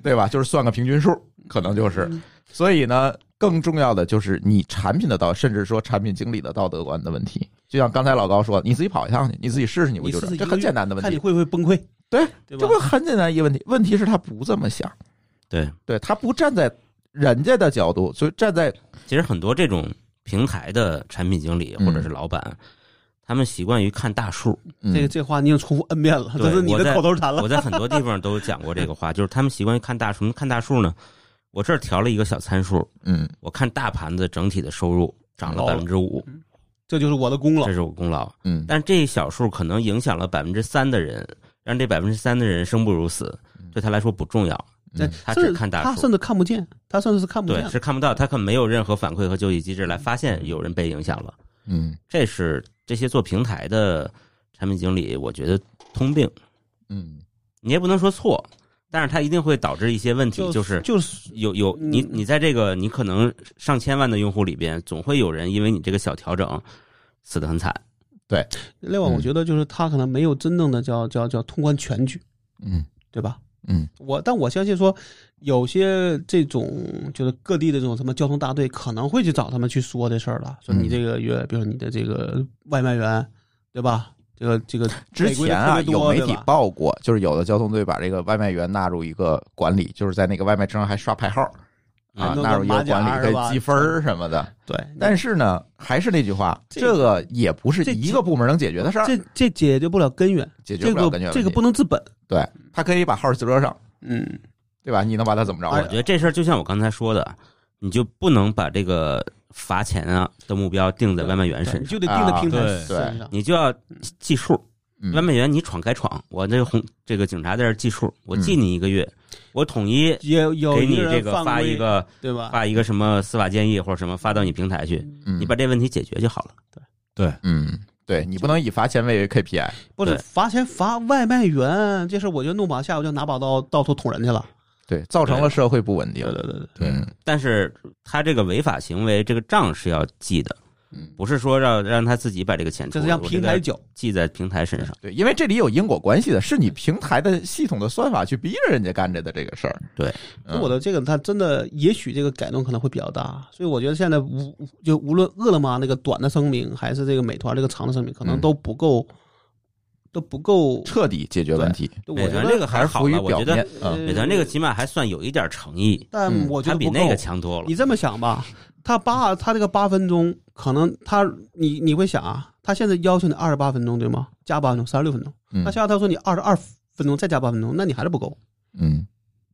A: 对吧？就是算个平均数，可能就是。所以呢，更重要的就是你产品的道，甚至说产品经理的道德观的问题。就像刚才老高说，你自己跑一趟去，你自己试试，你不
D: 你
A: 就
D: 试
A: 知道？
D: 试一
A: 这
D: 个
A: 很
D: 月
A: 简单的问
D: 看你
A: 题，
D: 会不会崩溃，
A: 对
D: 对吧
A: 这不？很简单一个问题。问题是他不这么想，
C: 对，
A: 对他不站在人家的角度，所以站在
C: 其实很多这种平台的产品经理
A: 嗯
C: 或者是老板，他们习惯于看大 数。
A: 嗯
D: 这个这话你已经重复 n 遍了，
C: 对
D: 这是你
C: 我在
D: 的口头禅
C: 我
D: 了。
C: 在很多地方都讲过这个话，就是他们习惯于看大数。看大数呢，我这儿调了一个小参数，
A: 嗯
C: 我看大盘子整体的收入涨了
D: 高
C: 百
D: 了
C: 分之五，
D: 这就是我的功劳
C: 这。是我功劳。
A: 嗯，
C: 但这一小数可能影响了百分之三的人，让这百分之三的人生不如死，对他来说不重要，
D: 对
A: 嗯，
C: 他
D: 甚
C: 只
D: 至
C: 看大
D: 他
C: 数
D: 甚。至看不见，他甚至是看不
C: 对，
D: 见。
C: 是看不到，他可没有任何反馈和救济机制来发现有人被影响了。
A: 嗯
C: 这是这些做平台的产品经理，我觉得通病。
A: 嗯
C: 你也不能说错，但是它一定会导致一些问题，
D: 就
C: 就是
D: 就是
C: 有有你
D: 嗯
C: 你在这个你可能上千万的用户里边，总会有人因为你这个小调整死得很惨。
D: 另外，我
A: 嗯
D: 觉得就是他可能没有真正的叫叫叫通关全局，
A: 嗯
D: 对吧？
A: 嗯
D: 我但我相信说，有些这种就是各地的这种什么交通大队可能会去找他们去说这事儿了，说你
A: 嗯
D: 这个月，比如说你的这个外卖员，对吧？这个这个
A: 之
D: 违规的
A: 前
D: 特
A: 啊
D: 别
A: 有
D: 多
A: 媒
D: 对
A: 体
D: 吧
A: 报过，就是有的交通队把这个外卖员纳入一个管理，就是在那个外卖车上还刷牌号啊，
D: 弄个
A: 纳入一个
D: 马甲
A: 管理
D: 是
A: 可以
D: 吧
A: 积分儿什么的。
D: 对，但
A: 但是呢，还是那句话，
D: 这
A: 这个也不是
D: 这
A: 一个部门能解决的事儿，
D: 这这解决不了根源，
A: 解决
D: 这
A: 不了根
D: 个
A: 源
D: 这
A: 问
D: 个
A: 题
D: 不能治本，
A: 对，他可以把号儿折上，
D: 嗯，
A: 对吧？你能把他怎么着
C: 哎我
A: 啊？
C: 觉得这事儿就像我刚才说的，你就不能把这个罚钱啊的目标定在外卖员
D: 对
C: 身
D: 你
C: 上，
D: 就得定在平台
B: 啊
A: 对
B: 对
D: 身上，
C: 你就要计数。
A: 嗯
C: 外卖员你闯该闯，我这个红这个警察在这儿计数，我记你一个月，我统一
D: 也嗯有
C: 给
D: 一
C: 你
D: 人
C: 这个
D: 犯
C: 发
D: 规啊
C: 一个
D: 对吧？
C: 发一个什么司法建议或者什么发到你平台去，
A: 嗯
C: 你把这问题解决就好了。
A: 嗯，对你不能以罚钱为 KPI，
D: 不是
C: 对
D: 罚钱罚外卖员这事，我觉得弄不好，下午就拿把刀到处捅人去了。
A: 对，造成了社会不稳定。
D: 对对对，
B: 对
A: 嗯
C: 但是他这个违法行为，这个账是要记的，
A: 嗯，
C: 不是说让让他自己把这个钱出
D: 这
C: 来，
D: 是让
C: 我这
D: 平
C: 个
D: 台搅。
C: 记在平台身上。
A: 对，因为这里有因果关系的，是你平台的系统的算法去逼着人家干着的这个事儿。
C: 对
A: 嗯，
D: 我的这个，它真的也许这个改动可能会比较大，所以我觉得现在无就无论饿了么那个短的声明，还是这个美团这个长的声明，可能
A: 嗯
D: 都不够，都不够。
A: 彻底解决问题，
D: 我
C: 美
D: 觉
C: 团
D: 得
C: 这个
A: 还是
C: 好
A: 浮于
C: 了，我
A: 表
C: 觉得呃
A: 面。嗯
C: 美团这个起码还算有一点诚意，
D: 但
A: 嗯
D: 我觉
C: 它
D: 得
C: 比
D: 不
C: 那
D: 够
C: 个。强多了
D: 你。这么想吧，他八他这个八分钟，可能他你你会想啊，他现在要求你二十八分钟对吗？加八分钟，三十六分钟。
A: 嗯
D: 那现在他说你二十二分钟再加八分钟，那你还是不够。
A: 嗯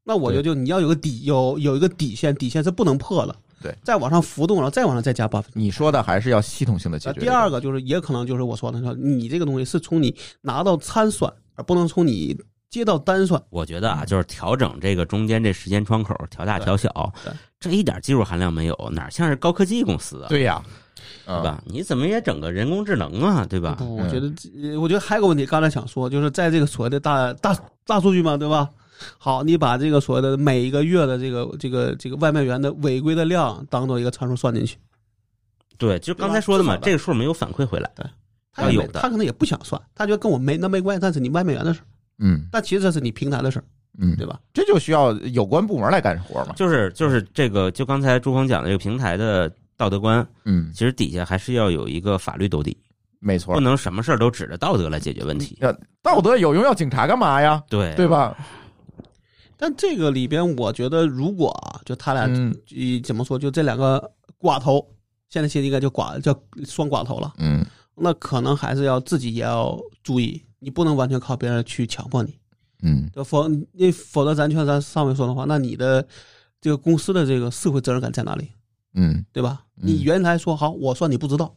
D: 那我觉得就你要有个底，有有一个底线，底线是不能破的。
A: 对，
D: 再往上浮动，然后再往上再加八分钟。
A: 你说的还是要系统性的解
D: 啊，
A: 决。
D: 第二，个就是也可能就是我说的，说你这个东西是从你拿到参算，而不能从你接到单算。
C: 我觉得啊，就是调整这个中间这时间窗口，调大调小
D: 嗯对对，
C: 这一点技术含量没有，哪像是高科技公司啊？
A: 对呀，
C: 对
A: 嗯，
D: 啊
C: 吧？你怎么也整个人工智能啊，对吧？
D: 不，我觉得这，呃
A: 嗯
D: 我觉得还有个问题，刚才想说，就是在这个所谓的大大大数据嘛，对吧？好，你把这个所谓的每一个月的这个这个这个外卖员的违规的量当做一个参数算进去，
C: 对，就刚才说的嘛，这个数没有反馈回来。
D: 他也
C: 要
D: 没
C: 有的
D: 他可能也不想算，他觉得跟我没那没关系，但是你外卖员的事儿，
A: 嗯
D: 但其实这是你平台的事儿，
A: 嗯，
D: 对吧？
A: 这就需要有关部门来干活嘛。
C: 就是就是这个，就刚才朱峰讲的这个平台的道德观，
A: 嗯，
C: 其实底下还是要有一个法律兜底，
A: 没错
C: 不，能什么事儿都指着道德来解
D: 嗯
C: 决问题。
A: 道德有用要警察干嘛呀？
C: 对
A: 对吧？
D: 但这个里边，我觉得如果啊，就他俩，
A: 嗯
D: 嗯，怎么说，就这两个寡头，现在现在应该叫寡叫双寡头了，
A: 嗯
D: 那可能还是要自己也要注意，你不能完全靠别人去强迫你。
A: 嗯
D: 对，否那否则咱就像咱上面说的话，那你的这个公司的这个社会责任感在哪里，
A: 嗯
D: 对吧？
A: 嗯
D: 你原来说好，我算你不知道，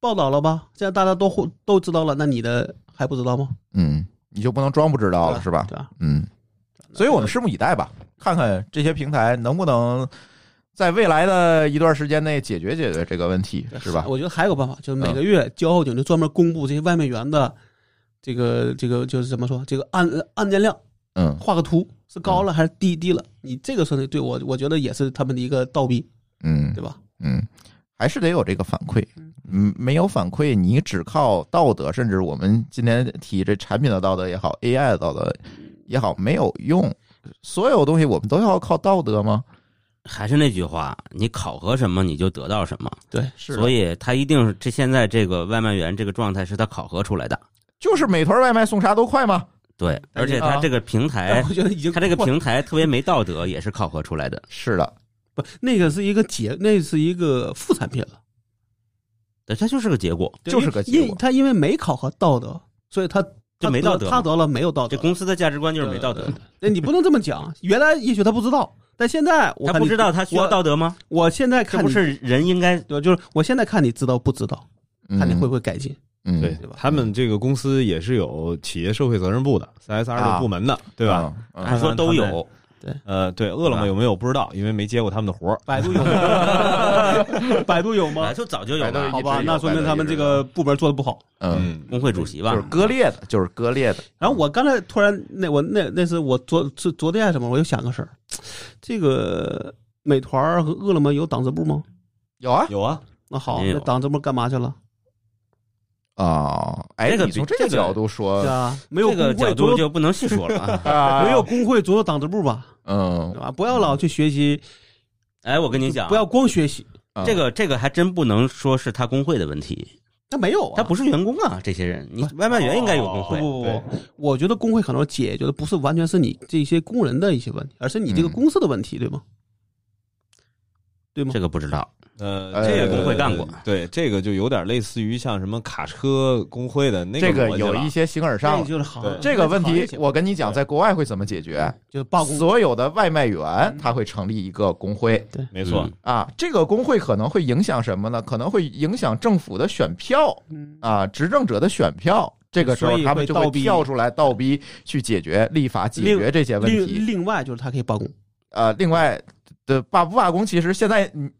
D: 报道了吧？现在大家都会都知道了，那你的还不知道吗？
A: 嗯，你就不能装不知道了是吧？
D: 对吧？
A: 嗯，所以我们拭目以待吧，看看这些平台能不能在未来的一段时间内解决解决这个问题，是吧？
D: 我觉得还有个办法，就是
C: 嗯
D: 每个月交后警就专门公布这些外卖员的这个这个就是怎么说，这个案案件量
A: 嗯
D: 画个图是高
C: 嗯
D: 了还是低低了？你这个事情对我我觉得也是他们的一个倒逼，
A: 嗯
D: 对吧？
A: 嗯，还是得有这个反馈
D: 嗯。
A: 嗯，没有反馈，你只靠道德，甚至我们今天提这产品的道德也好，AI 的道德也好，没有用。所有东西我们都要靠道德吗？
C: 还是那句话，你考核什么你就得到什么，
D: 对，
A: 是
C: 所
A: 以
C: 以他一定是这现在这个外卖员这个状态是他考核出来的。
A: 就是美团外卖送啥都快吗？
C: 对，而且
A: 啊
C: 他这个平台，
D: 我觉得已经
C: 哎他这个
D: 过
C: 平台特别没道德，也是考核出来的。
A: 是的，
D: 不那个是一个结，那是一个副产品了。
C: 对，它就是个结果。
D: 对
A: 就是个结
D: 因
A: 果
D: 他因为没考核道德，所以他
C: 就
D: 他
C: 没
D: 得
C: 道德嘛
D: 他得了没有道德
C: 这。公司的价值观就是没道德
D: 对。那你不能这么讲，原来也许他不知道，但现在我
C: 他
D: 看
C: 不
D: 你
C: 知道他需要
D: 我
C: 道德吗？
D: 我现在
C: 这
D: 看
C: 不
D: 你
C: 是人应该
D: 对，就是我现在看你知道不知道，看你会不会改进。
A: 嗯，嗯
B: 对
D: 对吧
B: 他们这个公司也是有企业社会责任部的 CSR
A: 啊
B: 的部门的，对吧？？
A: 嗯
C: 按说都
B: 他
C: 有，
B: 呃，对，饿了
A: 啊
B: 么有没有不知道，因为没接过他们的活儿。
A: 哎
D: 百度有 吗？百度有
C: 本来
D: 吗？
C: 就早就有
A: 百度
C: 了
A: 一
D: 好吧，
A: 直有
D: 那说明他们这个部门做的不好。
A: 嗯，
C: 工会主席吧
A: 就是？割裂的，就是割裂的。
D: 然后我刚才突然那我那那是我昨昨昨天还是什么，我又想个事儿，这个美团儿和饿了么有党支部吗？
A: 有啊
B: 有啊，
D: 那好，
C: 没有
D: 那党支部干嘛去了？
A: 啊，哎，
C: 这个
A: 你从
C: 比
A: 这个
C: 这个
A: 角度说
D: 对，啊，没有
C: 呃这
D: 工
C: 个
D: 会
C: 角
D: 总
C: 度
D: 有
C: 就不能细说了 啊。
A: 啊
D: 没有工会总有党支部吧？
A: 嗯
D: 对，吧？不要老去学习，
C: 哎，我跟你讲，
D: 不要光学习，
A: 嗯
C: 这个这个还真不能说是他工会的问题，
D: 那没有啊，
C: 他不是员工啊，这些人，你外卖员应该有工
D: 不
C: 会。
D: 不
B: 对
D: 不，我觉得工会可能解决的不是完全是你这些工人的一些问题，而是你这个
A: 嗯
D: 公司的问题，对吗？对吗
C: 这？个不知道，
B: 呃，
A: 呃
B: 这个
A: 工
B: 会
A: 会
C: 干过
B: 对，这个就有点类似于像什么卡车工会的那
A: 这个
B: 个逻辑
A: 有
B: 了
A: 一些形而
D: 这
A: 上
D: 个
A: 了。
D: 就是行
B: 对，
A: 这个问
D: 行业
A: 题
D: 性，
A: 我跟你讲，在国外会怎么解决？
D: 就是罢工，
A: 所有的外卖员
D: 嗯
A: 他会成立一个工会
B: 没错
C: 嗯，
A: 啊，这个工会可能会影响什么呢？可能会影响政府的选票
D: 嗯
A: 啊，执政者的选票。这个时候
D: 所以
A: 他们就会
D: 会倒逼
A: 跳出来倒逼去解决立法解
D: 另
A: 决这些问题。
D: 另另外就是他可以罢工，
A: 呃，另外的罢不罢工，其实现在嗯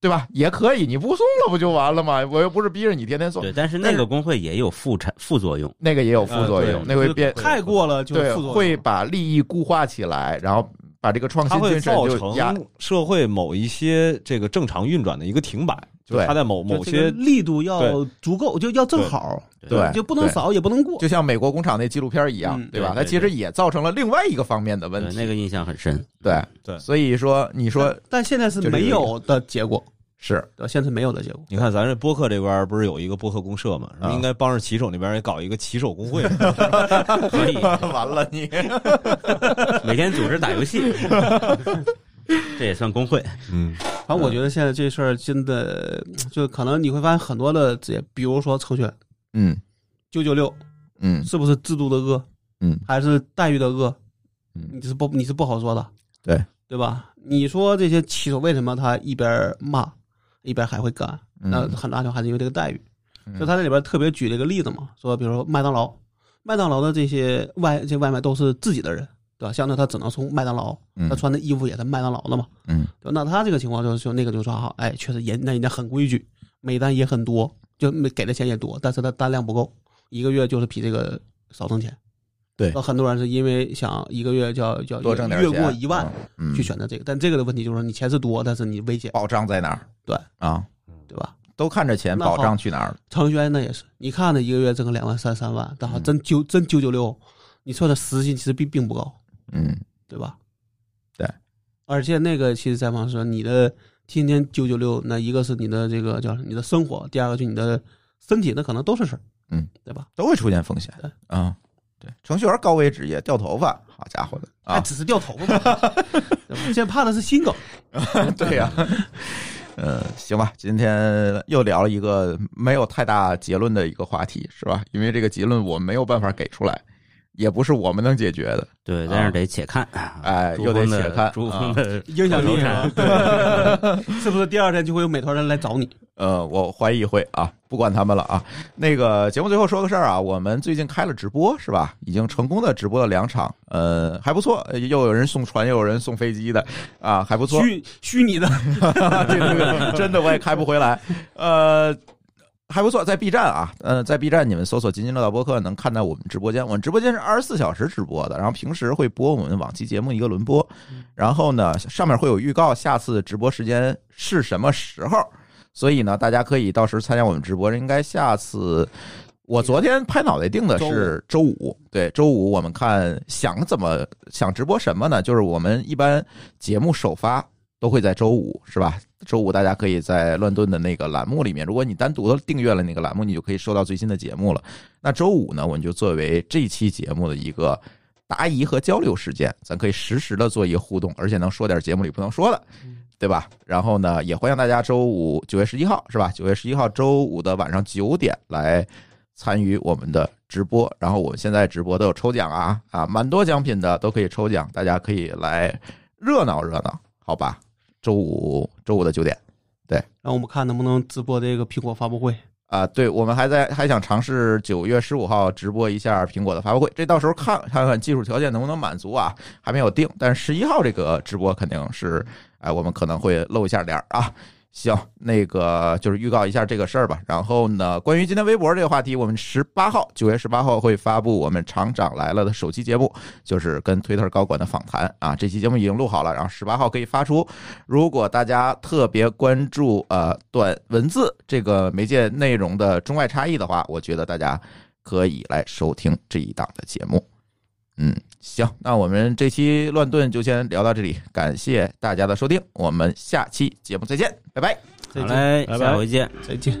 A: 对吧也可以，你不送了不就完了吗？我又不是逼着你天天送，
C: 对，但是那个工会也有副产副作用，
A: 那个也有副作用，
B: 呃对
A: 那会变
D: 太过了就是
A: 对
D: 副作用，
A: 会把利益固化起来，然后把这个创
B: 它
A: 新
B: 会
A: 精神
B: 造
A: 就压
B: 成社会某一些这个正常运转的一个停摆，就是
A: 对
B: 它在某
D: 就
B: 某
D: 这个
B: 些
D: 力度要足够，就要正好，
A: 对，哎
D: 就不能
A: 对。
D: 少也不能过
A: 就，像美国工厂那纪录片一样
D: 嗯，
A: 吧？
C: 对
A: 它
C: 对
A: 其实也造成了另外一个方面的问
C: 对，
A: 题，
C: 那个印象很深。
A: 对
B: 对
A: 所以说，你说
D: 但但现在是没有的结果，
A: 是
D: 对吧现在是没有的结果。
B: 你看，咱这播客这边儿不是有一个播客公社嘛？是不是
A: 啊
B: 应该帮着骑手那边儿也搞一个骑手工会。
C: 所以
A: 完了你，
C: 每天组织打游 戏，这也算工会。
B: 嗯，
D: 反正我觉得现在这事儿真的，就可能你会发现很多的职业，比如说程序员
A: 嗯
D: 九九六，
A: 嗯
D: 是不是制度的恶，
A: 嗯
D: 还是待遇的恶，
A: 嗯
D: 你是不你是不好说的，
A: 对
D: 对吧？你说这些骑手为什么他一边骂一边还会干？那
A: 嗯
D: 很大程度还是因为这个待遇。
A: 嗯
D: 就他这里边特别举了一个例子嘛，说比如说麦当劳，麦当劳的这些外这外卖都是自己的人，对吧？相对他只能从麦当劳，
A: 嗯
D: 他穿的衣服也是麦当劳的嘛，
A: 嗯
D: 对吧那他这个情况就是，就那个就说哈，哎，确实人那人家很规矩，每单也很多，就每给的钱也多，但是他单量不够，一个月就是比这个少挣钱。
B: 对
D: 那很多人是因为想一个月就要就要
A: 多挣点
D: 越
A: 钱，
D: 过一万
A: 嗯
D: 去选择这个，但这个的问题就是你钱是多，但是你危险，
A: 保障在哪儿？
D: 对
A: 啊，
D: 对吧？
A: 都看着钱，
D: 那好
A: 保障去哪儿了？
D: 程序员那也是，你看他一个月挣个两万三三万，但好
A: 嗯
D: 真九真九九六，你算他时薪其实并并不高，
A: 嗯，
D: 对吧？
A: 对，
D: 而且那个其实采访说，你的天天九九六，那一个是你的这个叫什么你的生活，第二个就你的身体，那可能都是事儿，
A: 嗯，
D: 对吧？
A: 都会出现风险
D: 对
A: 啊。对，程序员高危职业掉头发，好家伙的
D: 还
A: 啊！
D: 只是掉头发嘛， 对吧现在怕的 是心梗，
A: 对呀、呃，行吧，今天又聊了一个没有太大结论的一个话题，是吧？因为这个结论我没有办法给出来，也不是我们能解决的。
C: 对，
A: 啊
C: 但是得且看，啊
A: 哎
C: 朱
A: 又得
C: 峰的
A: 且看啊
C: 朱峰的
D: 影响
C: 口头
D: 力啊
C: 禅
D: 是吧是不是？第二天就会有美团人来找你，
A: 呃，我怀疑会啊，不管他们了啊。那个节目最后说个事儿啊，我们最近开了直播是吧？已经成功的直播了两场，呃，还不错，呃又有人送船，又有人送飞机的啊，还不错。
D: 虚虚拟的，
A: 这个真的我也开不回来。呃，还不错，在 B 站啊，呃，在 B 站你们搜索“津津乐道播客”能看到我们直播间。我们直播间是二十四小时直播的，然后平时会播我们往期节目一个轮播，然后呢上面会有预告，下次直播时间是什么时候。所以呢，大家可以到时参加我们直播。应该下次，我昨天拍脑袋定的是周五，对，周五我们看想怎么想直播什么呢？就是我们一般节目首发都会在周五，是吧？周五大家可以在乱炖的那个栏目里面，如果你单独的订阅了那个栏目，你就可以收到最新的节目了。那周五呢，我们就作为这期节目的一个答疑和交流时间，咱可以实时的做一个互动，而且能说点节目里不能说的，对吧？然后呢，也欢迎大家周五九月十一号是吧？九月十一号周五的晚上九点来参与我们的直播。然后我们现在直播都有抽奖啊啊，蛮多奖品的都可以抽奖，大家可以来热闹热闹，好吧？周五周五的九点
D: 让我们看能不能直播这个苹果发布会。
A: 啊、对我们还在还想尝试九月十五号直播一下苹果的发布会，这到时候看看看技术条件能不能满足啊，还没有定。但是十一号这个直播肯定是，哎，我们可能会露一下脸儿啊。行，那个就是预告一下这个事儿吧。然后呢，关于今天微博这个话题，我们十八号，九月十八号会发布我们厂长来了的首期节目，就是跟 Twitter 高管的访谈啊。这期节目已经录好了，然后十八号可以发出。如果大家特别关注呃短文字这个媒介内容的中外差异的话，我觉得大家可以来收听这一档的节目。嗯，行，那我们这期乱炖就先聊到这里，感谢大家的收听，我们下期节目再见，拜拜。
D: 再
C: 好
D: 见，
C: 嘞，
B: 拜拜
C: 下回见。
D: 再见。